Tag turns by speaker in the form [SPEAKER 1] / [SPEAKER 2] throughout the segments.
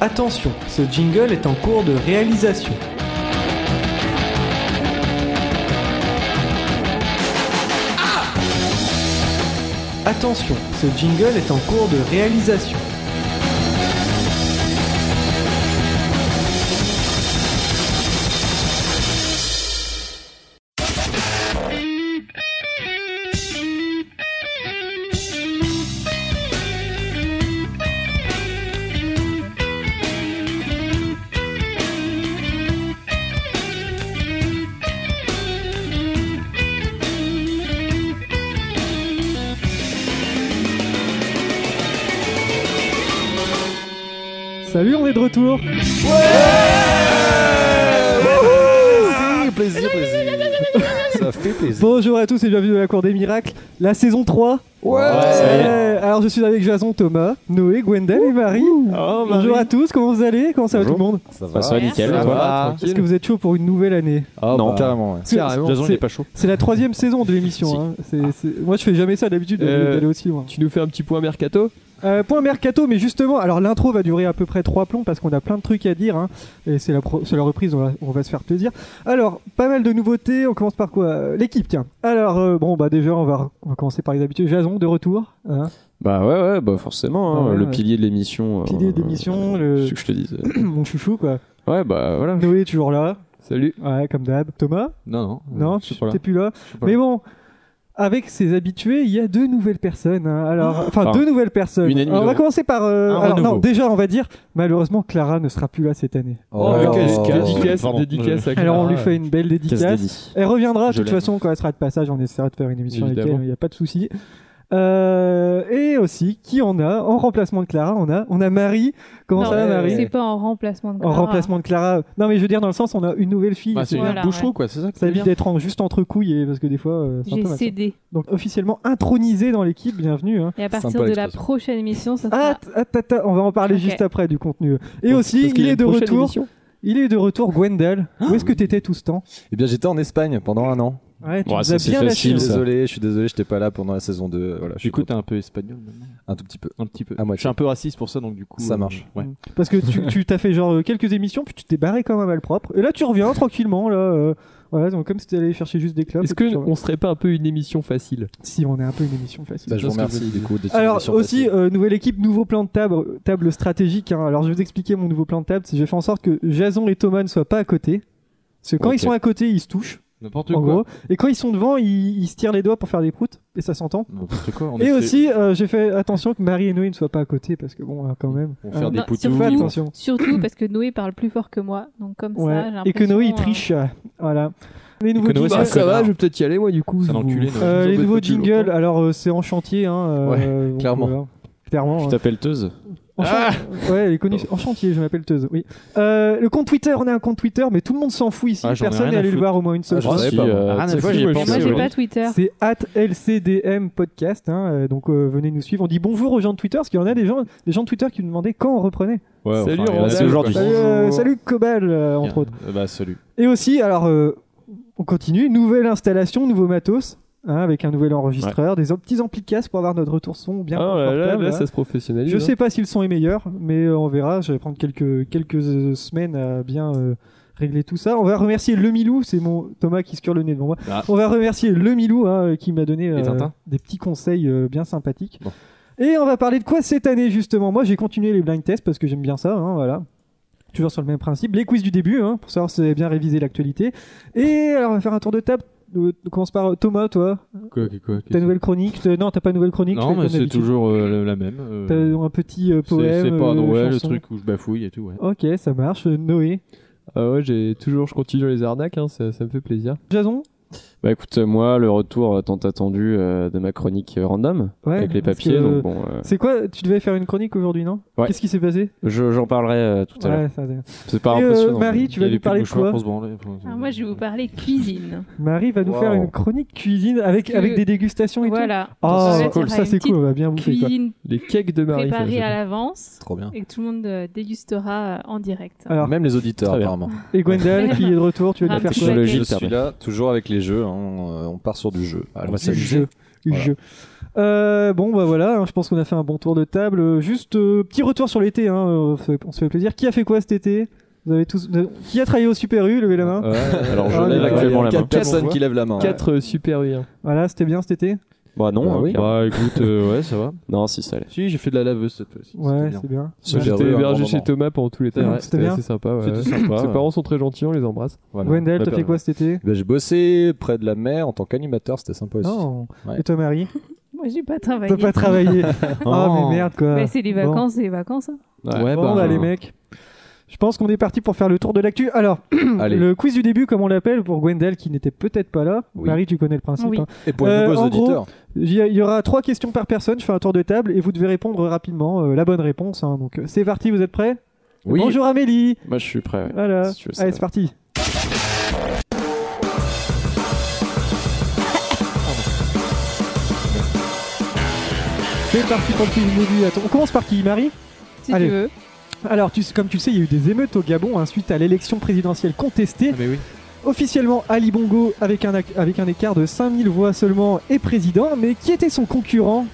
[SPEAKER 1] Attention, ce jingle est en cours de réalisation. Ah Attention, ce jingle est en cours de réalisation.
[SPEAKER 2] Salut, on est de retour.
[SPEAKER 3] plaisir, plaisir, plaisir. Ça fait plaisir.
[SPEAKER 2] Bonjour à tous et bienvenue à la Cour des Miracles, la saison 3. Ouais.
[SPEAKER 3] Ça y est.
[SPEAKER 2] Alors je suis avec Jason, Thomas, Noé, Gwendal et Marie. Bonjour à tous, comment vous allez Comment ça
[SPEAKER 3] Bonjour.
[SPEAKER 2] va tout le monde
[SPEAKER 3] Ça
[SPEAKER 4] Bah, ça va nickel,
[SPEAKER 3] Ça
[SPEAKER 4] et toi
[SPEAKER 3] va,
[SPEAKER 2] Est-ce
[SPEAKER 3] tranquille.
[SPEAKER 2] que vous êtes chaud pour une nouvelle année
[SPEAKER 3] Ah,
[SPEAKER 4] Non.
[SPEAKER 3] bah, carrément. ouais.
[SPEAKER 2] Parce que
[SPEAKER 4] Jason, il
[SPEAKER 2] c'est-
[SPEAKER 4] est pas chaud.
[SPEAKER 2] C'est la troisième saison de l'émission.
[SPEAKER 4] Si.
[SPEAKER 2] hein. C'est- c'est- Moi je fais jamais ça d'habitude de-
[SPEAKER 5] Euh,
[SPEAKER 2] d'aller aussi loin.
[SPEAKER 5] Tu nous fais un petit point mercato
[SPEAKER 2] Euh, point mercato, mais justement, alors l'intro va durer à peu près trois plombs parce qu'on a plein de trucs à dire. hein. et c'est la, pro- c'est la reprise, on va, on va se faire plaisir. Alors, pas mal de nouveautés. On commence par quoi Euh, L'équipe, tiens. Alors, euh, bon, bah déjà, on va, on va commencer par les habitudes. Jason, de retour. hein.
[SPEAKER 4] Bah ouais, ouais, bah forcément, hein,
[SPEAKER 2] Ah ouais,
[SPEAKER 4] le
[SPEAKER 2] ouais.
[SPEAKER 4] pilier de l'émission. euh,
[SPEAKER 2] Pilier de l'émission,
[SPEAKER 4] euh,
[SPEAKER 2] le-
[SPEAKER 4] ce que je te disais.
[SPEAKER 2] Mon chouchou, quoi.
[SPEAKER 4] Ouais, bah voilà.
[SPEAKER 2] Noé, toujours là.
[SPEAKER 5] Salut.
[SPEAKER 2] Ouais, comme d'hab. Thomas
[SPEAKER 3] Non, non.
[SPEAKER 2] Non,
[SPEAKER 3] je suis pas là.
[SPEAKER 2] t'es plus là.
[SPEAKER 3] suis pas
[SPEAKER 2] Mais bon. Avec ses habitués, il y a deux nouvelles personnes. hein. Alors,
[SPEAKER 3] Ah.
[SPEAKER 2] enfin,
[SPEAKER 4] Enfin,
[SPEAKER 2] deux nouvelles personnes.
[SPEAKER 4] une et demie
[SPEAKER 2] Alors, on va
[SPEAKER 4] nouveau.
[SPEAKER 2] commencer par. euh,
[SPEAKER 3] Un
[SPEAKER 2] alors, non,
[SPEAKER 3] renouveau.
[SPEAKER 2] déjà, on va dire, malheureusement, Clara ne sera plus là cette année.
[SPEAKER 5] Oh,
[SPEAKER 2] alors,
[SPEAKER 5] quelle
[SPEAKER 2] euh,
[SPEAKER 5] dédicace,
[SPEAKER 3] pardon.
[SPEAKER 5] dédicace à Clara.
[SPEAKER 2] Alors on lui fait une belle
[SPEAKER 4] Qu'est-ce
[SPEAKER 2] dédicace.
[SPEAKER 4] que dit
[SPEAKER 2] Elle reviendra de
[SPEAKER 4] Je
[SPEAKER 2] toute
[SPEAKER 4] l'aime.
[SPEAKER 2] façon quand elle sera de passage. On essaiera de faire une émission avec
[SPEAKER 5] Évidemment.
[SPEAKER 2] elle, il n'y a pas de souci. Euh, et aussi, qui on a en remplacement de Clara On a, on a Marie. Comment
[SPEAKER 6] Non,
[SPEAKER 2] ça va,
[SPEAKER 6] euh,
[SPEAKER 2] Marie
[SPEAKER 6] C'est pas en remplacement de
[SPEAKER 2] En
[SPEAKER 6] Clara.
[SPEAKER 2] remplacement de Clara. Non, mais je veux dire dans le sens, on a une nouvelle fille.
[SPEAKER 3] Bah,
[SPEAKER 2] c'est
[SPEAKER 3] c'est
[SPEAKER 2] bien.
[SPEAKER 6] Voilà,
[SPEAKER 3] une boucheron,
[SPEAKER 6] ouais.
[SPEAKER 3] quoi, c'est ça que
[SPEAKER 2] Ça
[SPEAKER 3] tu
[SPEAKER 2] évite
[SPEAKER 3] viens
[SPEAKER 2] d'être en- juste entre couilles et- parce que des fois. euh, c'est un
[SPEAKER 6] J'ai
[SPEAKER 2] peu mal, ça.
[SPEAKER 6] cédé.
[SPEAKER 2] Donc officiellement intronisé dans l'équipe, bienvenue. hein.
[SPEAKER 6] Et à partir
[SPEAKER 3] Sympa
[SPEAKER 6] de la
[SPEAKER 3] l'expression.
[SPEAKER 6] prochaine émission, ça sera
[SPEAKER 2] Ah, t- ah, t- t- on va en parler
[SPEAKER 6] Ok.
[SPEAKER 2] juste après du contenu. Et
[SPEAKER 5] Parce-
[SPEAKER 2] aussi,
[SPEAKER 5] parce qu'il
[SPEAKER 2] il
[SPEAKER 5] y a
[SPEAKER 2] est
[SPEAKER 5] une
[SPEAKER 2] de
[SPEAKER 5] prochaine
[SPEAKER 2] retour.
[SPEAKER 5] émission.
[SPEAKER 2] Il est de retour, Gwendal. Où est-ce que t'étais tout ce temps
[SPEAKER 3] Eh bien, j'étais en Espagne pendant un an.
[SPEAKER 2] Ouais, tu
[SPEAKER 4] Ouais,
[SPEAKER 2] nous
[SPEAKER 4] ça,
[SPEAKER 2] as
[SPEAKER 4] c'est
[SPEAKER 2] bien
[SPEAKER 3] Je
[SPEAKER 2] lâché.
[SPEAKER 4] facile,
[SPEAKER 3] suis
[SPEAKER 4] ça.
[SPEAKER 3] désolé, je suis désolé, j'étais pas là pendant la saison 2. Voilà, je suis
[SPEAKER 7] Du coup, t'es un peu espagnol maintenant.
[SPEAKER 3] content. un tout petit peu.
[SPEAKER 7] Un petit peu.
[SPEAKER 5] Ah,
[SPEAKER 3] À moitié.
[SPEAKER 7] Je suis un peu raciste pour ça, donc du coup.
[SPEAKER 3] Ça
[SPEAKER 7] euh,
[SPEAKER 3] marche.
[SPEAKER 7] ouais.
[SPEAKER 2] Parce que tu tu t'as fait genre euh, quelques émissions, puis tu t'es barré comme un malpropre. Et là, tu reviens tranquillement, là. euh, voilà, donc comme si t'allais chercher juste des clubs.
[SPEAKER 5] Est-ce que on serait pas un peu une émission facile
[SPEAKER 2] Si, on est un peu une émission facile.
[SPEAKER 3] Bah, je vous
[SPEAKER 2] Parce que-
[SPEAKER 3] remercie du coup. d'être
[SPEAKER 2] Alors
[SPEAKER 3] sur la
[SPEAKER 2] aussi,
[SPEAKER 3] surface.
[SPEAKER 2] euh, nouvelle équipe, nouveau plan de table, table stratégique. hein. Alors je vais vous expliquer mon nouveau plan de table. c'est J'ai fait en sorte que Jason et Thomas ne soient pas à côté. Parce que quand
[SPEAKER 4] Ok.
[SPEAKER 2] ils sont à côté, ils se touchent,
[SPEAKER 7] N'importe
[SPEAKER 2] en
[SPEAKER 7] quoi.
[SPEAKER 2] gros. Et quand ils sont devant, ils, ils se tirent les doigts pour faire des proutes. Et ça s'entend.
[SPEAKER 7] N'importe quoi. on
[SPEAKER 2] Et
[SPEAKER 7] essaie-
[SPEAKER 2] aussi, euh, j'ai fait attention que Marie et Noé ne soient pas à côté. Parce que bon, hein, quand même.
[SPEAKER 3] On
[SPEAKER 2] hein.
[SPEAKER 3] faire des
[SPEAKER 6] Non,
[SPEAKER 3] poutous.
[SPEAKER 6] surtout-
[SPEAKER 2] Fais attention.
[SPEAKER 6] surtout parce que Noé parle plus fort que moi. Donc comme
[SPEAKER 2] Ouais.
[SPEAKER 6] ça, j'ai
[SPEAKER 2] et que
[SPEAKER 6] l'impression,
[SPEAKER 2] Noé il
[SPEAKER 6] euh,
[SPEAKER 2] triche. Voilà. Les nouveaux
[SPEAKER 7] que Noé,
[SPEAKER 2] jingles,
[SPEAKER 7] c'est un
[SPEAKER 5] Bah, Ça va,
[SPEAKER 7] connard.
[SPEAKER 5] je vais peut-être y aller moi du coup.
[SPEAKER 7] C'est un
[SPEAKER 5] vous-
[SPEAKER 7] enculé, Noé.
[SPEAKER 2] euh,
[SPEAKER 5] vous
[SPEAKER 2] les
[SPEAKER 5] embêtez
[SPEAKER 2] nouveaux
[SPEAKER 5] plus
[SPEAKER 2] jingles,
[SPEAKER 5] longtemps.
[SPEAKER 2] alors euh, c'est en chantier. Hein, euh,
[SPEAKER 3] Ouais,
[SPEAKER 2] donc,
[SPEAKER 3] clairement.
[SPEAKER 2] voilà. Clairement.
[SPEAKER 4] Tu
[SPEAKER 2] hein.
[SPEAKER 4] t'appelles Teuse
[SPEAKER 2] En
[SPEAKER 7] Ah
[SPEAKER 2] chan- Ouais, elle est connue en chantier, je m'appelle Teuse. Oui. Euh, le compte Twitter, on a un compte Twitter, mais tout le monde s'en fout ici.
[SPEAKER 7] Ah, j'en ai
[SPEAKER 2] Personne
[SPEAKER 7] rien
[SPEAKER 2] n'est
[SPEAKER 7] à
[SPEAKER 2] allé le
[SPEAKER 7] foutre.
[SPEAKER 2] voir au moins une seule
[SPEAKER 3] Ah,
[SPEAKER 2] fois.
[SPEAKER 3] j'en sais
[SPEAKER 4] Si,
[SPEAKER 3] pas, moi.
[SPEAKER 4] euh,
[SPEAKER 7] Rien à
[SPEAKER 4] tu sais quoi,
[SPEAKER 7] foutre,
[SPEAKER 4] j'y ai
[SPEAKER 7] moi, je
[SPEAKER 6] Et
[SPEAKER 4] pensé,
[SPEAKER 6] moi, j'ai
[SPEAKER 4] ouais.
[SPEAKER 6] pas Twitter.
[SPEAKER 2] C'est at LCDM podcast, hein, euh, donc euh, venez nous suivre. On dit bonjour aux gens de Twitter, parce qu'il y en a des gens, des gens de Twitter qui nous demandaient quand on reprenait.
[SPEAKER 3] Ouais,
[SPEAKER 5] Salut,
[SPEAKER 3] enfin,
[SPEAKER 5] Randall.
[SPEAKER 3] c'est aujourd'hui.
[SPEAKER 2] Salut, euh, salut Cobal, euh, entre autres.
[SPEAKER 3] Euh, Bah, salut.
[SPEAKER 2] Et aussi, alors, euh, on continue, nouvelle installation, nouveau matos, hein, avec un nouvel enregistreur, des am- petits amplis de casque pour avoir notre retour son bien
[SPEAKER 5] Ah là
[SPEAKER 2] confortable.
[SPEAKER 5] là, là,
[SPEAKER 2] hein.
[SPEAKER 5] ça se professionnalise.
[SPEAKER 2] Je
[SPEAKER 5] hein.
[SPEAKER 2] sais pas si le son est meilleur, mais euh, on verra. Je vais prendre quelques, quelques euh, semaines à bien euh, régler tout ça. On va remercier le Milou, c'est mon Thomas qui se cure le nez devant moi.
[SPEAKER 3] Ah.
[SPEAKER 2] On va remercier le Milou hein, qui m'a donné
[SPEAKER 7] Et Tintin.
[SPEAKER 2] des petits conseils euh, bien sympathiques.
[SPEAKER 3] Bon.
[SPEAKER 2] Et on va parler de quoi cette année justement Moi j'ai continué les blind tests parce que j'aime bien ça, hein, voilà. Toujours sur le même principe. Les quiz du début, hein, pour savoir si vous avez bien révisé l'actualité. Et alors on va faire un tour de table. Euh, On commence par euh, Thomas, toi,
[SPEAKER 7] Quoi, quoi, quoi,
[SPEAKER 2] ta nouvelle chronique. t'as- Non, t'as pas de nouvelle chronique. tu
[SPEAKER 7] Non,
[SPEAKER 2] fais
[SPEAKER 7] mais
[SPEAKER 2] comme
[SPEAKER 7] c'est
[SPEAKER 2] d'habitude.
[SPEAKER 7] toujours euh, la- la même. euh,
[SPEAKER 2] T'as un petit euh,
[SPEAKER 7] c'est-
[SPEAKER 2] poème.
[SPEAKER 7] C'est pas
[SPEAKER 2] euh,
[SPEAKER 7] drôle, le
[SPEAKER 2] chanson.
[SPEAKER 7] truc où je bafouille et tout. Ouais.
[SPEAKER 2] Ok, ça marche. Euh, Noé.
[SPEAKER 5] Ah ouais, j'ai toujours, je continue les arnaques, hein, ça, ça me fait plaisir.
[SPEAKER 2] Jason
[SPEAKER 4] Bah écoute, euh, moi, le retour euh, tant attendu euh, de ma chronique euh, random
[SPEAKER 2] Ouais,
[SPEAKER 4] avec les
[SPEAKER 2] parce
[SPEAKER 4] papiers,
[SPEAKER 2] que-
[SPEAKER 4] donc bon, euh,
[SPEAKER 2] C'est quoi Tu devais faire une chronique aujourd'hui, non
[SPEAKER 4] Ouais.
[SPEAKER 2] Qu'est-ce qui s'est passé
[SPEAKER 4] je- j'en parlerai euh, tout à l'heure.
[SPEAKER 2] ça, c'est-
[SPEAKER 4] C'est pas
[SPEAKER 2] Et, euh,
[SPEAKER 4] impressionnant. mais-
[SPEAKER 2] Marie, tu
[SPEAKER 7] Il y
[SPEAKER 2] vas
[SPEAKER 7] a
[SPEAKER 2] nous
[SPEAKER 7] des
[SPEAKER 2] parler de
[SPEAKER 7] pubs mouchoirs
[SPEAKER 2] quoi
[SPEAKER 7] pour se branler, enfin,
[SPEAKER 6] Alors, Ah, moi, je vais vous parler cuisine.
[SPEAKER 2] Marie va nous
[SPEAKER 3] Wow.
[SPEAKER 2] faire une chronique cuisine avec,
[SPEAKER 6] Que-
[SPEAKER 2] avec des dégustations et
[SPEAKER 6] Voilà.
[SPEAKER 2] tout.
[SPEAKER 6] Donc,
[SPEAKER 2] Ah,
[SPEAKER 6] en fait,
[SPEAKER 2] cool,
[SPEAKER 6] il y
[SPEAKER 2] ça
[SPEAKER 6] aura
[SPEAKER 2] c'est
[SPEAKER 6] une
[SPEAKER 2] cool, on va bien bouffer
[SPEAKER 6] petite
[SPEAKER 2] quoi.
[SPEAKER 6] Cuisine
[SPEAKER 5] Les cakes de Marie. ça,
[SPEAKER 6] préparée
[SPEAKER 5] j'aime.
[SPEAKER 6] à l'avance
[SPEAKER 3] Trop bien.
[SPEAKER 6] et que tout le monde euh, dégustera euh, en direct. Ah,
[SPEAKER 2] Alors,
[SPEAKER 3] Ah. Même les auditeurs,
[SPEAKER 4] Très bien.
[SPEAKER 3] apparemment.
[SPEAKER 2] et Gwendal qui est de retour, Ah, tu vas nous
[SPEAKER 6] Un
[SPEAKER 2] faire
[SPEAKER 6] petit
[SPEAKER 2] quoi
[SPEAKER 4] Technologie
[SPEAKER 3] Je
[SPEAKER 4] le
[SPEAKER 3] suis
[SPEAKER 4] permet.
[SPEAKER 2] bah,
[SPEAKER 3] là, toujours avec les jeux. hein, On euh, on part sur du jeu. Alors,
[SPEAKER 4] va
[SPEAKER 3] du
[SPEAKER 4] s'amuser.
[SPEAKER 3] jeu.
[SPEAKER 2] Je. Euh, bon, bah voilà, hein, je pense qu'on a fait un bon tour de table. Euh, Juste, euh, petit retour sur l'été, hein, euh, on se fait- on se fait plaisir. Qui a fait quoi cet été Vous avez tous. vous avez- Qui a travaillé au Super U Levez la
[SPEAKER 4] Euh,
[SPEAKER 2] main.
[SPEAKER 4] Alors, je
[SPEAKER 2] Ah,
[SPEAKER 4] lève
[SPEAKER 2] mais-
[SPEAKER 4] actuellement la main.
[SPEAKER 3] Quatre personnes qui lèvent la main.
[SPEAKER 5] 4 super U. hein.
[SPEAKER 2] Voilà, c'était bien cet été
[SPEAKER 4] Bah, non,
[SPEAKER 3] Bah
[SPEAKER 4] hein,
[SPEAKER 3] oui.
[SPEAKER 4] car-
[SPEAKER 7] Bah écoute, euh, ouais, ça va.
[SPEAKER 4] Non, si, ça allait.
[SPEAKER 7] Si, j'ai fait de la laveuse cette fois-ci.
[SPEAKER 2] Ouais,
[SPEAKER 7] c'était
[SPEAKER 2] c'est bien.
[SPEAKER 3] Ce
[SPEAKER 2] Ouais.
[SPEAKER 3] gérant,
[SPEAKER 5] J'étais
[SPEAKER 3] un
[SPEAKER 5] hébergé
[SPEAKER 3] moment.
[SPEAKER 5] chez Thomas pendant tout l'été.
[SPEAKER 2] C'était
[SPEAKER 5] ouais.
[SPEAKER 2] bien. C'était bien.
[SPEAKER 5] assez sympa. ouais.
[SPEAKER 7] C'était sympa,
[SPEAKER 5] Ses
[SPEAKER 7] ouais.
[SPEAKER 5] parents sont très gentils, on les embrasse.
[SPEAKER 3] Voilà.
[SPEAKER 2] Gwendal, t'as
[SPEAKER 7] Bah,
[SPEAKER 2] fait quoi cet été
[SPEAKER 3] Ben, j'ai bossé près de la mer en tant qu'animateur, c'était sympa aussi.
[SPEAKER 2] Non.
[SPEAKER 3] Euh, Ouais.
[SPEAKER 2] Et toi, Marie
[SPEAKER 6] Moi, j'ai pas travaillé.
[SPEAKER 2] T'as pas travaillé. Ah,
[SPEAKER 3] Oh.
[SPEAKER 2] mais merde, quoi.
[SPEAKER 6] Mais c'est les
[SPEAKER 2] Bon.
[SPEAKER 6] vacances, c'est les vacances. hein.
[SPEAKER 2] Bon, bah,
[SPEAKER 3] euh,
[SPEAKER 2] les mecs. Je pense qu'on est parti pour faire le tour de l'actu. Alors,
[SPEAKER 3] Allez.
[SPEAKER 2] le quiz du début, comme on l'appelle, pour Gwendal qui n'était peut-être pas là.
[SPEAKER 3] Oui.
[SPEAKER 2] Marie, tu connais le principe.
[SPEAKER 6] Oui.
[SPEAKER 2] hein.
[SPEAKER 3] Et pour
[SPEAKER 2] Euh,
[SPEAKER 3] les nouveaux
[SPEAKER 2] en gros-
[SPEAKER 3] auditeurs,
[SPEAKER 2] Il y a- il y aura trois questions par personne. Je fais un tour de table et vous devez répondre rapidement euh, la bonne réponse. hein. Donc euh, c'est parti, vous êtes prêts
[SPEAKER 3] oui,
[SPEAKER 2] Bonjour Amélie.
[SPEAKER 4] Moi, je suis prêt. ouais.
[SPEAKER 2] Voilà.
[SPEAKER 4] Si tu veux, ça
[SPEAKER 2] Allez,
[SPEAKER 4] va.
[SPEAKER 2] c'est parti. C'est parti pour le quiz du début. Attends, on commence par qui, Marie
[SPEAKER 6] Si
[SPEAKER 2] Allez.
[SPEAKER 6] tu veux.
[SPEAKER 2] Alors, tu, sais- comme tu le sais, il y a eu des émeutes au Gabon hein, suite à l'élection présidentielle contestée.
[SPEAKER 6] Ah,
[SPEAKER 7] mais oui.
[SPEAKER 2] Officiellement, Ali Bongo, avec un, ac- avec un écart de 5000 voix seulement, est président. Mais qui était son concurrent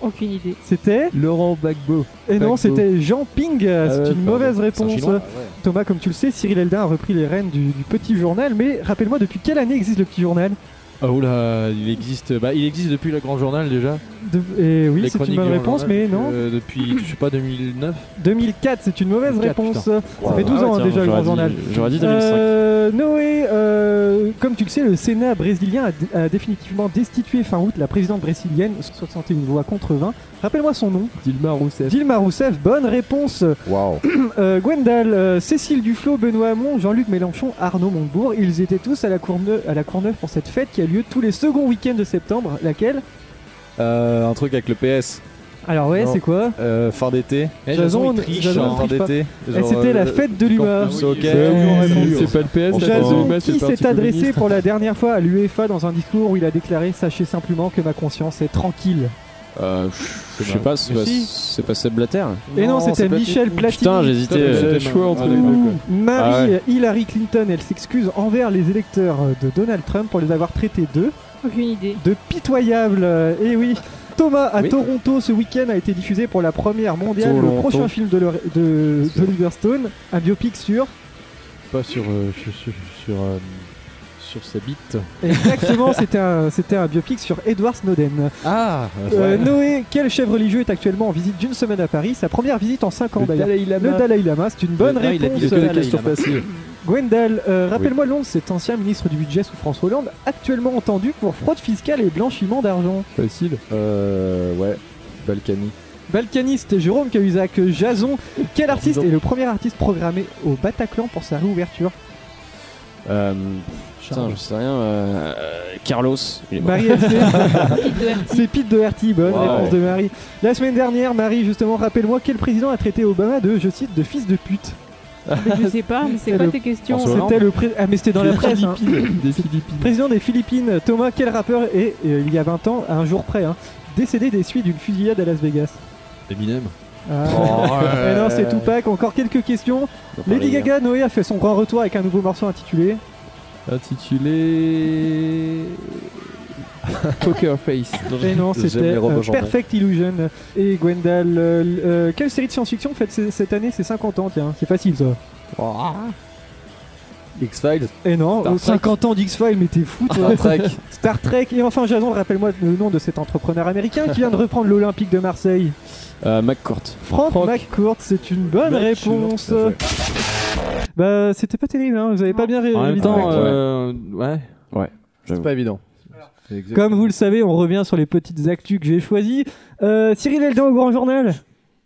[SPEAKER 6] Aucune idée.
[SPEAKER 2] C'était
[SPEAKER 5] Laurent Bagbo.
[SPEAKER 2] Et Eh non,
[SPEAKER 5] Bagbo.
[SPEAKER 2] c'était Jean Ping. euh,
[SPEAKER 3] Ah ouais,
[SPEAKER 2] C'est une
[SPEAKER 3] pardon.
[SPEAKER 2] mauvaise
[SPEAKER 3] C'est un
[SPEAKER 2] réponse.
[SPEAKER 3] Chinois.
[SPEAKER 2] Thomas, comme tu le sais, Cyril Eldin a repris les rênes du, du petit journal. Mais rappelle-moi, depuis quelle année existe le petit journal
[SPEAKER 7] Ah oula, il existe. Bah, il existe depuis le Grand Journal déjà.
[SPEAKER 2] De- Et oui,
[SPEAKER 7] Les
[SPEAKER 2] c'est une
[SPEAKER 7] chroniques
[SPEAKER 2] bonne
[SPEAKER 7] du Grand
[SPEAKER 2] réponse,
[SPEAKER 7] Journal,
[SPEAKER 2] mais
[SPEAKER 7] donc,
[SPEAKER 2] non.
[SPEAKER 7] euh, depuis, je sais pas, 2009.
[SPEAKER 2] 2004, c'est une mauvaise
[SPEAKER 7] 2004,
[SPEAKER 2] réponse. Ça
[SPEAKER 4] Wow.
[SPEAKER 2] fait 12
[SPEAKER 4] Ah,
[SPEAKER 2] ans
[SPEAKER 4] ouais,
[SPEAKER 2] hein,
[SPEAKER 4] tiens,
[SPEAKER 2] déjà le
[SPEAKER 4] j'aurais
[SPEAKER 2] grand
[SPEAKER 4] dit-
[SPEAKER 2] journal.
[SPEAKER 4] J'aurais dit 2005.
[SPEAKER 2] Euh, Noé, euh, comme tu le sais, le Sénat brésilien a, dé- a définitivement destitué fin août la présidente brésilienne, 61 voix contre 20. Rappelle-moi son nom.
[SPEAKER 5] Dilma Rousseff.
[SPEAKER 2] Dilma Rousseff, bonne réponse.
[SPEAKER 3] Waouh.
[SPEAKER 2] Euh, Gwendal, euh, Cécile Duflo, Benoît Hamon, Jean-Luc Mélenchon, Arnaud Montebourg, ils étaient tous à la, Courneu- à la Courneuve pour cette fête qui a lieu tous les seconds week-ends de septembre. Laquelle
[SPEAKER 3] Euh, un truc avec le PS,
[SPEAKER 2] Alors ouais,
[SPEAKER 3] Non.
[SPEAKER 2] c'est quoi
[SPEAKER 3] euh, fin d'été.
[SPEAKER 7] Eh,
[SPEAKER 2] Jason,
[SPEAKER 7] il triche,
[SPEAKER 2] Jason,
[SPEAKER 7] hein.
[SPEAKER 2] il
[SPEAKER 3] fin
[SPEAKER 2] triche pas.
[SPEAKER 3] d'été.
[SPEAKER 2] Eh,
[SPEAKER 3] genre,
[SPEAKER 2] C'était
[SPEAKER 3] euh,
[SPEAKER 2] la fête de l'humeur.
[SPEAKER 3] C'est ok.
[SPEAKER 7] Ouais,
[SPEAKER 2] ouais,
[SPEAKER 3] Oui,
[SPEAKER 2] ouais.
[SPEAKER 5] C'est pas le PS, la
[SPEAKER 3] Jason,
[SPEAKER 5] Dilma,
[SPEAKER 2] qui
[SPEAKER 5] c'est le parti
[SPEAKER 2] s'est adressé
[SPEAKER 5] communiste.
[SPEAKER 2] pour la dernière fois à l'UEFA dans un discours où il a déclaré Sachez simplement que ma conscience est tranquille.
[SPEAKER 4] Euh, je sais pas, c'est
[SPEAKER 7] Mais
[SPEAKER 4] pas,
[SPEAKER 7] si.
[SPEAKER 4] c'est pas Seb Blatter
[SPEAKER 2] Et non,
[SPEAKER 3] c'est
[SPEAKER 2] c'était
[SPEAKER 3] pas-
[SPEAKER 2] Michel Platini.
[SPEAKER 4] Putain, j'hésitais.
[SPEAKER 7] Putain,
[SPEAKER 4] euh,
[SPEAKER 5] J'ai le choix entre les deux.
[SPEAKER 2] Ouh,
[SPEAKER 5] quoi.
[SPEAKER 2] Marie Hillary Clinton, elle s'excuse envers les électeurs de Donald Trump pour les avoir traités d'eux
[SPEAKER 6] Aucune idée.
[SPEAKER 2] de pitoyable. Et oui, Thomas à
[SPEAKER 3] Oui.
[SPEAKER 2] Toronto ce week-end a été diffusé pour la première mondiale le
[SPEAKER 4] Toronto.
[SPEAKER 2] prochain film de l'or- de- d'Oliver Stone, un biopic sur
[SPEAKER 7] Pas sur. euh, sur. sur. sur, euh, sur sa bite.
[SPEAKER 2] exactement c'était un c'était un biopic sur Edward Snowden.
[SPEAKER 7] Ah
[SPEAKER 2] Euh, Noé, quel chef religieux est actuellement en visite d'une semaine à Paris, sa première visite en 5 ans d'ailleurs. Le Dalai Lama, c'est une bonne
[SPEAKER 7] Ah, il a dit
[SPEAKER 2] réponse.
[SPEAKER 7] le Dalai Lama.
[SPEAKER 2] Gwendal, euh, rappelle-moi le nom de cet ancien ministre du budget sous François Hollande, actuellement entendu pour fraude fiscale et blanchiment d'argent.
[SPEAKER 5] Facile.
[SPEAKER 3] Euh, ouais, Balkany.
[SPEAKER 2] Balkaniste Jérôme Cahuzac, Jason, quel artiste est le premier artiste programmé au Bataclan pour sa réouverture
[SPEAKER 4] euh, putain, je sais rien. euh, euh, Carlos. il est mort.
[SPEAKER 2] Marie, elle sait.
[SPEAKER 6] Petite de RT.
[SPEAKER 2] c'est Pete Doherty, bonne
[SPEAKER 4] Wow.
[SPEAKER 2] réponse de Marie. La semaine dernière, Marie, justement, rappelle-moi quel président a traité Obama de, je cite, de fils de pute
[SPEAKER 4] Ah,
[SPEAKER 2] Ah,
[SPEAKER 6] Mais Je sais pas, mais c'est
[SPEAKER 2] le-
[SPEAKER 6] pas tes questions.
[SPEAKER 7] François Hollande.
[SPEAKER 2] C'était le pré- Ah, mais c'était dans la presse. hein.
[SPEAKER 5] Des Philippines.
[SPEAKER 2] Président des Philippines, Thomas, quel rappeur est, euh, il y a 20 ans, à un jour près, hein, décédé des suites d'une fusillade à Las Vegas
[SPEAKER 7] Eminem.
[SPEAKER 2] Ah. Eh non, c'est Tupac. Encore quelques questions.
[SPEAKER 4] Enfin,
[SPEAKER 2] Lady
[SPEAKER 4] Oh, les gars.
[SPEAKER 2] Gaga, Noé a fait son grand retour avec un nouveau morceau intitulé
[SPEAKER 5] Intitulé. Poker Face.
[SPEAKER 2] Et non,
[SPEAKER 3] J'aime
[SPEAKER 2] c'était
[SPEAKER 3] les robes
[SPEAKER 2] euh,
[SPEAKER 3] au jambon.
[SPEAKER 2] Perfect Illusion. Et Gwendal, euh, l- euh, quelle série de science-fiction fête c- cette année C'est 50 ans, tiens. C'est facile, ça.
[SPEAKER 3] X-Files,
[SPEAKER 2] Et non,
[SPEAKER 3] Star
[SPEAKER 2] aux
[SPEAKER 3] Trek.
[SPEAKER 2] 50 ans d'X-Files, mais t'es fou, toi.
[SPEAKER 3] Star Trek.
[SPEAKER 2] Star Trek. Et enfin, Jason, rappelle-moi le nom de cet entrepreneur américain qui vient de reprendre l'Olympique de Marseille.
[SPEAKER 4] Euh, McCourt.
[SPEAKER 2] Frank,
[SPEAKER 5] Frank.
[SPEAKER 2] McCourt, c'est une bonne
[SPEAKER 7] Bien sûr.
[SPEAKER 2] réponse.
[SPEAKER 3] Bien joué.
[SPEAKER 2] Bah, c'était pas terrible, hein. Vous avez pas bien ré-
[SPEAKER 7] En même
[SPEAKER 2] révisé.
[SPEAKER 7] temps,
[SPEAKER 4] Ouais.
[SPEAKER 7] euh, ouais.
[SPEAKER 3] C'est pas évident. C'est exact-
[SPEAKER 2] Comme vous le savez, on revient sur les petites actus que j'ai choisies. Euh, Cyril Eldin au Grand Journal.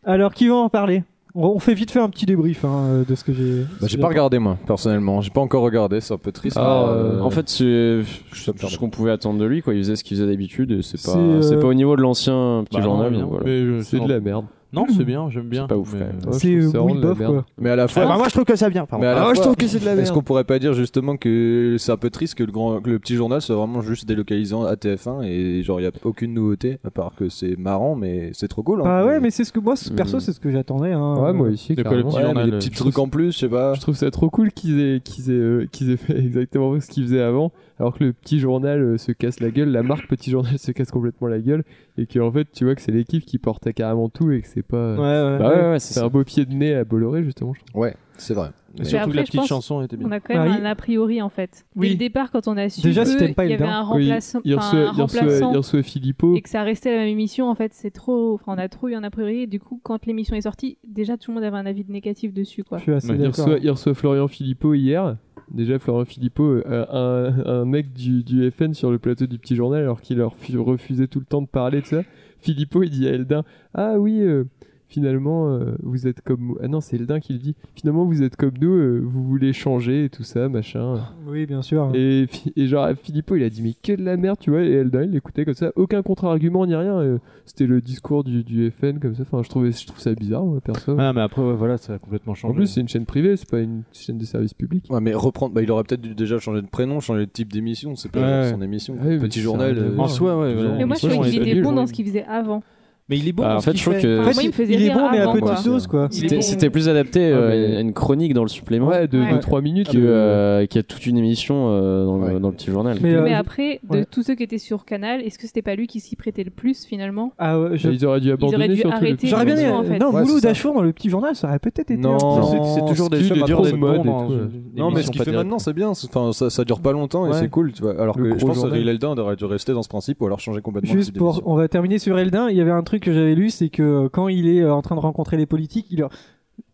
[SPEAKER 2] Alors, qui va en parler on, on fait vite fait un petit débrief hein, euh, de ce que j'ai.
[SPEAKER 3] Bah, j'ai pas regardé moi, personnellement. J'ai pas encore regardé, c'est un peu triste.
[SPEAKER 4] Ah,
[SPEAKER 3] mais,
[SPEAKER 4] euh,
[SPEAKER 3] euh,
[SPEAKER 4] En fait, c'est
[SPEAKER 3] ça me
[SPEAKER 4] ce
[SPEAKER 3] permet.
[SPEAKER 4] qu'on pouvait attendre de lui. Quoi. Il faisait ce qu'il faisait d'habitude. et C'est
[SPEAKER 2] C'est,
[SPEAKER 4] pas,
[SPEAKER 2] euh,
[SPEAKER 7] Bah, euh,
[SPEAKER 4] c'est pas au niveau de l'ancien petit journal. donc voilà.
[SPEAKER 5] C'est de la merde.
[SPEAKER 7] Non, c'est bien, j'aime bien.
[SPEAKER 4] C'est pas ouf,
[SPEAKER 7] mais-
[SPEAKER 4] quand même.
[SPEAKER 5] Ouais, je
[SPEAKER 2] c'est
[SPEAKER 5] trouve
[SPEAKER 2] euh,
[SPEAKER 5] ça vraiment
[SPEAKER 2] oui,
[SPEAKER 5] de la
[SPEAKER 2] bof
[SPEAKER 5] merde.
[SPEAKER 2] quoi.
[SPEAKER 3] Mais à la
[SPEAKER 8] Ah, bah,
[SPEAKER 3] fois.
[SPEAKER 8] moi je trouve que ça bien. Pardon.
[SPEAKER 3] Mais à la
[SPEAKER 8] Ah, moi je
[SPEAKER 3] fois-
[SPEAKER 8] trouve que c'est de la
[SPEAKER 3] Est-ce qu'on
[SPEAKER 8] merde.
[SPEAKER 3] pourrait pas dire justement que c'est un peu triste que le grand, que le petit journal soit vraiment juste délocalisant à TF1 et genre il y a aucune nouveauté à part que c'est marrant mais c'est trop cool. hein.
[SPEAKER 2] Bah ouais, mais c'est ce que moi, ce- perso,
[SPEAKER 4] Hmm.
[SPEAKER 2] c'est ce que j'attendais. Hein.
[SPEAKER 5] Mm. Ouais, moi aussi.
[SPEAKER 7] C'est quoi le
[SPEAKER 5] carrément.
[SPEAKER 7] petit
[SPEAKER 3] Ouais, mais
[SPEAKER 7] journal,
[SPEAKER 3] les petits
[SPEAKER 7] je
[SPEAKER 3] trucs en plus, je sais pas.
[SPEAKER 5] Je trouve ça trop cool qu'ils aient, qu'ils aient, euh, qu'ils aient fait exactement ce qu'ils faisaient avant, alors que le petit journal euh, se casse la gueule, la marque petit journal se casse complètement la gueule, et que en fait tu vois que c'est l'équipe qui portait carrément tout et que c'est pas.
[SPEAKER 2] Ouais, ouais.
[SPEAKER 4] Bah ouais, ouais, c'est
[SPEAKER 5] C'est
[SPEAKER 4] ça.
[SPEAKER 5] un beau pied de nez à Bolloré justement. Je trouve.
[SPEAKER 3] Ouais, c'est vrai.
[SPEAKER 7] Et
[SPEAKER 6] Mais
[SPEAKER 7] surtout
[SPEAKER 6] après,
[SPEAKER 7] que la
[SPEAKER 6] je
[SPEAKER 7] petite
[SPEAKER 6] pense
[SPEAKER 7] chanson était bien.
[SPEAKER 6] On a quand même
[SPEAKER 2] Marie
[SPEAKER 6] un a priori en fait. Dès
[SPEAKER 2] Bah Oui.
[SPEAKER 6] le départ, quand on a su
[SPEAKER 2] Déjà, si
[SPEAKER 6] que
[SPEAKER 2] t'aimes pas
[SPEAKER 6] il y avait
[SPEAKER 2] Hilda.
[SPEAKER 6] un,
[SPEAKER 5] Oui,
[SPEAKER 6] remplaçant-
[SPEAKER 5] il
[SPEAKER 6] enfin, un
[SPEAKER 5] reçoit, il reçoit-
[SPEAKER 6] remplaçant
[SPEAKER 5] il reçoit Philippot.
[SPEAKER 6] et que ça restait la même émission, en fait, c'est trop. Enfin, on a trop eu un a priori. et Du coup, quand l'émission est sortie, déjà tout le monde avait un avis négatif dessus, quoi.
[SPEAKER 2] Je suis assez
[SPEAKER 7] Ouais,
[SPEAKER 5] Il
[SPEAKER 2] d'accord.
[SPEAKER 5] reçoit, il reçoit Florian Philippot hier. Déjà, Florian Philippot, euh, un, un mec du, du FN sur le plateau du Petit Journal, alors qu'il leur fu- refusait tout le temps de parler de ça. Philippot, il dit à Eldin Ah oui, euh, finalement, euh, vous êtes comme. Ah non, c'est Eldin qui le dit. Finalement, vous êtes comme nous, euh, vous voulez changer et tout ça, machin.
[SPEAKER 2] Oui, bien sûr.
[SPEAKER 5] Et, fi- et genre, Philippot, il a dit Mais que de la merde, tu vois. Et Eldin, il l'écoutait comme ça. Aucun contre-argument ni rien. euh, C'était le discours du, du FN, comme ça. Enfin, je, trouvais, je trouve ça bizarre, moi, perso.
[SPEAKER 7] Ah, mais après, ouais, voilà, ça a complètement changé.
[SPEAKER 5] En plus, c'est une chaîne privée, c'est pas une chaîne de service public.
[SPEAKER 3] Ouais, mais reprendre, bah, il aurait peut-être dû déjà changer de prénom, changer de type d'émission, c'est pas
[SPEAKER 7] Ouais.
[SPEAKER 3] son émission.
[SPEAKER 5] Ouais, mais
[SPEAKER 3] Petit
[SPEAKER 5] ça
[SPEAKER 3] journal.
[SPEAKER 5] a rien à
[SPEAKER 3] euh,
[SPEAKER 7] en
[SPEAKER 5] voir.
[SPEAKER 7] soi, ouais, voilà.
[SPEAKER 6] Mais moi, je
[SPEAKER 7] Ouais,
[SPEAKER 6] trouvais qu'il
[SPEAKER 7] ouais,
[SPEAKER 6] était
[SPEAKER 7] ouais.
[SPEAKER 6] bon dans ce qu'il faisait avant.
[SPEAKER 8] Mais il est bon.
[SPEAKER 4] Bah, en
[SPEAKER 8] dans ce
[SPEAKER 4] fait,
[SPEAKER 8] qu'il
[SPEAKER 4] je trouve
[SPEAKER 2] En
[SPEAKER 4] que
[SPEAKER 2] fait,
[SPEAKER 6] moi, il me faisait
[SPEAKER 2] il est
[SPEAKER 6] rire
[SPEAKER 2] bon, mais à
[SPEAKER 6] avant,
[SPEAKER 2] petite
[SPEAKER 6] quoi.
[SPEAKER 2] dose quoi.
[SPEAKER 6] Il est
[SPEAKER 4] C'était-
[SPEAKER 6] bon.
[SPEAKER 4] c'était plus adapté euh,
[SPEAKER 5] Ah, mais-
[SPEAKER 4] à une chronique dans le supplément
[SPEAKER 5] Ouais, de,
[SPEAKER 6] Ouais.
[SPEAKER 5] de 3 minutes.
[SPEAKER 4] que, euh, qu'il y a toute une émission euh, dans, le,
[SPEAKER 3] Ouais.
[SPEAKER 4] dans le petit journal.
[SPEAKER 2] Mais, euh,
[SPEAKER 6] Mais après, de
[SPEAKER 2] ouais.
[SPEAKER 6] tous ceux qui étaient sur Canal, est-ce que c'était pas lui qui s'y prêtait le plus finalement
[SPEAKER 2] Ah, ouais, je-
[SPEAKER 5] Ils auraient dû abandonner
[SPEAKER 6] dû
[SPEAKER 5] surtout
[SPEAKER 6] arrêter.
[SPEAKER 5] le-
[SPEAKER 2] J'aurais bien
[SPEAKER 6] en
[SPEAKER 2] aimé.
[SPEAKER 6] fait.
[SPEAKER 2] Non,
[SPEAKER 3] Ouais,
[SPEAKER 2] Mouloud
[SPEAKER 3] c'est ça.
[SPEAKER 2] Achour dans le petit journal, ça aurait peut-être été.
[SPEAKER 3] Non,
[SPEAKER 2] un peu-
[SPEAKER 3] c'est- c'est toujours
[SPEAKER 5] des
[SPEAKER 7] Style
[SPEAKER 5] femmes
[SPEAKER 7] de
[SPEAKER 5] à
[SPEAKER 7] dire
[SPEAKER 5] trop
[SPEAKER 7] c'est
[SPEAKER 5] de
[SPEAKER 7] bon
[SPEAKER 5] mode et
[SPEAKER 7] dans
[SPEAKER 5] tout,
[SPEAKER 7] une-
[SPEAKER 5] ouais.
[SPEAKER 7] une
[SPEAKER 3] Non, mais ce
[SPEAKER 7] émission
[SPEAKER 3] qu'il
[SPEAKER 7] pas
[SPEAKER 3] fait
[SPEAKER 7] directe.
[SPEAKER 3] maintenant, c'est bien. c'est- Enfin, ça, ça dure pas longtemps et
[SPEAKER 5] Ouais.
[SPEAKER 3] c'est cool, tu vois. Alors
[SPEAKER 5] Le
[SPEAKER 3] que je
[SPEAKER 5] gros
[SPEAKER 3] pense que
[SPEAKER 5] journal.
[SPEAKER 3] Riel Eldin aurait dû rester dans ce principe ou alors changer complètement le
[SPEAKER 2] Juste
[SPEAKER 3] type
[SPEAKER 2] pour,
[SPEAKER 3] d'émission.
[SPEAKER 2] on va terminer sur Eldin. Il y avait un truc que j'avais lu, c'est que euh, quand il est euh, en train de rencontrer les politiques, il leur, tu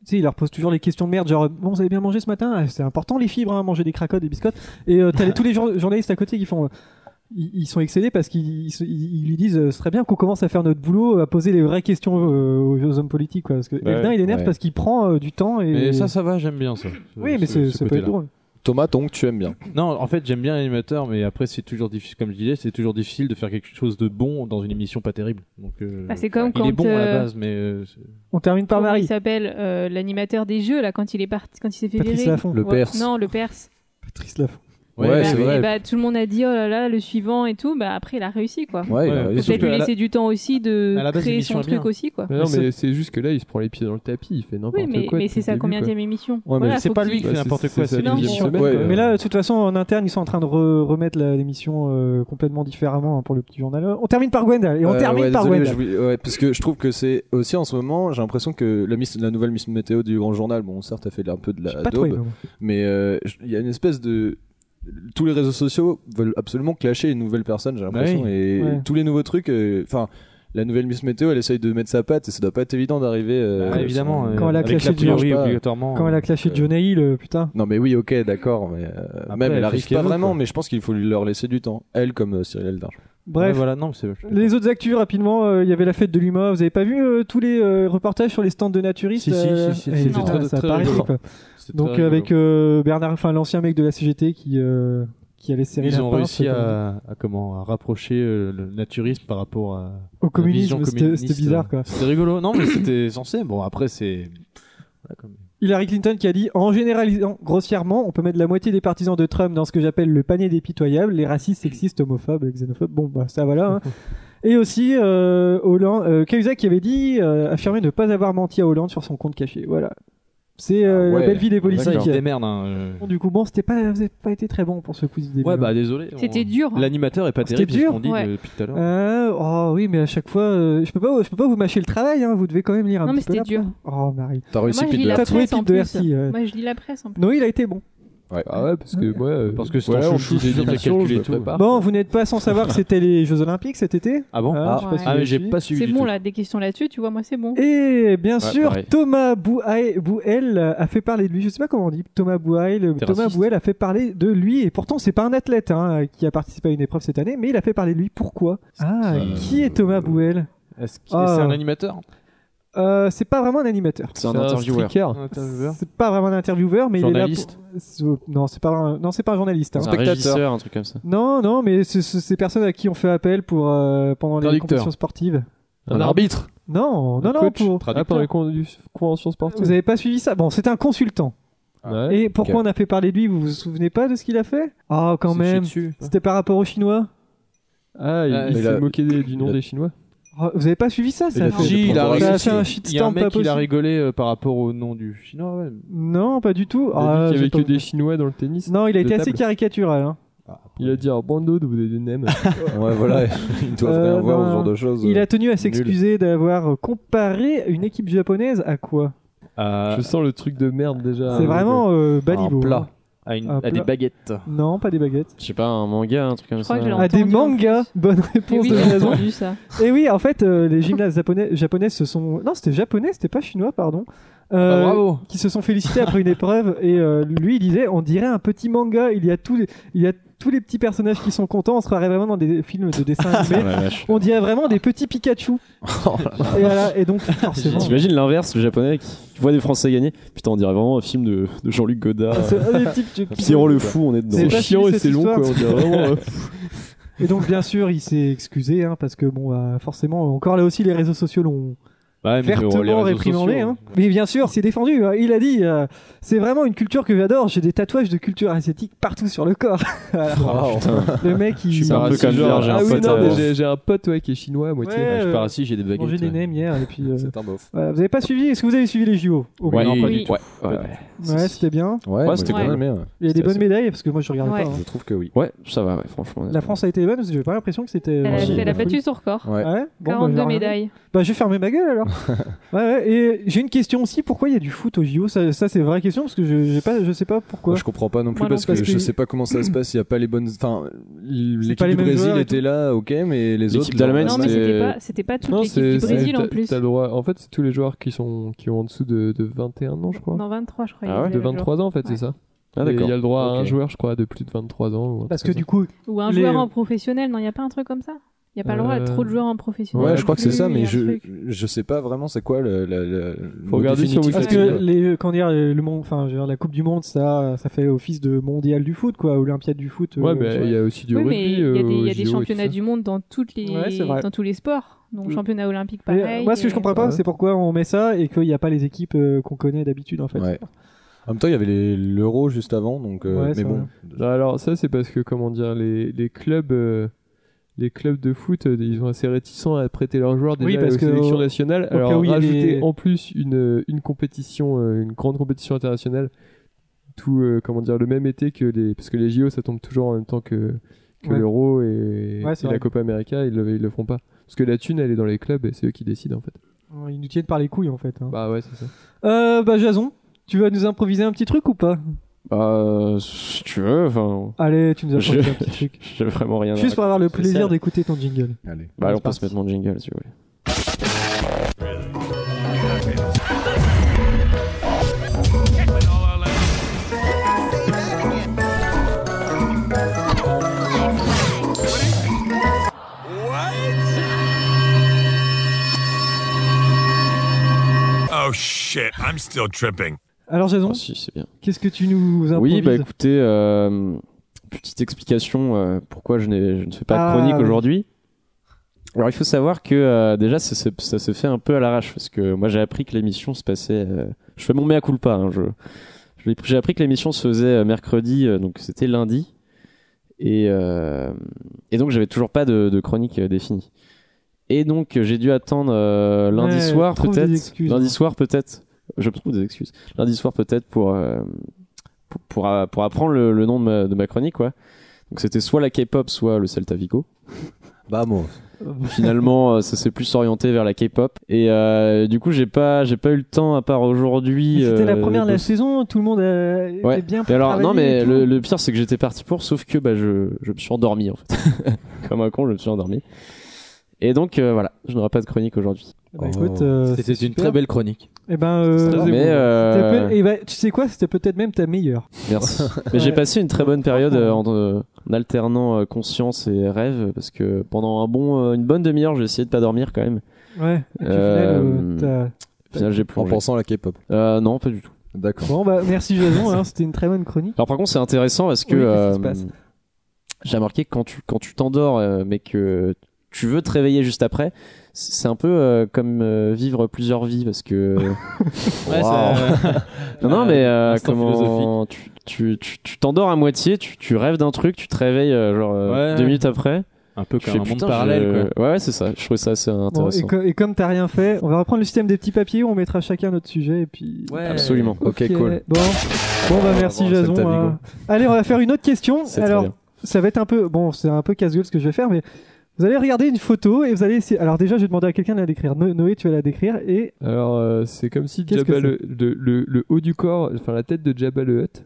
[SPEAKER 2] sais, il leur pose toujours les questions de merde, genre bon, vous avez bien mangé ce matin Ah, C'est important les fibres, hein, manger des cracottes, des biscottes. Et euh, t'as les- tous les jour- journalistes à côté qui font. euh, ils ils sont excédés parce qu'ils ils se- ils- ils lui disent euh, ce serait bien qu'on commence à faire notre boulot, à poser les vraies questions euh, aux, aux hommes politiques. Quoi, parce que Eldin, il énerve
[SPEAKER 3] ouais.
[SPEAKER 2] parce qu'il prend euh, du temps et.
[SPEAKER 7] Mais ça, ça va, j'aime bien ça.
[SPEAKER 2] oui, mais c'est- ça peut être
[SPEAKER 7] côté-là.
[SPEAKER 2] drôle.
[SPEAKER 3] Thomas, donc tu aimes bien.
[SPEAKER 7] Non, en fait, j'aime bien l'animateur, mais après, c'est toujours difficile, comme je disais, c'est toujours difficile de faire quelque chose de bon dans une émission pas terrible. Donc, euh,
[SPEAKER 6] Bah, c'est comme
[SPEAKER 7] il est
[SPEAKER 6] quand,
[SPEAKER 7] bon à la
[SPEAKER 6] euh,
[SPEAKER 7] base, mais euh, c'est-
[SPEAKER 2] On termine par
[SPEAKER 6] Comment Il
[SPEAKER 2] Marie.
[SPEAKER 6] s'appelle euh, l'animateur des jeux là quand il est parti, quand il s'est fait
[SPEAKER 2] Patrice
[SPEAKER 6] virer.
[SPEAKER 2] Laffont.
[SPEAKER 3] Le
[SPEAKER 6] Ouais,
[SPEAKER 3] Perse.
[SPEAKER 6] Non, le Perse.
[SPEAKER 2] Patrice Laffont.
[SPEAKER 3] Ouais,
[SPEAKER 6] Bah,
[SPEAKER 3] c'est
[SPEAKER 6] et
[SPEAKER 3] vrai.
[SPEAKER 6] bah, tout le monde a dit oh là là le suivant et tout. Bah après il a réussi quoi.
[SPEAKER 3] Ouais, il a
[SPEAKER 7] Ouais.
[SPEAKER 3] raison.
[SPEAKER 7] Surtout
[SPEAKER 6] Peut-être
[SPEAKER 7] qu'à
[SPEAKER 6] lui
[SPEAKER 7] la-
[SPEAKER 6] laisser du temps aussi de
[SPEAKER 7] à la base,
[SPEAKER 6] créer
[SPEAKER 7] l'émission
[SPEAKER 6] son
[SPEAKER 7] est
[SPEAKER 6] truc
[SPEAKER 7] bien.
[SPEAKER 6] aussi quoi.
[SPEAKER 5] Non,
[SPEAKER 2] Mais c'est-
[SPEAKER 5] mais c'est juste que là, il se prend les pieds dans le tapis, il fait n'importe
[SPEAKER 6] Oui mais,
[SPEAKER 5] quoi.
[SPEAKER 6] mais
[SPEAKER 5] depuis
[SPEAKER 6] c'est
[SPEAKER 5] le
[SPEAKER 6] sa
[SPEAKER 5] début,
[SPEAKER 6] combien
[SPEAKER 5] quoi.
[SPEAKER 6] de émission
[SPEAKER 3] mais
[SPEAKER 6] Voilà,
[SPEAKER 7] c'est
[SPEAKER 6] faut
[SPEAKER 7] pas
[SPEAKER 6] qu'il-
[SPEAKER 7] lui qui
[SPEAKER 5] Bah,
[SPEAKER 7] fait n'importe
[SPEAKER 5] c'est-
[SPEAKER 7] quoi.
[SPEAKER 5] c'est
[SPEAKER 7] c'est
[SPEAKER 5] sa
[SPEAKER 6] l'émission.
[SPEAKER 5] émission.
[SPEAKER 3] Ouais,
[SPEAKER 5] quoi.
[SPEAKER 2] Euh, Mais là, de toute façon, en interne, ils sont en train de re- remettre la- l'émission euh, complètement différemment hein, pour le petit journal. Euh, On termine par Gwendal et on
[SPEAKER 3] Euh,
[SPEAKER 2] termine
[SPEAKER 3] ouais,
[SPEAKER 2] par
[SPEAKER 3] désolé,
[SPEAKER 2] Gwendal.
[SPEAKER 3] mais je voulais- ouais, parce que je trouve que c'est aussi en ce moment, j'ai l'impression que la, miss- la nouvelle Miss Météo du Grand Journal, bon, certes, a fait de la- un peu de la
[SPEAKER 2] J'ai pas trop
[SPEAKER 3] daube,
[SPEAKER 2] aimé, moi.
[SPEAKER 3] mais euh, je- il y a une espèce de. Tous les réseaux sociaux veulent absolument clasher les nouvelles personnes, j'ai
[SPEAKER 7] Bah
[SPEAKER 3] l'impression,
[SPEAKER 7] Ouais.
[SPEAKER 3] et
[SPEAKER 2] Ouais.
[SPEAKER 3] tous les nouveaux trucs. euh, Enfin, la nouvelle Miss Météo, elle essaye de mettre sa patte, et ça doit pas être évident d'arriver. euh,
[SPEAKER 7] Ah, évidemment.
[SPEAKER 3] sans-
[SPEAKER 7] euh,
[SPEAKER 2] Quand elle a
[SPEAKER 7] avec
[SPEAKER 2] clashé
[SPEAKER 7] l'a
[SPEAKER 2] du-
[SPEAKER 7] priori,
[SPEAKER 3] je sais pas.
[SPEAKER 7] obligatoirement.
[SPEAKER 2] Quand elle a clashé
[SPEAKER 3] euh,
[SPEAKER 2] Johnny Hill, euh, putain.
[SPEAKER 3] Non mais oui, ok, d'accord, mais euh,
[SPEAKER 7] Après,
[SPEAKER 3] même elle
[SPEAKER 7] elle
[SPEAKER 3] arrive
[SPEAKER 7] fait ce qu'elle
[SPEAKER 3] pas
[SPEAKER 7] veut,
[SPEAKER 3] vraiment,
[SPEAKER 7] quoi.
[SPEAKER 3] mais je pense qu'il faut lui- leur laisser du temps. Elle comme euh, Cyril Eldin.
[SPEAKER 7] Ouais,
[SPEAKER 2] Bref.
[SPEAKER 7] voilà, non, mais c'est. je-
[SPEAKER 2] Les autres actus rapidement, euh, il y avait la fête de l'UMA. Vous avez pas vu euh, tous les euh, reportages sur les stands de naturistes
[SPEAKER 7] Si, si,
[SPEAKER 2] euh,
[SPEAKER 7] si, si,
[SPEAKER 2] et
[SPEAKER 7] si,
[SPEAKER 6] c'était
[SPEAKER 2] putain,
[SPEAKER 7] très-
[SPEAKER 2] ça a
[SPEAKER 7] très
[SPEAKER 2] pas arrêté,
[SPEAKER 7] rigolo.
[SPEAKER 2] quoi.
[SPEAKER 7] c'est
[SPEAKER 2] Donc
[SPEAKER 7] très
[SPEAKER 2] avec
[SPEAKER 7] rigolo.
[SPEAKER 2] euh, Bernard, enfin l'ancien mec de la CGT qui euh, qui allait serrer
[SPEAKER 7] Ils
[SPEAKER 2] la
[SPEAKER 7] ont
[SPEAKER 2] pince,
[SPEAKER 7] réussi
[SPEAKER 2] euh,
[SPEAKER 7] à, à comment à rapprocher euh, le naturisme par rapport à
[SPEAKER 2] au
[SPEAKER 7] la vision
[SPEAKER 2] communisme. C'était
[SPEAKER 7] communiste. euh,
[SPEAKER 2] c'était bizarre quoi.
[SPEAKER 7] C'était rigolo, non mais c'était censé. Bon après c'est voilà, comme-
[SPEAKER 2] Hillary Clinton qui a dit en généralisant grossièrement, on peut mettre la moitié des partisans de Trump dans ce que j'appelle le panier des pitoyables, les racistes, sexistes, homophobes, xénophobes. Bon, bah ça voilà. hein. Et aussi euh, Hollande, euh, Cahuzac qui avait dit euh, affirmer ne pas avoir menti à Hollande sur son compte caché. Voilà. C'est euh,
[SPEAKER 3] Ah ouais,
[SPEAKER 2] la belle vie des
[SPEAKER 7] Ça, ils
[SPEAKER 2] politiques.
[SPEAKER 7] se démerdent. hein, euh.
[SPEAKER 2] Bon, du coup, bon, c'était pas, vous avez pas été très bon pour ce quiz du début.
[SPEAKER 7] Ouais
[SPEAKER 2] hein.
[SPEAKER 7] bah désolé. on-
[SPEAKER 6] C'était dur. hein.
[SPEAKER 7] L'animateur est pas
[SPEAKER 2] C'était
[SPEAKER 7] terrible, c'est ce
[SPEAKER 2] dur.
[SPEAKER 7] qu'on dit
[SPEAKER 6] Ouais.
[SPEAKER 7] euh, depuis tout à l'heure.
[SPEAKER 2] Euh, oh oui, mais à chaque fois, euh, je peux pas, je peux pas vous mâcher le travail. hein, vous devez quand même lire un
[SPEAKER 6] Non mais
[SPEAKER 2] petit peu.
[SPEAKER 6] c'était
[SPEAKER 2] là.
[SPEAKER 6] dur.
[SPEAKER 2] Oh Marie.
[SPEAKER 3] T'as réussi
[SPEAKER 6] Moi, je
[SPEAKER 3] puis
[SPEAKER 6] lis
[SPEAKER 3] de
[SPEAKER 6] la
[SPEAKER 2] T'as trouvé le
[SPEAKER 6] presse en
[SPEAKER 2] titre de RT.
[SPEAKER 6] plus.
[SPEAKER 2] ouais.
[SPEAKER 6] Moi je lis la presse en plus.
[SPEAKER 2] Non, il a été bon.
[SPEAKER 3] Ouais.
[SPEAKER 5] Ah ouais, parce que moi. euh,
[SPEAKER 7] Parce que c'est
[SPEAKER 5] voilà,
[SPEAKER 7] ton
[SPEAKER 5] on
[SPEAKER 7] chouchou,
[SPEAKER 5] me dit
[SPEAKER 7] je
[SPEAKER 5] des
[SPEAKER 7] vais
[SPEAKER 5] questions,
[SPEAKER 7] calculer
[SPEAKER 5] je me
[SPEAKER 7] tout.
[SPEAKER 5] prépare.
[SPEAKER 2] Bon, vous n'êtes pas sans savoir que c'était les Jeux Olympiques cet été.
[SPEAKER 7] Ah bon
[SPEAKER 2] Ah,
[SPEAKER 7] Ah,
[SPEAKER 2] je sais pas si
[SPEAKER 7] ah,
[SPEAKER 2] vous
[SPEAKER 7] mais
[SPEAKER 2] avez
[SPEAKER 7] j'ai
[SPEAKER 2] suivi.
[SPEAKER 7] pas suivi.
[SPEAKER 6] C'est
[SPEAKER 7] du
[SPEAKER 6] bon
[SPEAKER 7] tout.
[SPEAKER 6] là des questions là-dessus tu vois moi c'est bon.
[SPEAKER 2] Et bien
[SPEAKER 4] Ouais,
[SPEAKER 2] sûr,
[SPEAKER 4] pareil.
[SPEAKER 2] Thomas Bouhail- Bouhail a fait parler de lui. Je sais pas comment on dit Thomas Bouhail. le-
[SPEAKER 7] T'es
[SPEAKER 2] Thomas
[SPEAKER 7] raciste.
[SPEAKER 2] Bouhail a fait parler de lui. Et pourtant, c'est pas un athlète hein, qui a participé à une épreuve cette année, mais il a fait parler de lui. Pourquoi Ah,
[SPEAKER 3] qui-
[SPEAKER 2] qui est Thomas Bouhail
[SPEAKER 7] Est-ce que
[SPEAKER 2] Ah.
[SPEAKER 7] c'est un animateur
[SPEAKER 2] euh, C'est pas vraiment un animateur.
[SPEAKER 4] C'est un intervieweur.
[SPEAKER 5] streaker.
[SPEAKER 7] Ah, hein.
[SPEAKER 2] C'est pas vraiment un intervieweur, mais
[SPEAKER 7] Journaliste
[SPEAKER 2] il est là. Pour... Non, c'est pas un... non, c'est pas un journaliste. hein.
[SPEAKER 4] C'est un régisseur, un truc comme ça.
[SPEAKER 2] Non, non, mais c'est c'est- ces personnes à qui on fait appel pour euh, pendant les
[SPEAKER 7] Traducteur.
[SPEAKER 2] compétitions sportives.
[SPEAKER 5] Un arbitre.
[SPEAKER 2] Non, non, non.
[SPEAKER 5] coach,
[SPEAKER 2] pour-
[SPEAKER 5] Ah, par les con- du- conventions sportives.
[SPEAKER 2] Vous avez pas suivi ça Bon, c'était un consultant.
[SPEAKER 5] Ouais.
[SPEAKER 2] Et pourquoi on a fait parler de lui Vous vous souvenez pas de ce qu'il a fait Ah, quand
[SPEAKER 7] C'est
[SPEAKER 2] même.
[SPEAKER 7] chié dessus.
[SPEAKER 2] C'était par rapport aux Chinois.
[SPEAKER 5] Ah, il,
[SPEAKER 7] Ah,
[SPEAKER 5] il
[SPEAKER 3] il
[SPEAKER 5] s'est
[SPEAKER 3] a-
[SPEAKER 5] moqué des- du nom
[SPEAKER 3] il a-
[SPEAKER 5] des Chinois.
[SPEAKER 2] Ah, Vous avez pas suivi ça ça
[SPEAKER 3] a
[SPEAKER 2] fait-
[SPEAKER 3] fait des
[SPEAKER 7] Si, il a
[SPEAKER 3] propos
[SPEAKER 7] rigolé.
[SPEAKER 2] racistes. Ça, c'est un
[SPEAKER 7] Il y a un
[SPEAKER 2] shitstorm
[SPEAKER 7] mec
[SPEAKER 2] pas
[SPEAKER 7] qui a
[SPEAKER 2] possible.
[SPEAKER 7] rigolé euh, par rapport au nom du chinois. ouais.
[SPEAKER 2] Non, pas du tout.
[SPEAKER 5] Il a
[SPEAKER 2] Ah,
[SPEAKER 5] dit qu'il y
[SPEAKER 2] j'ai
[SPEAKER 5] avait
[SPEAKER 2] pas
[SPEAKER 5] que
[SPEAKER 2] vu.
[SPEAKER 5] des Chinois dans le tennis.
[SPEAKER 2] Non, il a
[SPEAKER 5] de
[SPEAKER 2] été assez
[SPEAKER 5] table.
[SPEAKER 2] caricatural. hein.
[SPEAKER 5] Il a dit alors bande de vous des nems.
[SPEAKER 3] Ouais, voilà, ils doivent
[SPEAKER 2] Euh,
[SPEAKER 3] rien voir
[SPEAKER 2] non.
[SPEAKER 3] ce genre de choses.
[SPEAKER 2] Il a tenu à s'excuser d'avoir comparé une équipe japonaise à quoi
[SPEAKER 7] Euh, À,
[SPEAKER 5] Je sens le truc de merde déjà.
[SPEAKER 2] C'est vraiment euh, baniveau.
[SPEAKER 7] un plat.
[SPEAKER 2] hein.
[SPEAKER 7] à une-
[SPEAKER 2] Un
[SPEAKER 7] à
[SPEAKER 2] plat. Euh,
[SPEAKER 7] des baguettes.
[SPEAKER 2] Non, pas des baguettes.
[SPEAKER 4] Je sais pas, un manga, un truc comme
[SPEAKER 6] Je crois
[SPEAKER 4] ça.
[SPEAKER 6] que je l'ai
[SPEAKER 2] À des
[SPEAKER 6] entendu, en
[SPEAKER 2] mangas. Bonne
[SPEAKER 6] Et
[SPEAKER 2] réponse
[SPEAKER 6] oui,
[SPEAKER 2] de
[SPEAKER 6] j'ai
[SPEAKER 2] raison.
[SPEAKER 6] entendu ça.
[SPEAKER 2] Et oui, en fait, euh, les gymnases japonais, japonaises se sont. Non, c'était japonais, c'était pas chinois, pardon. Euh,
[SPEAKER 7] Ah, bravo.
[SPEAKER 2] Qui se sont félicités après une épreuve. Et euh, lui, il disait on dirait un petit manga. Il y, a tous les, il y a tous les petits personnages qui sont contents. On se croirait vraiment dans des films de dessin
[SPEAKER 4] Ah,
[SPEAKER 2] animé.
[SPEAKER 4] la vache.
[SPEAKER 2] On dirait vraiment des petits Pikachu.
[SPEAKER 7] Oh
[SPEAKER 2] et, voilà, et donc, forcément.
[SPEAKER 4] T'imagines l'inverse, le japonais qui voit des Français gagner. Putain, on dirait vraiment un film de, de Jean-Luc Godard.
[SPEAKER 2] Ah, C'est un des petits petits-
[SPEAKER 4] Pierrot le fou, on est dedans.
[SPEAKER 2] C'est
[SPEAKER 5] C'est
[SPEAKER 2] pas
[SPEAKER 5] chiant
[SPEAKER 2] fini,
[SPEAKER 5] et
[SPEAKER 2] cette
[SPEAKER 5] c'est long
[SPEAKER 2] histoire.
[SPEAKER 5] quoi. On dirait vraiment. euh,
[SPEAKER 2] Et donc, bien sûr, il s'est excusé, hein, parce que, bon, bah, forcément, encore là aussi, les réseaux sociaux l'ont
[SPEAKER 7] Ouais, mais sur les
[SPEAKER 2] vertement
[SPEAKER 7] réseaux
[SPEAKER 2] réprimandé.
[SPEAKER 7] sociaux,
[SPEAKER 2] Hein. Mais bien sûr, il s'est défendu. hein. Il a dit euh, C'est vraiment une culture que j'adore, j'ai des tatouages de culture asiatique partout sur le corps. Voilà.
[SPEAKER 7] Ah,
[SPEAKER 2] le mec, il.
[SPEAKER 4] C'est un peu
[SPEAKER 5] parasite,
[SPEAKER 4] comme
[SPEAKER 5] genre,
[SPEAKER 4] hier, j'ai
[SPEAKER 2] ah
[SPEAKER 4] un
[SPEAKER 2] oui,
[SPEAKER 4] pote.
[SPEAKER 2] non,
[SPEAKER 4] euh,
[SPEAKER 2] mais
[SPEAKER 5] mais j'ai- J'ai un pote ouais, qui est chinois à moitié.
[SPEAKER 2] Ouais,
[SPEAKER 7] Ouais, je
[SPEAKER 2] euh,
[SPEAKER 7] pars ici, j'ai des
[SPEAKER 2] mangé
[SPEAKER 7] baguettes.
[SPEAKER 2] des
[SPEAKER 7] ouais.
[SPEAKER 2] nems hier, et puis. euh,
[SPEAKER 3] C'est un bof.
[SPEAKER 2] voilà. Vous avez pas suivi Est-ce que vous avez suivi les JO Au moins.
[SPEAKER 4] Ouais,
[SPEAKER 6] non, pas du
[SPEAKER 4] ouais,
[SPEAKER 6] tout.
[SPEAKER 4] ouais, ouais.
[SPEAKER 2] Ouais, c'était bien.
[SPEAKER 3] Ouais,
[SPEAKER 4] Ouais,
[SPEAKER 3] ouais
[SPEAKER 4] c'était
[SPEAKER 3] c'était
[SPEAKER 6] cool.
[SPEAKER 3] quand même bien.
[SPEAKER 2] Il y a des
[SPEAKER 4] C'était
[SPEAKER 2] bonnes
[SPEAKER 4] assez-
[SPEAKER 2] médailles, parce que moi, je regarde
[SPEAKER 6] Ouais.
[SPEAKER 2] pas. hein.
[SPEAKER 3] Je trouve que oui.
[SPEAKER 4] Ouais, ça va, ouais, franchement.
[SPEAKER 2] La France a été bonne, parce que j'avais pas l'impression que c'était. euh,
[SPEAKER 6] Elle a,
[SPEAKER 4] Ouais.
[SPEAKER 6] elle a battu son record.
[SPEAKER 3] Ouais.
[SPEAKER 2] Ouais, bon, bah, je vais
[SPEAKER 6] 42
[SPEAKER 2] regarder.
[SPEAKER 6] médailles.
[SPEAKER 2] Bah, je vais fermer ma gueule alors. ouais, ouais. Et j'ai une question aussi pourquoi il y a du foot au JO Ça, ça, c'est une vraie question parce que je, j'ai pas, je sais pas pourquoi.
[SPEAKER 3] Moi, je comprends pas non plus
[SPEAKER 6] Moi non,
[SPEAKER 3] parce,
[SPEAKER 2] parce
[SPEAKER 3] que, je
[SPEAKER 2] que-
[SPEAKER 3] sais pas comment ça se passe. Il y a pas les bonnes. Enfin, l'équipe
[SPEAKER 2] pas les
[SPEAKER 3] du
[SPEAKER 2] mêmes
[SPEAKER 3] Brésil
[SPEAKER 2] joueurs et
[SPEAKER 3] était là, ok, mais les
[SPEAKER 4] L'équipe
[SPEAKER 3] autres.
[SPEAKER 4] d'Allemagne,
[SPEAKER 6] Non,
[SPEAKER 3] leur-
[SPEAKER 6] mais c'était
[SPEAKER 4] c'était-
[SPEAKER 6] pas, c'était pas toute
[SPEAKER 5] Non,
[SPEAKER 6] l'équipe du
[SPEAKER 5] c'est-
[SPEAKER 6] Brésil
[SPEAKER 5] Euh, t'as-
[SPEAKER 6] en plus.
[SPEAKER 5] t'as le droit. En fait, c'est tous les joueurs qui sont qui ont en dessous de, de 21 ans, je crois.
[SPEAKER 6] Non, 23, je crois.
[SPEAKER 4] Ah
[SPEAKER 6] il y
[SPEAKER 4] ouais
[SPEAKER 6] avait
[SPEAKER 5] de
[SPEAKER 6] le joueur.
[SPEAKER 5] 23 ans, en fait, c'est
[SPEAKER 6] Ouais.
[SPEAKER 5] ça.
[SPEAKER 4] Ah,
[SPEAKER 5] Et il
[SPEAKER 4] d'accord.
[SPEAKER 5] y a le droit à un
[SPEAKER 4] Ok.
[SPEAKER 5] joueur, je crois, de plus de 23 ans. ou un
[SPEAKER 2] Parce que
[SPEAKER 5] truc
[SPEAKER 2] du coup,
[SPEAKER 6] Ou un
[SPEAKER 2] Les-
[SPEAKER 6] joueur en professionnel. Non, il n'y a pas un truc comme ça Il n'y a pas le droit à
[SPEAKER 5] Euh,
[SPEAKER 6] trop de joueurs en
[SPEAKER 3] Ouais,
[SPEAKER 6] professionnel.
[SPEAKER 5] Ouais,
[SPEAKER 3] je crois que c'est ça,
[SPEAKER 6] Oui,
[SPEAKER 3] mais
[SPEAKER 6] un
[SPEAKER 3] je,
[SPEAKER 6] truc.
[SPEAKER 3] je sais pas vraiment c'est quoi le. le, le
[SPEAKER 5] Faut regarder sur
[SPEAKER 2] parce
[SPEAKER 5] Wikipédia.
[SPEAKER 2] que
[SPEAKER 3] euh,
[SPEAKER 2] les, euh, comment dire, le monde, enfin, je veux dire, la Coupe du Monde, ça, ça fait office de mondial du foot, quoi, Olympiade du foot. euh,
[SPEAKER 5] Ouais, mais
[SPEAKER 2] sur-
[SPEAKER 5] il y a aussi du
[SPEAKER 6] Oui, mais il
[SPEAKER 5] rugby.
[SPEAKER 6] y a des, il y a des
[SPEAKER 5] euh, JO et tout
[SPEAKER 6] championnats
[SPEAKER 5] ça.
[SPEAKER 6] du monde dans, toutes les,
[SPEAKER 2] Ouais, c'est vrai.
[SPEAKER 6] dans tous les sports. Donc,
[SPEAKER 2] Mm.
[SPEAKER 6] championnat olympique,
[SPEAKER 2] Mais, euh,
[SPEAKER 6] pareil.
[SPEAKER 2] moi, ce que je
[SPEAKER 6] et-
[SPEAKER 2] comprends pas,
[SPEAKER 5] Ouais.
[SPEAKER 2] c'est pourquoi on met ça et qu'il n'y a pas les équipes euh, qu'on connaît d'habitude, en fait.
[SPEAKER 3] Ouais. En même temps, il y avait les- l'euro juste avant, donc. euh,
[SPEAKER 2] Ouais, c'est
[SPEAKER 3] mais bon.
[SPEAKER 5] Non, alors ça c'est parce que comment dire les, les clubs euh, les clubs de foot euh, ils sont assez réticents à prêter leurs joueurs déjà
[SPEAKER 2] Oui, parce
[SPEAKER 5] aux
[SPEAKER 2] que
[SPEAKER 5] sélections
[SPEAKER 2] au-
[SPEAKER 5] nationales.
[SPEAKER 2] au cas
[SPEAKER 5] Alors
[SPEAKER 2] où il y a
[SPEAKER 5] rajouter
[SPEAKER 2] des-
[SPEAKER 5] en plus une, euh, une compétition euh, une grande compétition internationale tout euh, comment dire le même été que les parce que les JO ça tombe toujours en même temps que que
[SPEAKER 2] Ouais.
[SPEAKER 5] l'Euro et,
[SPEAKER 2] Ouais, c'est
[SPEAKER 5] et
[SPEAKER 2] vrai.
[SPEAKER 5] la Copa América ils le, ils le font pas parce que la thune elle est dans les clubs et c'est eux qui décident en fait.
[SPEAKER 2] Ils nous tiennent par les couilles, en fait. hein.
[SPEAKER 5] Bah ouais c'est ça.
[SPEAKER 2] Euh, bah, Jason, tu vas nous improviser un petit truc ou pas
[SPEAKER 4] Euh, si tu veux, enfin.
[SPEAKER 2] Allez, tu nous
[SPEAKER 4] Je- Ah,
[SPEAKER 2] improvises un petit truc.
[SPEAKER 4] J'ai vraiment rien à
[SPEAKER 2] Juste pour avoir le
[SPEAKER 4] spécial.
[SPEAKER 2] plaisir d'écouter ton jingle.
[SPEAKER 3] Allez.
[SPEAKER 4] Bah, alors, on
[SPEAKER 2] C'est
[SPEAKER 4] peut se mettre mon jingle si vous voulez.
[SPEAKER 8] Oh shit, I'm still tripping.
[SPEAKER 2] Alors, Jason,
[SPEAKER 4] Ah, si, c'est bien.
[SPEAKER 2] Qu'est-ce que tu nous improvises
[SPEAKER 4] Oui, bah écoutez, euh, petite explication euh, pourquoi je, n'ai- je ne fais pas
[SPEAKER 2] Ah,
[SPEAKER 4] de chronique
[SPEAKER 2] oui.
[SPEAKER 4] aujourd'hui. Alors il faut savoir que euh, déjà ça, se- ça se fait un peu à l'arrache parce que moi j'ai appris que l'émission se passait. euh, je fais mon mea culpa. Hein, je, je l'ai- j'ai appris que l'émission se faisait euh, mercredi, euh, donc c'était lundi. Et, euh, et donc j'avais toujours pas de, de chronique euh, définie. Et donc euh, j'ai dû attendre euh, lundi
[SPEAKER 2] Ouais,
[SPEAKER 4] soir
[SPEAKER 2] trouve des
[SPEAKER 4] peut-être.
[SPEAKER 2] excuses. hein.
[SPEAKER 4] Lundi soir peut-être. Je trouve des excuses. Lundi soir peut-être pour, euh, pour, pour, euh, pour apprendre le, le nom de ma, de ma chronique. Quoi. Donc c'était soit la K-pop, soit le Celta Vigo.
[SPEAKER 3] Bah, bon.
[SPEAKER 4] Finalement, euh, ça s'est plus orienté vers la K-pop. Et euh, du coup, j'ai pas, j'ai pas eu le temps à part aujourd'hui.
[SPEAKER 2] Mais C'était la
[SPEAKER 4] euh,
[SPEAKER 2] première de
[SPEAKER 4] de
[SPEAKER 2] la saison, tout le monde a était
[SPEAKER 4] Ouais.
[SPEAKER 2] bien
[SPEAKER 4] Et alors, non,
[SPEAKER 2] travaillé et
[SPEAKER 4] mais
[SPEAKER 2] tout.
[SPEAKER 4] le, le pire, c'est que j'étais parti pour, sauf que bah, je, je me suis endormi, en fait. Comme un con, je me suis endormi. Et donc, euh, voilà, je n'aurai pas de chronique aujourd'hui.
[SPEAKER 2] Bah, écoute, euh,
[SPEAKER 7] C'était une
[SPEAKER 2] super.
[SPEAKER 7] très belle chronique.
[SPEAKER 2] Eh ben, euh,
[SPEAKER 5] très
[SPEAKER 4] Mais,
[SPEAKER 5] émouvant.
[SPEAKER 4] euh,
[SPEAKER 2] c'était peu- eh ben, tu sais quoi, c'était peut-être même ta meilleure.
[SPEAKER 4] merci. Mais j'ai
[SPEAKER 2] Ouais.
[SPEAKER 4] passé une très bonne période
[SPEAKER 2] Franchement.
[SPEAKER 4] euh, en, euh, en alternant euh, conscience et rêve, parce que pendant un bon, euh, une bonne demi-heure, j'ai essayé de pas dormir quand même.
[SPEAKER 2] Ouais. Et puis, au
[SPEAKER 4] Euh,
[SPEAKER 2] final, euh,
[SPEAKER 4] Au final, j'ai
[SPEAKER 3] En
[SPEAKER 4] plongé.
[SPEAKER 3] pensant à la K-pop.
[SPEAKER 4] Euh, non, pas du tout.
[SPEAKER 2] t'as-
[SPEAKER 3] D'accord.
[SPEAKER 2] Bon, bah, merci Jason, hein, c'était une très bonne chronique.
[SPEAKER 4] Alors par contre, c'est intéressant parce que
[SPEAKER 2] Oui, qu'est-ce qui se
[SPEAKER 4] euh,
[SPEAKER 2] passe
[SPEAKER 4] j'ai remarqué que quand tu quand tu t'endors euh, mais que tu veux te réveiller juste après. C- C'est un peu euh, comme euh, vivre plusieurs vies parce que.
[SPEAKER 7] Ouais,
[SPEAKER 4] Waouh.
[SPEAKER 7] c'est, euh,
[SPEAKER 4] Non, non, mais euh,
[SPEAKER 7] instant
[SPEAKER 4] comment tu tu- tu- tu t'endors à moitié, tu, tu rêves d'un truc, tu te réveilles euh, genre euh,
[SPEAKER 7] Ouais.
[SPEAKER 4] deux minutes après.
[SPEAKER 7] un peu
[SPEAKER 4] Tu
[SPEAKER 7] comme
[SPEAKER 4] fais,
[SPEAKER 7] un monde
[SPEAKER 4] putain,
[SPEAKER 7] parallèle,
[SPEAKER 4] je-
[SPEAKER 7] quoi.
[SPEAKER 4] Ouais, ouais, c'est ça. Je trouve ça assez
[SPEAKER 2] Bon, et,
[SPEAKER 4] intéressant.
[SPEAKER 2] co- et comme t'as rien fait, on va reprendre le système des petits papiers où on mettra chacun notre sujet et puis.
[SPEAKER 4] Absolument.
[SPEAKER 3] Ok, cool.
[SPEAKER 2] Bon, bon bah merci
[SPEAKER 3] Bon,
[SPEAKER 2] Jason.
[SPEAKER 3] c'est le
[SPEAKER 2] hein.
[SPEAKER 3] Tavigo.
[SPEAKER 2] Allez, on va faire une autre question.
[SPEAKER 4] C'est très
[SPEAKER 2] Alors,
[SPEAKER 4] bien.
[SPEAKER 2] ça va être un peu. Bon, c'est un peu casse-gueule ce que je vais faire, mais vous allez regarder une photo et vous allez essayer. Alors, déjà, j'ai demandé à quelqu'un de la décrire. No- Noé, tu vas la décrire et.
[SPEAKER 5] Alors, euh, c'est comme si
[SPEAKER 2] Qu'est-ce
[SPEAKER 5] Jabba
[SPEAKER 2] que
[SPEAKER 5] le, le, le- le haut du corps, enfin la tête de Jabba le Hutt,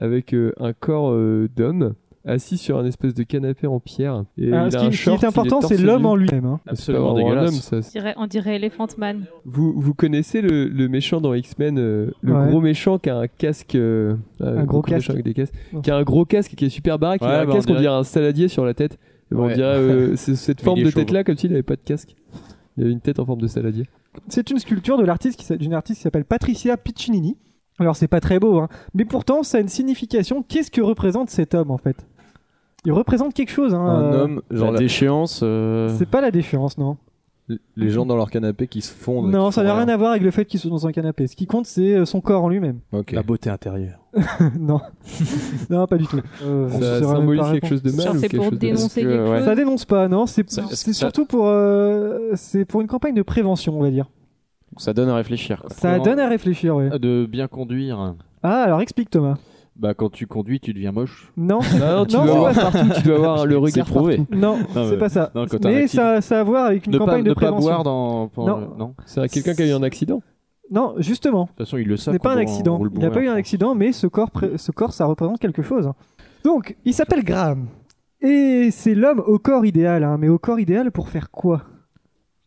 [SPEAKER 5] avec euh, un corps euh, d'homme assis sur un espèce de canapé en pierre. Et
[SPEAKER 2] Ah,
[SPEAKER 5] il
[SPEAKER 2] ce
[SPEAKER 5] a
[SPEAKER 2] qui,
[SPEAKER 5] un
[SPEAKER 2] ce qui
[SPEAKER 5] short,
[SPEAKER 2] est important, c'est l'homme en lui-même. hein.
[SPEAKER 5] Absolument
[SPEAKER 7] dégueulasse.
[SPEAKER 6] On dirait- On dirait Elephant Man.
[SPEAKER 5] Vous, vous connaissez le, le méchant dans X-Men, euh, le
[SPEAKER 2] Ouais.
[SPEAKER 5] gros méchant qui a un casque. euh, euh,
[SPEAKER 2] gros
[SPEAKER 5] beaucoup de
[SPEAKER 2] casque.
[SPEAKER 5] méchants avec des casques.
[SPEAKER 2] Oh.
[SPEAKER 5] Qui a un gros casque qui est super baraque. il
[SPEAKER 7] Ouais,
[SPEAKER 5] a un
[SPEAKER 7] bah, on
[SPEAKER 5] casque, on
[SPEAKER 7] dirait-
[SPEAKER 5] dirait un saladier sur la tête. Et bah, On
[SPEAKER 7] Ouais.
[SPEAKER 5] dirait euh, c'est- cette
[SPEAKER 7] Mais
[SPEAKER 5] forme
[SPEAKER 7] il est
[SPEAKER 5] de
[SPEAKER 7] chauve.
[SPEAKER 5] tête-là, comme s'il n'avait pas de casque. Il avait une tête en forme de saladier.
[SPEAKER 2] C'est une sculpture de l'artiste qui s'a- d'une artiste qui s'appelle Patricia Piccinini. Alors c'est pas très beau, hein, mais pourtant ça a une signification. Qu'est-ce que représente cet homme en fait Il représente quelque chose. Hein,
[SPEAKER 3] Un
[SPEAKER 2] euh,
[SPEAKER 3] homme, genre
[SPEAKER 4] Genre la
[SPEAKER 3] la-
[SPEAKER 4] déchéance. euh,
[SPEAKER 2] C'est pas la déchéance, non
[SPEAKER 3] les gens dans leur canapé qui se fondent.
[SPEAKER 2] Non, ça n'a rien à voir avec le fait qu'il soit dans un canapé. Ce qui compte, c'est euh, son corps en lui-même.
[SPEAKER 3] Ok.
[SPEAKER 7] La beauté intérieure.
[SPEAKER 2] non, non, pas du tout. Euh, je saurais
[SPEAKER 5] Ça
[SPEAKER 2] même
[SPEAKER 5] symbolise
[SPEAKER 2] pas
[SPEAKER 5] quelque
[SPEAKER 2] répondre.
[SPEAKER 5] chose de mal
[SPEAKER 6] Genre,
[SPEAKER 5] ou
[SPEAKER 6] c'est
[SPEAKER 5] quelque
[SPEAKER 6] pour
[SPEAKER 5] chose de...
[SPEAKER 4] Est-ce que,
[SPEAKER 6] dénoncer quelque
[SPEAKER 4] ouais.
[SPEAKER 6] chose.
[SPEAKER 2] Ça dénonce pas, non. C'est
[SPEAKER 4] Ça- est-ce
[SPEAKER 2] c'est
[SPEAKER 4] que ça-
[SPEAKER 2] surtout pour, euh, c'est pour une campagne de prévention, on va dire.
[SPEAKER 4] Ça donne à réfléchir. quoi.
[SPEAKER 2] Ça
[SPEAKER 7] Préven-
[SPEAKER 2] donne à réfléchir, ouais.
[SPEAKER 7] Ah, De bien conduire.
[SPEAKER 2] Ah, alors explique Thomas.
[SPEAKER 7] Bah, quand tu conduis, tu deviens moche.
[SPEAKER 2] Non,
[SPEAKER 5] Non, non, tu,
[SPEAKER 2] Non,
[SPEAKER 5] dois
[SPEAKER 2] c'est pas
[SPEAKER 5] avoir partout, tu dois avoir le regard
[SPEAKER 4] prouvé.
[SPEAKER 5] partout.
[SPEAKER 2] non, c'est
[SPEAKER 7] mais-
[SPEAKER 2] pas ça.
[SPEAKER 7] non, quand t'as un
[SPEAKER 2] mais
[SPEAKER 7] accident.
[SPEAKER 2] ça, ça a à voir avec une
[SPEAKER 7] ne pas,
[SPEAKER 2] campagne de
[SPEAKER 7] ne pas
[SPEAKER 2] prévention.
[SPEAKER 7] boire dans. pour- euh,
[SPEAKER 2] Non.
[SPEAKER 7] non. De
[SPEAKER 5] C'est à quelqu'un qui a eu un accident.
[SPEAKER 2] Non, justement,
[SPEAKER 7] toute façon, ils le
[SPEAKER 2] ce
[SPEAKER 7] savent.
[SPEAKER 2] n'est pas un
[SPEAKER 7] qu'on
[SPEAKER 2] accident.
[SPEAKER 7] roule
[SPEAKER 2] Il n'a
[SPEAKER 7] bourré
[SPEAKER 2] pas eu
[SPEAKER 7] en
[SPEAKER 2] un
[SPEAKER 7] France.
[SPEAKER 2] accident, mais ce corps, pré- ce corps, ça représente quelque chose. hein. Donc, il s'appelle Graham. Et c'est l'homme au corps idéal, hein. mais au corps idéal pour faire quoi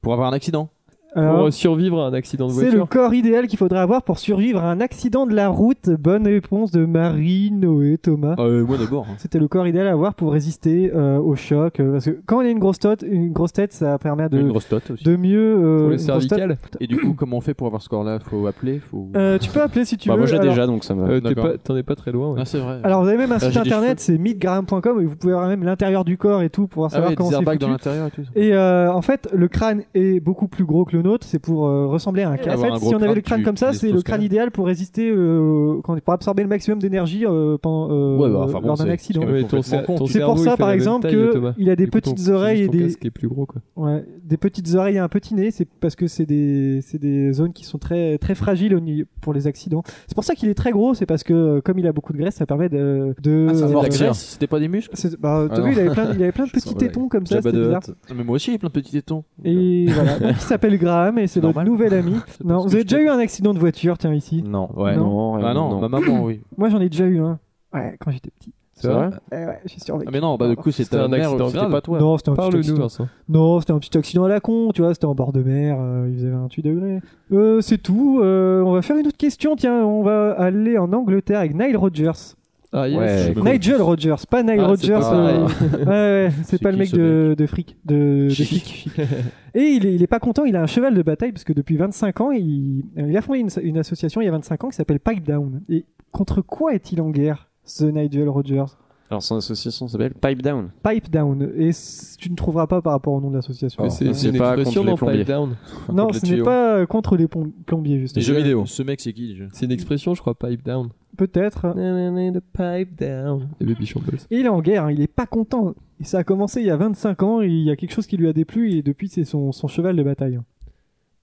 [SPEAKER 7] Pour avoir un accident.
[SPEAKER 2] Alors,
[SPEAKER 5] Pour euh, survivre à un accident de
[SPEAKER 2] Ah. C'est le
[SPEAKER 5] voiture.
[SPEAKER 2] corps idéal qu'il faudrait avoir pour survivre à un accident de la route. Bonne réponse de Marie, Noé, Thomas.
[SPEAKER 7] Euh, moi d'abord.
[SPEAKER 2] C'était le corps idéal à avoir pour résister euh, au choc. euh, parce que quand on a une grosse tête, une grosse tête ça permet de,
[SPEAKER 7] Une grosse tote aussi.
[SPEAKER 2] de mieux. euh,
[SPEAKER 5] Pour les
[SPEAKER 2] une grosse tête-
[SPEAKER 5] cervicales.
[SPEAKER 7] Et du coup, comment on fait pour avoir ce score-là Faut appeler faut...
[SPEAKER 2] Euh, tu peux appeler si tu
[SPEAKER 4] Bah,
[SPEAKER 2] veux.
[SPEAKER 4] moi j'ai
[SPEAKER 2] Alors,
[SPEAKER 4] déjà, donc ça me.
[SPEAKER 5] Euh, t'es
[SPEAKER 7] D'accord.
[SPEAKER 5] pas- T'en es pas très loin. ouais.
[SPEAKER 7] Ah, c'est vrai.
[SPEAKER 2] Alors vous avez même un
[SPEAKER 7] Ah,
[SPEAKER 2] site
[SPEAKER 7] j'ai des
[SPEAKER 2] internet, c'est meetgraham.com et vous pouvez avoir même l'intérieur du corps et tout pour
[SPEAKER 7] ah
[SPEAKER 2] savoir
[SPEAKER 7] ouais,
[SPEAKER 2] comment
[SPEAKER 7] des
[SPEAKER 2] c'est
[SPEAKER 7] airbags
[SPEAKER 2] foutu.
[SPEAKER 7] dans l'intérieur et tout.
[SPEAKER 2] Et euh, en fait, le crâne est beaucoup plus gros que le nôtre, c'est pour euh, ressembler à un crâne. En
[SPEAKER 7] avoir
[SPEAKER 2] fait,
[SPEAKER 7] un
[SPEAKER 2] si
[SPEAKER 7] gros
[SPEAKER 2] on avait
[SPEAKER 7] crâne,
[SPEAKER 2] le crâne
[SPEAKER 7] tu-
[SPEAKER 2] comme ça,
[SPEAKER 7] tu
[SPEAKER 2] c'est le
[SPEAKER 7] l'exploses
[SPEAKER 2] crâne
[SPEAKER 7] quand même.
[SPEAKER 2] idéal pour résister, euh, quand- pour absorber le maximum d'énergie euh, pendant, euh,
[SPEAKER 7] Ouais, bah, enfin, bon,
[SPEAKER 2] lors d'un
[SPEAKER 7] c'est-
[SPEAKER 2] accident.
[SPEAKER 7] c'est quand même
[SPEAKER 5] Ouais, ton
[SPEAKER 7] complètement
[SPEAKER 5] cer-
[SPEAKER 7] con.
[SPEAKER 5] ton
[SPEAKER 2] C'est
[SPEAKER 5] cerveau,
[SPEAKER 2] pour
[SPEAKER 5] il
[SPEAKER 2] ça,
[SPEAKER 5] fait
[SPEAKER 2] par
[SPEAKER 5] la même
[SPEAKER 2] exemple,
[SPEAKER 5] taille, Thomas.
[SPEAKER 2] qu'il a des
[SPEAKER 5] Du coup, ton-
[SPEAKER 2] petites
[SPEAKER 5] c'est
[SPEAKER 2] oreilles et
[SPEAKER 5] juste ton
[SPEAKER 2] des,
[SPEAKER 5] casque qui est plus gros, quoi.
[SPEAKER 2] Ouais, des petites oreilles et un petit nez, c'est parce que c'est des, c'est des zones qui sont très, très fragiles au ni- pour les accidents. C'est pour ça qu'il est très gros, c'est parce que euh, comme il a beaucoup de graisse, ça permet de. de
[SPEAKER 7] Ah, ça
[SPEAKER 2] euh,
[SPEAKER 7] mord
[SPEAKER 2] de-
[SPEAKER 7] de graisse, c'était pas des muscles
[SPEAKER 2] C'est- bah, t'as
[SPEAKER 3] Ah
[SPEAKER 2] vu,
[SPEAKER 3] non.
[SPEAKER 2] il avait plein, il avait plein de
[SPEAKER 3] Je sens,
[SPEAKER 2] petits
[SPEAKER 3] ouais.
[SPEAKER 2] tétons comme ça,
[SPEAKER 3] Jabba
[SPEAKER 2] c'était
[SPEAKER 3] de
[SPEAKER 2] bizarre.
[SPEAKER 3] Hutt.
[SPEAKER 7] Ah, Mais moi aussi, j'ai plein de petits tétons.
[SPEAKER 2] Et voilà, donc il s'appelle Graham et c'est notre nouvel ami. Non,
[SPEAKER 7] parce
[SPEAKER 2] vous
[SPEAKER 7] que
[SPEAKER 2] avez
[SPEAKER 7] je Mm.
[SPEAKER 2] déjà eu un accident de voiture, tiens, ici.
[SPEAKER 7] Non, ouais.
[SPEAKER 2] Non.
[SPEAKER 7] Ah non, ma maman, oui.
[SPEAKER 2] Moi, j'en ai déjà eu un. Ouais, quand j'étais petit.
[SPEAKER 4] C'est vrai
[SPEAKER 2] Eh ouais, je suis survécu.
[SPEAKER 7] Ah, mais non, bah, du coup, c'était
[SPEAKER 5] C'était un
[SPEAKER 7] un mère,
[SPEAKER 5] accident
[SPEAKER 7] c'était
[SPEAKER 5] grave.
[SPEAKER 7] pas toi.
[SPEAKER 2] Non, c'était un petit
[SPEAKER 5] Parle-nous,
[SPEAKER 2] accident.
[SPEAKER 5] Vincent.
[SPEAKER 2] Non, c'était un petit accident à la con, tu vois, c'était en bord de mer, euh, il faisait 28 degrés. Euh, c'est tout, euh, on va faire une autre question, tiens, on va aller en Angleterre avec Nile Rogers.
[SPEAKER 5] Ah, yes.
[SPEAKER 7] Ouais.
[SPEAKER 5] Je me connais.
[SPEAKER 2] Nigel Rogers, pas Nile
[SPEAKER 5] Ah, c'est
[SPEAKER 2] Rogers.
[SPEAKER 5] pas
[SPEAKER 2] euh, ouais, ouais, c'est
[SPEAKER 7] C'est
[SPEAKER 2] pas le
[SPEAKER 7] qui,
[SPEAKER 2] mec
[SPEAKER 7] ce
[SPEAKER 2] de, de fric, de, de
[SPEAKER 7] Chic.
[SPEAKER 2] flic. Et il est, il est pas content, il a un cheval de bataille, parce que depuis 25 ans, il, euh, il a fondé une, une association il y a 25 ans qui s'appelle Pipe Down. Et contre quoi est-il en guerre, ce Nigel Rogers
[SPEAKER 4] Alors son association s'appelle Pipe Down.
[SPEAKER 2] Pipe Down, et c- tu ne trouveras pas par rapport au nom de l'association.
[SPEAKER 5] Mais
[SPEAKER 3] Oh,
[SPEAKER 5] c'est-
[SPEAKER 4] c'est
[SPEAKER 5] C'est une
[SPEAKER 4] pas
[SPEAKER 5] expression
[SPEAKER 4] contre les plombiers.
[SPEAKER 5] dans Pipe Down.
[SPEAKER 2] non,
[SPEAKER 3] contre les
[SPEAKER 2] ce n'est
[SPEAKER 3] tuyaux.
[SPEAKER 2] pas euh, contre les pom- plombiers, justement.
[SPEAKER 3] Les jeux vidéo.
[SPEAKER 7] Ce mec, c'est qui déjà
[SPEAKER 5] C'est une expression, je crois, Pipe Down.
[SPEAKER 2] Peut-être.
[SPEAKER 5] Nanana, the Pipe Down. Les Baby Shambles.
[SPEAKER 2] Et il est en guerre, hein, il est pas content. Et ça a commencé il y a 25 ans, et il y a quelque chose qui lui a déplu, et depuis c'est son, son cheval de bataille.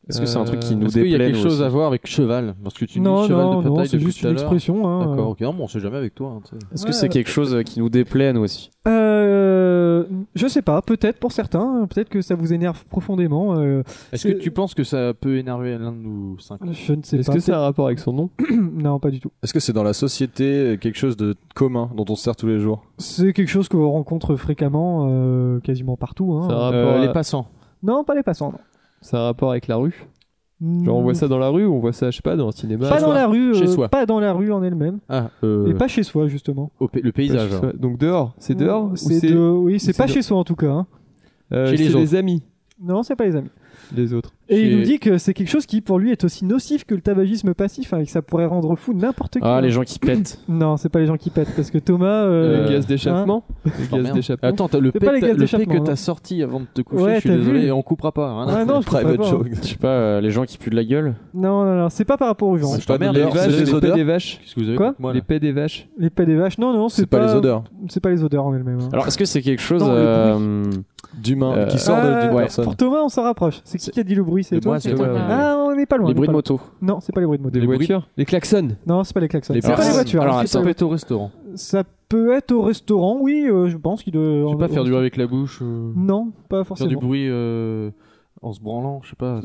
[SPEAKER 4] Est-ce que c'est un truc qui
[SPEAKER 5] Euh,
[SPEAKER 4] nous
[SPEAKER 7] Est-ce qu'il y a
[SPEAKER 4] déplaît
[SPEAKER 7] quelque
[SPEAKER 4] nous
[SPEAKER 7] chose
[SPEAKER 4] aussi
[SPEAKER 7] à voir avec cheval Parce que tu dis
[SPEAKER 2] non,
[SPEAKER 7] cheval
[SPEAKER 2] non,
[SPEAKER 7] de bataille
[SPEAKER 2] non, c'est
[SPEAKER 7] depuis
[SPEAKER 2] juste
[SPEAKER 7] tout à
[SPEAKER 2] une
[SPEAKER 7] l'heure.
[SPEAKER 2] expression. hein.
[SPEAKER 7] D'accord, ok, non, mais on sait jamais avec toi. hein, tu sais.
[SPEAKER 4] Est-ce
[SPEAKER 2] Ouais.
[SPEAKER 4] que c'est quelque chose euh, qui nous déplaît nous aussi
[SPEAKER 2] Euh, je sais pas, peut-être pour certains, peut-être que ça vous énerve profondément. euh,
[SPEAKER 7] Est-ce
[SPEAKER 2] C'est-
[SPEAKER 7] que tu penses que ça peut énerver l'un de nous cinq
[SPEAKER 2] je ne sais
[SPEAKER 5] Est-ce
[SPEAKER 2] pas.
[SPEAKER 5] que ça a un rapport avec son nom
[SPEAKER 2] non, pas du tout.
[SPEAKER 3] Est-ce que c'est dans la société euh, quelque chose de commun dont on se sert tous les jours
[SPEAKER 2] C'est quelque chose qu'on rencontre fréquemment, euh, quasiment partout. hein.
[SPEAKER 5] Ça a un
[SPEAKER 7] Euh,
[SPEAKER 5] rapport à-
[SPEAKER 7] Les passants.
[SPEAKER 2] Non, pas les passants.
[SPEAKER 5] C'est un rapport avec la rue
[SPEAKER 2] non.
[SPEAKER 5] Genre, on voit ça dans la rue ou on voit ça, je sais pas, dans un cinéma
[SPEAKER 2] Pas
[SPEAKER 5] je sais
[SPEAKER 2] dans la rue,
[SPEAKER 7] Chez
[SPEAKER 2] euh,
[SPEAKER 7] soi.
[SPEAKER 2] pas dans la rue en elle-même,
[SPEAKER 7] Ah, euh,
[SPEAKER 2] et pas chez soi justement.
[SPEAKER 7] au pa- le paysage.
[SPEAKER 5] Ouais, Donc dehors, c'est dehors ou
[SPEAKER 2] Mm. C'est
[SPEAKER 5] c'est
[SPEAKER 2] de- Oui, c'est
[SPEAKER 5] c'est
[SPEAKER 2] pas
[SPEAKER 5] de-
[SPEAKER 2] chez soi en tout cas. hein.
[SPEAKER 5] euh,
[SPEAKER 7] Chez les
[SPEAKER 5] chez
[SPEAKER 7] autres.
[SPEAKER 5] les amis
[SPEAKER 2] Non, c'est pas les amis.
[SPEAKER 5] les autres.
[SPEAKER 2] Et il
[SPEAKER 7] J'ai-
[SPEAKER 2] nous dit que c'est quelque chose qui pour lui est aussi nocif que le tabagisme passif hein, et que ça pourrait rendre fou n'importe qui.
[SPEAKER 4] Ah, les gens qui pètent.
[SPEAKER 2] Non, c'est pas les gens qui pètent parce que Thomas. euh,
[SPEAKER 5] le gaz d'échappement.
[SPEAKER 7] Oh,
[SPEAKER 5] le gaz
[SPEAKER 7] merde.
[SPEAKER 5] d'échappement.
[SPEAKER 7] Attends, t'as le
[SPEAKER 2] C'est
[SPEAKER 7] pet,
[SPEAKER 2] pas les gaz
[SPEAKER 7] t'as- le pet
[SPEAKER 2] d'échappement,
[SPEAKER 7] que
[SPEAKER 2] non
[SPEAKER 7] t'as sorti avant de te coucher,
[SPEAKER 2] Ouais,
[SPEAKER 7] je suis
[SPEAKER 2] t'as
[SPEAKER 7] désolé,
[SPEAKER 2] vu
[SPEAKER 7] et on coupera pas. hein. rien à
[SPEAKER 2] Ah
[SPEAKER 7] foutre.
[SPEAKER 2] non, je comprends
[SPEAKER 3] Private
[SPEAKER 2] pas.
[SPEAKER 3] joke.
[SPEAKER 4] Je sais pas, euh, les gens qui puent de la gueule.
[SPEAKER 2] Non, non, non, c'est pas par rapport aux gens.
[SPEAKER 3] C'est pas
[SPEAKER 7] merde,
[SPEAKER 3] de
[SPEAKER 7] les
[SPEAKER 3] l'odeur,
[SPEAKER 7] vaches,
[SPEAKER 3] c'est
[SPEAKER 7] les
[SPEAKER 3] des
[SPEAKER 5] Les
[SPEAKER 3] odeurs.
[SPEAKER 5] pets des vaches.
[SPEAKER 7] Qu'est-ce que vous avez
[SPEAKER 2] Quoi
[SPEAKER 7] contre moi, là
[SPEAKER 5] Les pets des vaches.
[SPEAKER 2] Les pets des vaches, non, non,
[SPEAKER 3] C'est
[SPEAKER 2] c'est
[SPEAKER 3] pas les odeurs
[SPEAKER 2] C'est pas les odeurs en elles-mêmes. hein.
[SPEAKER 4] Alors, est-ce que c'est quelque chose.
[SPEAKER 2] Non, le
[SPEAKER 4] euh,
[SPEAKER 3] d'humains
[SPEAKER 4] Euh,
[SPEAKER 3] qui sort de-
[SPEAKER 2] Ah,
[SPEAKER 3] d'une
[SPEAKER 4] ouais.
[SPEAKER 3] personne.
[SPEAKER 2] Pour Thomas, on s'en rapproche. C'est qui qui a dit le bruit C'est
[SPEAKER 7] Le
[SPEAKER 2] toi
[SPEAKER 7] moi,
[SPEAKER 2] c'est
[SPEAKER 7] c'est
[SPEAKER 2] toi.
[SPEAKER 5] moi, ouais.
[SPEAKER 2] Ah, on n'est pas loin. on
[SPEAKER 4] les
[SPEAKER 2] est
[SPEAKER 4] bruits de
[SPEAKER 2] pas loin.
[SPEAKER 4] moto.
[SPEAKER 2] Non, c'est pas les bruits de moto.
[SPEAKER 5] Des voitures.
[SPEAKER 7] Les klaxons.
[SPEAKER 2] Non, c'est pas les klaxons.
[SPEAKER 7] Les
[SPEAKER 2] C'est pas les
[SPEAKER 4] personnes.
[SPEAKER 2] voitures. hein,
[SPEAKER 4] Alors,
[SPEAKER 2] C'est
[SPEAKER 7] hein Ça
[SPEAKER 4] attends.
[SPEAKER 7] peut être au restaurant.
[SPEAKER 2] Ça peut être au restaurant, oui, euh, je pense qu'il doit.
[SPEAKER 7] Je sais pas, faire du bruit avec la bouche. euh,
[SPEAKER 2] Non, pas
[SPEAKER 7] Faire
[SPEAKER 2] forcément.
[SPEAKER 7] du bruit euh, en se branlant, je sais pas.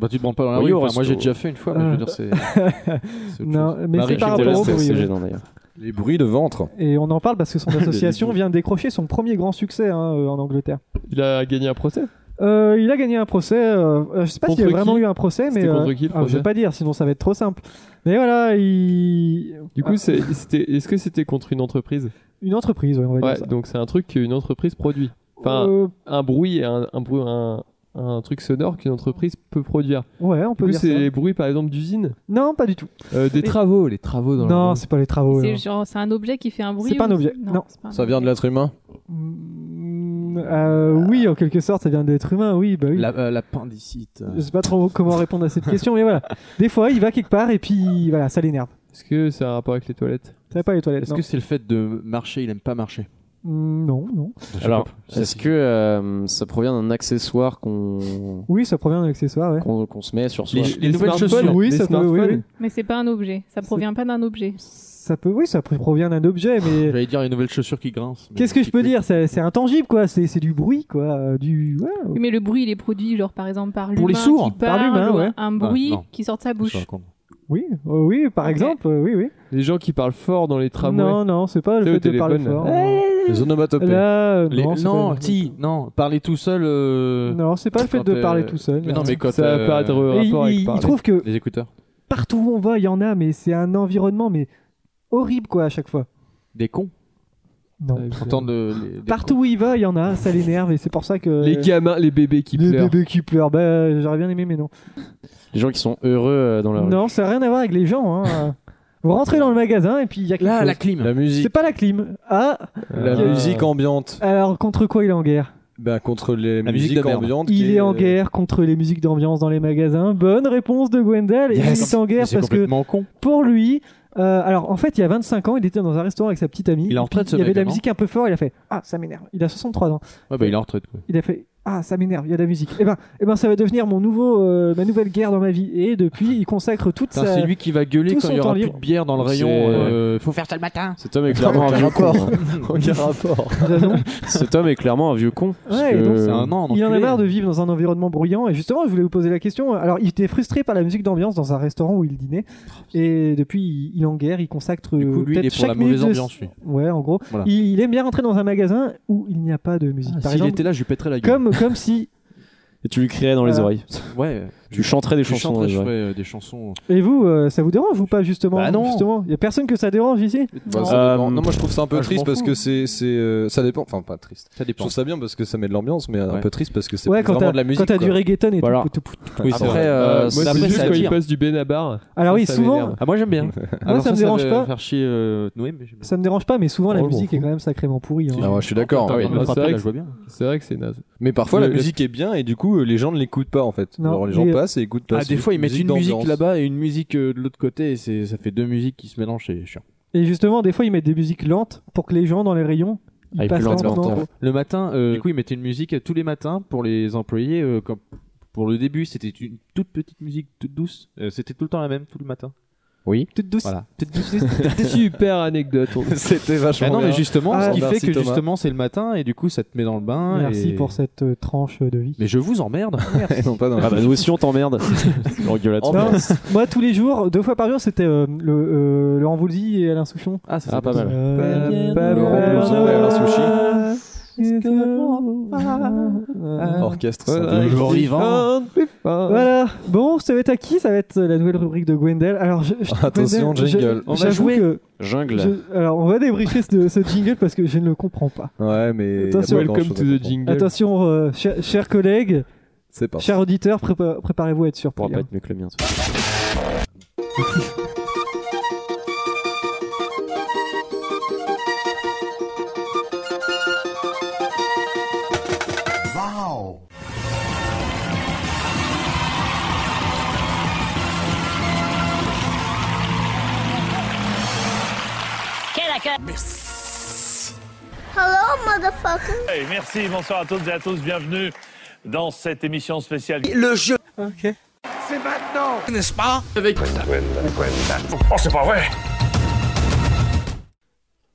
[SPEAKER 7] bah, tu te branles pas dans la
[SPEAKER 4] Oui,
[SPEAKER 7] rue.
[SPEAKER 4] au
[SPEAKER 7] enfin,
[SPEAKER 4] resto.
[SPEAKER 7] moi, j'ai déjà fait une fois, mais je veux dire, c'est. c'est autre
[SPEAKER 2] Non,
[SPEAKER 7] chose.
[SPEAKER 2] mais
[SPEAKER 7] Marie,
[SPEAKER 2] c'est par
[SPEAKER 7] j'étais là,
[SPEAKER 2] rapport au
[SPEAKER 4] c'est
[SPEAKER 2] bruit.
[SPEAKER 4] c'est
[SPEAKER 2] oui.
[SPEAKER 4] gênant d'ailleurs.
[SPEAKER 3] Les bruits de ventre.
[SPEAKER 2] Et on en parle parce que son association vient de décrocher son premier grand succès hein, euh, en Angleterre.
[SPEAKER 5] Il a gagné un procès.
[SPEAKER 2] Euh, il a gagné un procès. euh, euh, je sais pas s'il y a
[SPEAKER 5] Contre
[SPEAKER 2] vraiment
[SPEAKER 5] qui
[SPEAKER 2] eu un procès, mais
[SPEAKER 5] C'était contre
[SPEAKER 2] euh,
[SPEAKER 5] qui, le
[SPEAKER 2] ah, je vais
[SPEAKER 5] procès
[SPEAKER 2] pas dire, sinon ça va être trop simple. Mais voilà, il...
[SPEAKER 5] Du coup, c'est- c'était. Est-ce que c'était contre une entreprise
[SPEAKER 2] une entreprise, ouais, on va
[SPEAKER 5] Ouais.
[SPEAKER 2] dire ça.
[SPEAKER 5] Donc c'est un truc qu'une entreprise produit. Enfin,
[SPEAKER 2] Euh,
[SPEAKER 5] un bruit et un, un, bruit- un, un truc sonore qu'une entreprise peut produire.
[SPEAKER 2] ouais, on
[SPEAKER 5] Du
[SPEAKER 2] peut
[SPEAKER 5] coup,
[SPEAKER 2] dire ça.
[SPEAKER 5] c'est les bruits par exemple d'usine.
[SPEAKER 2] Non, pas du tout.
[SPEAKER 5] Euh, des
[SPEAKER 2] Mais-
[SPEAKER 5] travaux, les travaux dans
[SPEAKER 2] Non,
[SPEAKER 5] la-
[SPEAKER 2] c'est pas les travaux.
[SPEAKER 6] C'est
[SPEAKER 2] non.
[SPEAKER 6] genre- c'est un objet qui fait un bruit
[SPEAKER 2] C'est pas un
[SPEAKER 6] ou-
[SPEAKER 2] objet, non.
[SPEAKER 6] c'est pas un
[SPEAKER 3] Ça vient de l'être humain.
[SPEAKER 2] Mm, euh, oui, en quelque sorte, ça vient d'être humain, oui, bah oui.
[SPEAKER 7] La- euh, L'appendicite. euh.
[SPEAKER 2] Je sais pas trop comment répondre à cette question, mais voilà. Des fois, il va quelque part et puis voilà, ça l'énerve.
[SPEAKER 5] Est-ce que c'est un rapport avec les toilettes
[SPEAKER 2] Ça va pas les toilettes.
[SPEAKER 7] Est-ce
[SPEAKER 2] Non.
[SPEAKER 7] que c'est le fait de marcher Il aime pas marcher.
[SPEAKER 2] Mm, non, non.
[SPEAKER 4] Alors,
[SPEAKER 2] Ah,
[SPEAKER 7] pas.
[SPEAKER 4] est-ce que euh, ça provient d'un accessoire qu'on
[SPEAKER 2] Oui, ça provient d'un accessoire, ouais.
[SPEAKER 4] qu'on qu'on se met sur soi
[SPEAKER 7] les nouvelles
[SPEAKER 5] smartphones,
[SPEAKER 7] chaussures.
[SPEAKER 2] Oui,
[SPEAKER 5] les
[SPEAKER 2] ça peut, oui,
[SPEAKER 5] smartphones.
[SPEAKER 2] oui.
[SPEAKER 6] Mais c'est pas un objet. Ça
[SPEAKER 2] C'est-
[SPEAKER 6] provient pas d'un objet.
[SPEAKER 2] Ça peut, oui, ça pr- provient d'un objet, mais
[SPEAKER 7] J'allais dire les nouvelles chaussures qui grincent. mais
[SPEAKER 2] qu'est-ce que
[SPEAKER 7] qui
[SPEAKER 2] je peux
[SPEAKER 7] puent.
[SPEAKER 2] dire C'est c'est intangible, quoi. C'est c'est du bruit, quoi. euh, Du. ouais.
[SPEAKER 6] Oui, Mais le bruit, il est produit, genre par exemple par l'humain.
[SPEAKER 7] Pour les sourds,
[SPEAKER 6] qui
[SPEAKER 2] par
[SPEAKER 6] parle,
[SPEAKER 2] l'humain,
[SPEAKER 6] ou
[SPEAKER 2] ouais.
[SPEAKER 6] Un bruit
[SPEAKER 3] Ah,
[SPEAKER 7] non.
[SPEAKER 6] qui sort de sa
[SPEAKER 7] Je te
[SPEAKER 6] bouche.
[SPEAKER 7] raconte.
[SPEAKER 2] Oui, euh, oui. Par
[SPEAKER 6] Ok.
[SPEAKER 2] exemple, euh, oui, oui.
[SPEAKER 5] Les gens qui parlent fort dans les tramways.
[SPEAKER 2] Non, non, c'est pas le
[SPEAKER 5] C'est
[SPEAKER 2] fait
[SPEAKER 5] au
[SPEAKER 2] de parler
[SPEAKER 5] téléphone.
[SPEAKER 2] fort.
[SPEAKER 3] Les onomatopées.
[SPEAKER 2] Là, euh,
[SPEAKER 7] Les-
[SPEAKER 2] non, c'est pas-
[SPEAKER 7] Non, si, non, parler tout seul. euh,
[SPEAKER 2] Non, c'est pas le fait
[SPEAKER 7] quand,
[SPEAKER 2] de
[SPEAKER 7] euh,
[SPEAKER 2] parler tout seul.
[SPEAKER 7] Mais non, mais quand.
[SPEAKER 5] ça va
[SPEAKER 7] euh,
[SPEAKER 5] pas être
[SPEAKER 2] Et
[SPEAKER 5] un
[SPEAKER 2] il,
[SPEAKER 5] rapport avec
[SPEAKER 2] il- il
[SPEAKER 5] parler.
[SPEAKER 2] trouve que
[SPEAKER 7] Les écouteurs.
[SPEAKER 2] partout où on va, il y en a, mais c'est un environnement mais horrible quoi à chaque fois.
[SPEAKER 7] Des cons.
[SPEAKER 2] Non.
[SPEAKER 5] Ouais,
[SPEAKER 7] Entendre le- les- des
[SPEAKER 2] Partout où il va, il y en a, ça l'énerve et c'est pour ça que
[SPEAKER 5] Les gamins, les bébés qui
[SPEAKER 2] les
[SPEAKER 5] pleurent.
[SPEAKER 2] bébés qui pleurent, bah j'aurais bien aimé mais non.
[SPEAKER 4] Les gens qui sont heureux euh, dans leur
[SPEAKER 2] Non, ça n'a rien à voir avec les gens. hein. Vous rentrez dans le magasin et puis il y a
[SPEAKER 7] cons.
[SPEAKER 2] quelque
[SPEAKER 7] Là,
[SPEAKER 2] chose.
[SPEAKER 7] la clim.
[SPEAKER 3] La musique.
[SPEAKER 2] C'est pas la clim. Ah,
[SPEAKER 3] La
[SPEAKER 5] Ah.
[SPEAKER 3] musique ambiante.
[SPEAKER 2] alors contre quoi il est en guerre
[SPEAKER 3] Ben, contre les
[SPEAKER 7] La musique
[SPEAKER 3] musiques
[SPEAKER 7] de merde.
[SPEAKER 3] ambiantes.
[SPEAKER 2] Il
[SPEAKER 3] qui
[SPEAKER 2] est en
[SPEAKER 7] euh,
[SPEAKER 2] guerre contre les musiques d'ambiance dans les magasins. Bonne réponse de Gwendal. Et
[SPEAKER 7] Yes.
[SPEAKER 2] Il est en
[SPEAKER 7] Mais
[SPEAKER 2] guerre
[SPEAKER 7] C'est
[SPEAKER 2] parce que
[SPEAKER 7] complètement con.
[SPEAKER 2] pour lui. euh, alors en fait, il y a 25 ans, il était dans un restaurant avec sa petite amie.
[SPEAKER 7] Il est en
[SPEAKER 2] Et puis,
[SPEAKER 7] retraite, ce
[SPEAKER 2] Il y avait
[SPEAKER 7] mec, hein,
[SPEAKER 2] de la
[SPEAKER 7] non
[SPEAKER 2] musique un peu fort. Il a fait ah ça m'énerve. Il a 63 ans.
[SPEAKER 7] Ouais, bah il est en retraite. quoi.
[SPEAKER 2] Il a fait ah ça m'énerve. Il y a de la musique. Et ben et ben ça va devenir mon nouveau euh, ma nouvelle guerre dans ma vie. Et depuis, il consacre toute
[SPEAKER 7] Putain,
[SPEAKER 2] sa
[SPEAKER 7] C'est lui qui va gueuler
[SPEAKER 2] tout
[SPEAKER 7] quand il
[SPEAKER 2] son
[SPEAKER 7] y
[SPEAKER 2] temps
[SPEAKER 7] aura plus
[SPEAKER 2] libre.
[SPEAKER 7] de bière dans le rayon.
[SPEAKER 4] C'est-
[SPEAKER 7] euh, Faut faire ça le matin.
[SPEAKER 4] Cet homme est clairement un vieux con. hein.
[SPEAKER 3] Aucun rapport.
[SPEAKER 2] raison.
[SPEAKER 4] Cet homme est clairement un vieux con. parce
[SPEAKER 2] Ouais, et
[SPEAKER 4] que-
[SPEAKER 2] donc,
[SPEAKER 7] C'est euh, un an.
[SPEAKER 2] Il en a
[SPEAKER 7] enculé.
[SPEAKER 2] marre de vivre dans un environnement bruyant. Et justement, je voulais vous poser la question. euh, Alors, il était frustré par la musique d'ambiance dans un restaurant où il dînait. Et depuis, il- il est en guerre. Il consacre
[SPEAKER 7] Du coup,
[SPEAKER 2] euh,
[SPEAKER 7] lui, il
[SPEAKER 2] peut-être
[SPEAKER 7] est pour la
[SPEAKER 2] chaque minute
[SPEAKER 7] mauvaise
[SPEAKER 2] de-
[SPEAKER 7] ambiance. lui.
[SPEAKER 2] Ouais, en gros.
[SPEAKER 7] Voilà.
[SPEAKER 2] Il, il aime bien rentrer dans un magasin où il n'y a pas de
[SPEAKER 4] Ah,
[SPEAKER 2] musique. par
[SPEAKER 7] Ah, S'il
[SPEAKER 2] exemple,
[SPEAKER 7] était là, je lui pèterais la gueule.
[SPEAKER 2] comme comme si.
[SPEAKER 4] Et tu lui criais dans les
[SPEAKER 2] Voilà.
[SPEAKER 4] oreilles.
[SPEAKER 7] Ouais.
[SPEAKER 4] Tu chanterais des
[SPEAKER 7] Je
[SPEAKER 4] chansons dans
[SPEAKER 7] chanterais,
[SPEAKER 4] les
[SPEAKER 7] je
[SPEAKER 4] oreilles.
[SPEAKER 7] ferais euh, des chansons.
[SPEAKER 2] Et vous, euh, ça vous dérange ou pas justement
[SPEAKER 7] Bah non.
[SPEAKER 2] Justement, il y a personne que ça dérange ici.
[SPEAKER 3] Bah,
[SPEAKER 6] Non.
[SPEAKER 3] ça
[SPEAKER 4] Euh,
[SPEAKER 3] dépend. non, moi je trouve ça un peu
[SPEAKER 7] ah, je
[SPEAKER 3] triste
[SPEAKER 7] m'en
[SPEAKER 3] parce
[SPEAKER 7] fous.
[SPEAKER 3] que c'est. c'est, euh, Ça dépend. Enfin, pas triste.
[SPEAKER 7] Ça
[SPEAKER 3] Je
[SPEAKER 7] dépend.
[SPEAKER 3] trouve ça bien parce que ça met de l'ambiance, mais un
[SPEAKER 7] Ouais.
[SPEAKER 3] peu triste parce que c'est
[SPEAKER 2] Ouais, quand
[SPEAKER 3] vraiment
[SPEAKER 2] t'as
[SPEAKER 3] de la musique.
[SPEAKER 2] quand t'as du
[SPEAKER 3] quoi.
[SPEAKER 2] reggaeton et tout,
[SPEAKER 4] Voilà.
[SPEAKER 2] tout, tout, tout.
[SPEAKER 7] Oui, c'est
[SPEAKER 4] Après,
[SPEAKER 7] vrai.
[SPEAKER 4] euh,
[SPEAKER 5] moi,
[SPEAKER 4] ça-
[SPEAKER 5] c'est
[SPEAKER 4] après,
[SPEAKER 5] juste
[SPEAKER 4] ça
[SPEAKER 5] quand il
[SPEAKER 4] attire.
[SPEAKER 5] passe du Benabar.
[SPEAKER 2] Alors oui,
[SPEAKER 5] Ça
[SPEAKER 2] souvent,
[SPEAKER 5] m'énerve.
[SPEAKER 7] Ah, moi j'aime bien.
[SPEAKER 2] ça me dérange
[SPEAKER 7] va
[SPEAKER 2] pas.
[SPEAKER 7] faire chier euh, Noé, mais j'aime bien.
[SPEAKER 2] ça me dérange pas, mais souvent la
[SPEAKER 5] Oh, je m'en
[SPEAKER 2] musique est
[SPEAKER 5] fous.
[SPEAKER 2] quand même sacrément pourrie. hein.
[SPEAKER 3] Ah ouais, je suis d'accord.
[SPEAKER 7] Attends,
[SPEAKER 5] oui.
[SPEAKER 7] on va me
[SPEAKER 5] Ah, c'est
[SPEAKER 7] frapper,
[SPEAKER 5] vrai
[SPEAKER 7] là,
[SPEAKER 5] que-
[SPEAKER 7] je vois bien.
[SPEAKER 5] C'est vrai que c'est naze.
[SPEAKER 3] Mais parfois
[SPEAKER 5] Le-
[SPEAKER 3] la musique est bien et du coup euh, les gens ne l'écoutent pas en fait.
[SPEAKER 2] Non,
[SPEAKER 3] Alors les gens
[SPEAKER 2] mais-
[SPEAKER 3] passent et écoutent pas.
[SPEAKER 7] Ah,
[SPEAKER 3] C'est
[SPEAKER 7] des fois, ils mettent une musique
[SPEAKER 3] d'ambiance.
[SPEAKER 7] là-bas et une musique euh, de l'autre côté, et c'est- ça fait deux musiques qui se mélangent, c'est chiant.
[SPEAKER 2] Et justement, des fois, ils mettent des musiques lentes pour que les gens dans les rayons ils
[SPEAKER 4] Ah, ils
[SPEAKER 2] passent
[SPEAKER 4] plus lentement.
[SPEAKER 2] lentement.
[SPEAKER 7] Le matin, euh, du coup, ils mettaient une musique euh, tous les matins pour les employés. euh, comme pour le début, c'était une toute petite musique, toute douce. Euh, c'était tout le temps la même, tout le matin.
[SPEAKER 2] Toute douce.
[SPEAKER 7] Voilà.
[SPEAKER 5] C'était super anecdote. on-
[SPEAKER 3] C'était vachement.
[SPEAKER 7] Ah non, mais
[SPEAKER 3] bien.
[SPEAKER 7] justement,
[SPEAKER 2] Ah,
[SPEAKER 7] ce qui
[SPEAKER 3] merci,
[SPEAKER 7] fait que
[SPEAKER 3] Thomas.
[SPEAKER 7] justement, c'est le matin, et du coup, ça te met dans le bain.
[SPEAKER 2] Hein, Merci
[SPEAKER 7] et-
[SPEAKER 2] pour cette euh, tranche de vie.
[SPEAKER 7] Mais je vous emmerde.
[SPEAKER 3] Non, pas dans la-
[SPEAKER 4] Ah bah nous aussi on t'emmerde. Engueulade.
[SPEAKER 2] Non, moi, tous les jours, deux fois par jour, c'était euh, le, euh, Laurent Voulzy et Alain Souchon.
[SPEAKER 7] Ah, ça,
[SPEAKER 4] Ah, pas mal.
[SPEAKER 2] Euh,
[SPEAKER 3] Laurent Voulzy et Alain Ah.
[SPEAKER 2] Euh,
[SPEAKER 3] Orchestre.
[SPEAKER 5] Ouais,
[SPEAKER 3] ça.
[SPEAKER 5] ouais,
[SPEAKER 7] Jory
[SPEAKER 5] il-
[SPEAKER 7] Vent.
[SPEAKER 5] Ah.
[SPEAKER 2] Voilà, bon, ça va être à qui Ça va être euh, la nouvelle rubrique de Gwendel. Alors, je, je-
[SPEAKER 3] Attention,
[SPEAKER 2] Gwendel, je-
[SPEAKER 3] jingle.
[SPEAKER 2] On va jouer. Que
[SPEAKER 4] Jungle.
[SPEAKER 2] je- alors, on va débriefer ce, ce jingle parce que je ne le comprends pas.
[SPEAKER 3] Ouais, mais. y a
[SPEAKER 2] Attention.
[SPEAKER 3] pas grand-chose à
[SPEAKER 5] Welcome to the
[SPEAKER 3] comprendre.
[SPEAKER 5] jingle.
[SPEAKER 2] Attention, euh, cher- chers collègues,
[SPEAKER 3] C'est parti.
[SPEAKER 2] Chers auditeurs, prépa- préparez-vous à être
[SPEAKER 4] Ça pourra
[SPEAKER 2] surpris.
[SPEAKER 4] pas
[SPEAKER 2] hein.
[SPEAKER 4] être mieux que le mien. ça.
[SPEAKER 9] Hey, merci, bonsoir à toutes et à tous, bienvenue dans cette émission spéciale.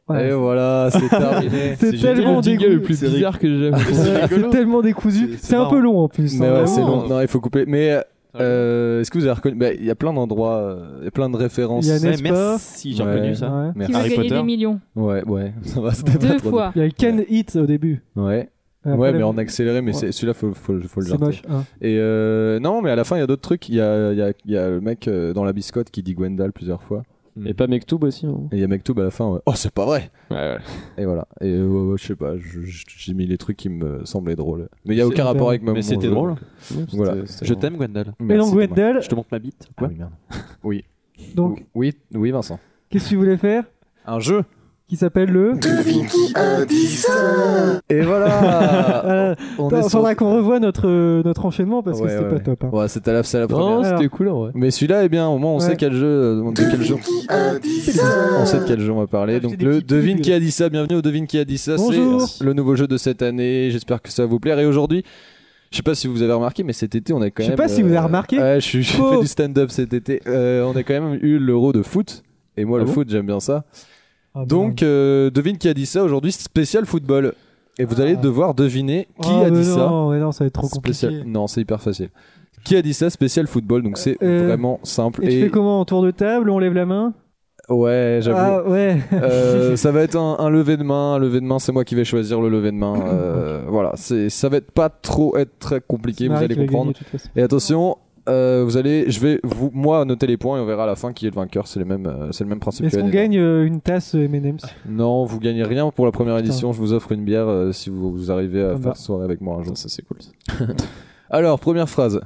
[SPEAKER 2] Voilà.
[SPEAKER 3] Et voilà, c'est terminé.
[SPEAKER 2] C'est tellement
[SPEAKER 5] le jingle
[SPEAKER 2] dégoût-
[SPEAKER 5] le plus
[SPEAKER 2] c'est
[SPEAKER 5] bizarre que j'ai jamais.
[SPEAKER 2] Ouais, C'est tellement décousu. C'est un peu long en plus.
[SPEAKER 3] Mais
[SPEAKER 2] hein,
[SPEAKER 3] ouais,
[SPEAKER 2] vraiment.
[SPEAKER 3] c'est long. Non, il faut couper. Mais euh, est-ce que vous avez reconnu bah, Il y a plein d'endroits, euh, il y a plein de références.
[SPEAKER 2] Il y a
[SPEAKER 7] Ouais,
[SPEAKER 2] n'est-ce pas
[SPEAKER 7] merci, j'ai
[SPEAKER 3] Ouais.
[SPEAKER 7] reconnu ça.
[SPEAKER 2] Ouais.
[SPEAKER 6] Qui
[SPEAKER 3] Merci.
[SPEAKER 6] veut
[SPEAKER 7] Harry
[SPEAKER 6] gagner
[SPEAKER 7] Potter.
[SPEAKER 6] des millions
[SPEAKER 3] Ouais, ouais, ça va, c'était pas
[SPEAKER 6] Deux
[SPEAKER 3] trop
[SPEAKER 6] fois.
[SPEAKER 2] Il y a Can Hit au début. Euh,
[SPEAKER 3] dur. Ouais,
[SPEAKER 2] Après,
[SPEAKER 3] ouais, mais
[SPEAKER 2] la-
[SPEAKER 3] en accéléré, mais
[SPEAKER 2] Ouais.
[SPEAKER 3] c'est- celui-là, faut, faut, faut le
[SPEAKER 2] C'est
[SPEAKER 3] jarter.
[SPEAKER 2] moche. hein.
[SPEAKER 3] Et euh, non, mais à la fin, il y a d'autres trucs. Il y a, il y, a, il y a le mec euh, dans la biscotte qui dit Gwendal plusieurs fois.
[SPEAKER 4] Et pas Mektoub aussi. hein.
[SPEAKER 3] Et il y a Mektoub à la fin, ouais, oh, c'est pas vrai
[SPEAKER 4] Ouais, ouais.
[SPEAKER 3] Et voilà. Et euh, ouais, ouais, je sais pas, je- je- j'ai mis les trucs qui me semblaient drôles. Mais il y a
[SPEAKER 7] C'est
[SPEAKER 3] aucun rapport
[SPEAKER 2] super.
[SPEAKER 3] avec ma
[SPEAKER 7] Mais
[SPEAKER 3] mon
[SPEAKER 7] c'était
[SPEAKER 3] jeu.
[SPEAKER 7] drôle.
[SPEAKER 4] Ouais,
[SPEAKER 3] Voilà.
[SPEAKER 4] c'était- c'était
[SPEAKER 7] Je
[SPEAKER 4] marrant.
[SPEAKER 7] t'aime, Gwendal.
[SPEAKER 2] Et
[SPEAKER 3] Merci,
[SPEAKER 2] donc
[SPEAKER 3] dommage.
[SPEAKER 2] Wendell,
[SPEAKER 7] Je te montre ma bite.
[SPEAKER 3] Ah
[SPEAKER 7] Quoi
[SPEAKER 3] oui, merde.
[SPEAKER 2] donc
[SPEAKER 3] Oui, oui, Vincent.
[SPEAKER 2] qu'est-ce que tu voulais faire
[SPEAKER 3] Un jeu
[SPEAKER 2] Qui s'appelle le.
[SPEAKER 3] Et voilà
[SPEAKER 2] Euh,
[SPEAKER 3] Ah, On
[SPEAKER 2] Attends, faudra qu'on revoie notre euh, notre enchaînement parce que
[SPEAKER 3] Ouais,
[SPEAKER 2] c'était
[SPEAKER 3] ouais,
[SPEAKER 2] pas
[SPEAKER 3] ouais.
[SPEAKER 2] top. hein.
[SPEAKER 3] Ouais, c'était la, c'est la première.
[SPEAKER 5] Non,
[SPEAKER 2] Alors.
[SPEAKER 5] c'était cool en vrai.
[SPEAKER 3] Mais celui-là, eh bien, au moins, on
[SPEAKER 2] Ouais.
[SPEAKER 3] sait quel jeu, euh, de quel jeu. On sait de quel jeu on va
[SPEAKER 2] Ah,
[SPEAKER 3] parler.
[SPEAKER 2] j'ai
[SPEAKER 3] Donc
[SPEAKER 2] des
[SPEAKER 3] le
[SPEAKER 2] petits
[SPEAKER 3] Devine
[SPEAKER 2] trucs.
[SPEAKER 3] qui a dit ça. Bienvenue au Devine qui a dit ça.
[SPEAKER 2] Bonjour.
[SPEAKER 3] C'est le nouveau jeu de cette année. J'espère que ça va vous plaire. Et aujourd'hui, je sais pas si vous avez remarqué, mais cet été, on a
[SPEAKER 2] Je
[SPEAKER 3] quand même. euh,
[SPEAKER 2] sais pas si vous avez remarqué.
[SPEAKER 3] Ouais, je suis- j'ai
[SPEAKER 2] Oh.
[SPEAKER 3] fait du stand-up cet été. Euh, on a quand même eu l'Euro de foot. Et moi,
[SPEAKER 5] Ah
[SPEAKER 3] le
[SPEAKER 5] bon
[SPEAKER 3] foot, j'aime bien ça.
[SPEAKER 2] Ah,
[SPEAKER 3] Donc, euh, devine qui a dit ça aujourd'hui, spécial football. Et vous allez devoir deviner
[SPEAKER 2] merde.
[SPEAKER 3] qui
[SPEAKER 2] Ah,
[SPEAKER 3] a
[SPEAKER 2] bah
[SPEAKER 3] dit ça.
[SPEAKER 2] Non, Ah. mais non, ça va être trop compliqué.
[SPEAKER 3] Spécial- Non, c'est hyper facile. Qui a dit ça Spécial football, donc c'est
[SPEAKER 2] Euh,
[SPEAKER 3] vraiment simple.
[SPEAKER 2] Et, tu fais comment en tour de table On lève la main
[SPEAKER 3] Ouais, j'avoue.
[SPEAKER 2] Ah ouais.
[SPEAKER 3] Euh, ça va être un, un lever de main. Un lever de main, c'est moi qui vais choisir le lever de main. Euh, voilà, c'est, ça va être pas trop être très compliqué, vous
[SPEAKER 2] Marie
[SPEAKER 3] allez
[SPEAKER 2] qui va gagner,
[SPEAKER 3] comprendre.
[SPEAKER 2] de toute façon.
[SPEAKER 3] Et attention, euh, vous allez, je vais vous, moi noter les points et on verra à la fin qui est le vainqueur. C'est, les mêmes, euh, c'est le même principe.
[SPEAKER 2] Est-ce
[SPEAKER 3] que
[SPEAKER 2] qu'on
[SPEAKER 3] l'année
[SPEAKER 2] gagne euh, une tasse euh, M&M's
[SPEAKER 3] Non, vous gagnez rien pour la première
[SPEAKER 2] Putain.
[SPEAKER 3] édition. Je vous offre une bière euh, si vous, vous arrivez à
[SPEAKER 2] Ah bah.
[SPEAKER 3] faire soirée avec moi un jour.
[SPEAKER 4] Ça, c'est cool. ça.
[SPEAKER 3] Alors, première phrase.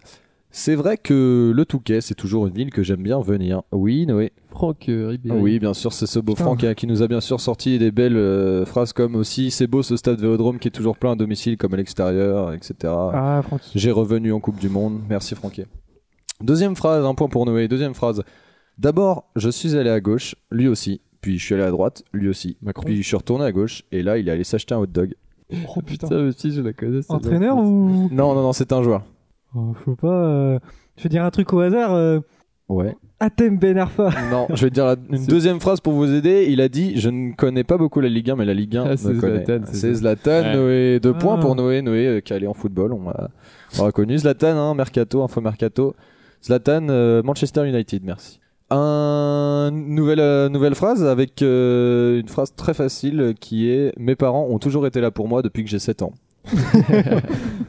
[SPEAKER 3] C'est vrai que le Touquet, c'est toujours une ville que j'aime bien venir. Oui, Noé.
[SPEAKER 5] Franck euh, Ribéry.
[SPEAKER 3] Ah Oui, bien sûr, c'est ce beau
[SPEAKER 2] E. Putain.
[SPEAKER 3] Franck hein, qui nous a bien sûr sorti des belles euh, phrases comme aussi c'est beau ce stade Vélodrome qui est toujours plein à domicile comme à l'extérieur, etc.
[SPEAKER 2] Ah Francky.
[SPEAKER 3] J'ai revenu en Coupe du Monde. Merci Franquet. Deuxième phrase, un point pour Noé. Deuxième phrase. D'abord, je suis allé à gauche, lui aussi. Puis je suis allé à droite, lui aussi.
[SPEAKER 7] Macron.
[SPEAKER 3] Puis je suis retourné à gauche et là, il est allé s'acheter un hot dog.
[SPEAKER 5] Oh putain, mais si je la connais. celle-là.
[SPEAKER 2] Entraîneur ou
[SPEAKER 3] Non, non, non, c'est un joueur.
[SPEAKER 2] Oh, Je sais pas. euh, Je vais dire un truc au hasard. euh,
[SPEAKER 3] Ouais.
[SPEAKER 2] Atem Ben Arfa.
[SPEAKER 3] Non, je vais te dire la- une deuxième phrase pour vous aider. Il a dit Je ne connais pas beaucoup la Ligue 1, mais la Ligue 1
[SPEAKER 5] Ah,
[SPEAKER 3] me
[SPEAKER 5] c'est
[SPEAKER 3] connaît.
[SPEAKER 5] Zlatan, c'est
[SPEAKER 3] C'est Zlatan,
[SPEAKER 4] Ouais.
[SPEAKER 3] Noé. Deux
[SPEAKER 2] Ah.
[SPEAKER 3] points pour Noé. Noé, euh, qui allait en football, on l'a on l'a reconnu. Zlatan, hein, Mercato, Info Mercato. Zlatan, euh, Manchester United, merci. Un nouvelle, euh, nouvelle phrase avec euh, une phrase très facile euh, qui est Mes parents ont toujours été là pour moi depuis que j'ai 7 ans.
[SPEAKER 2] Donc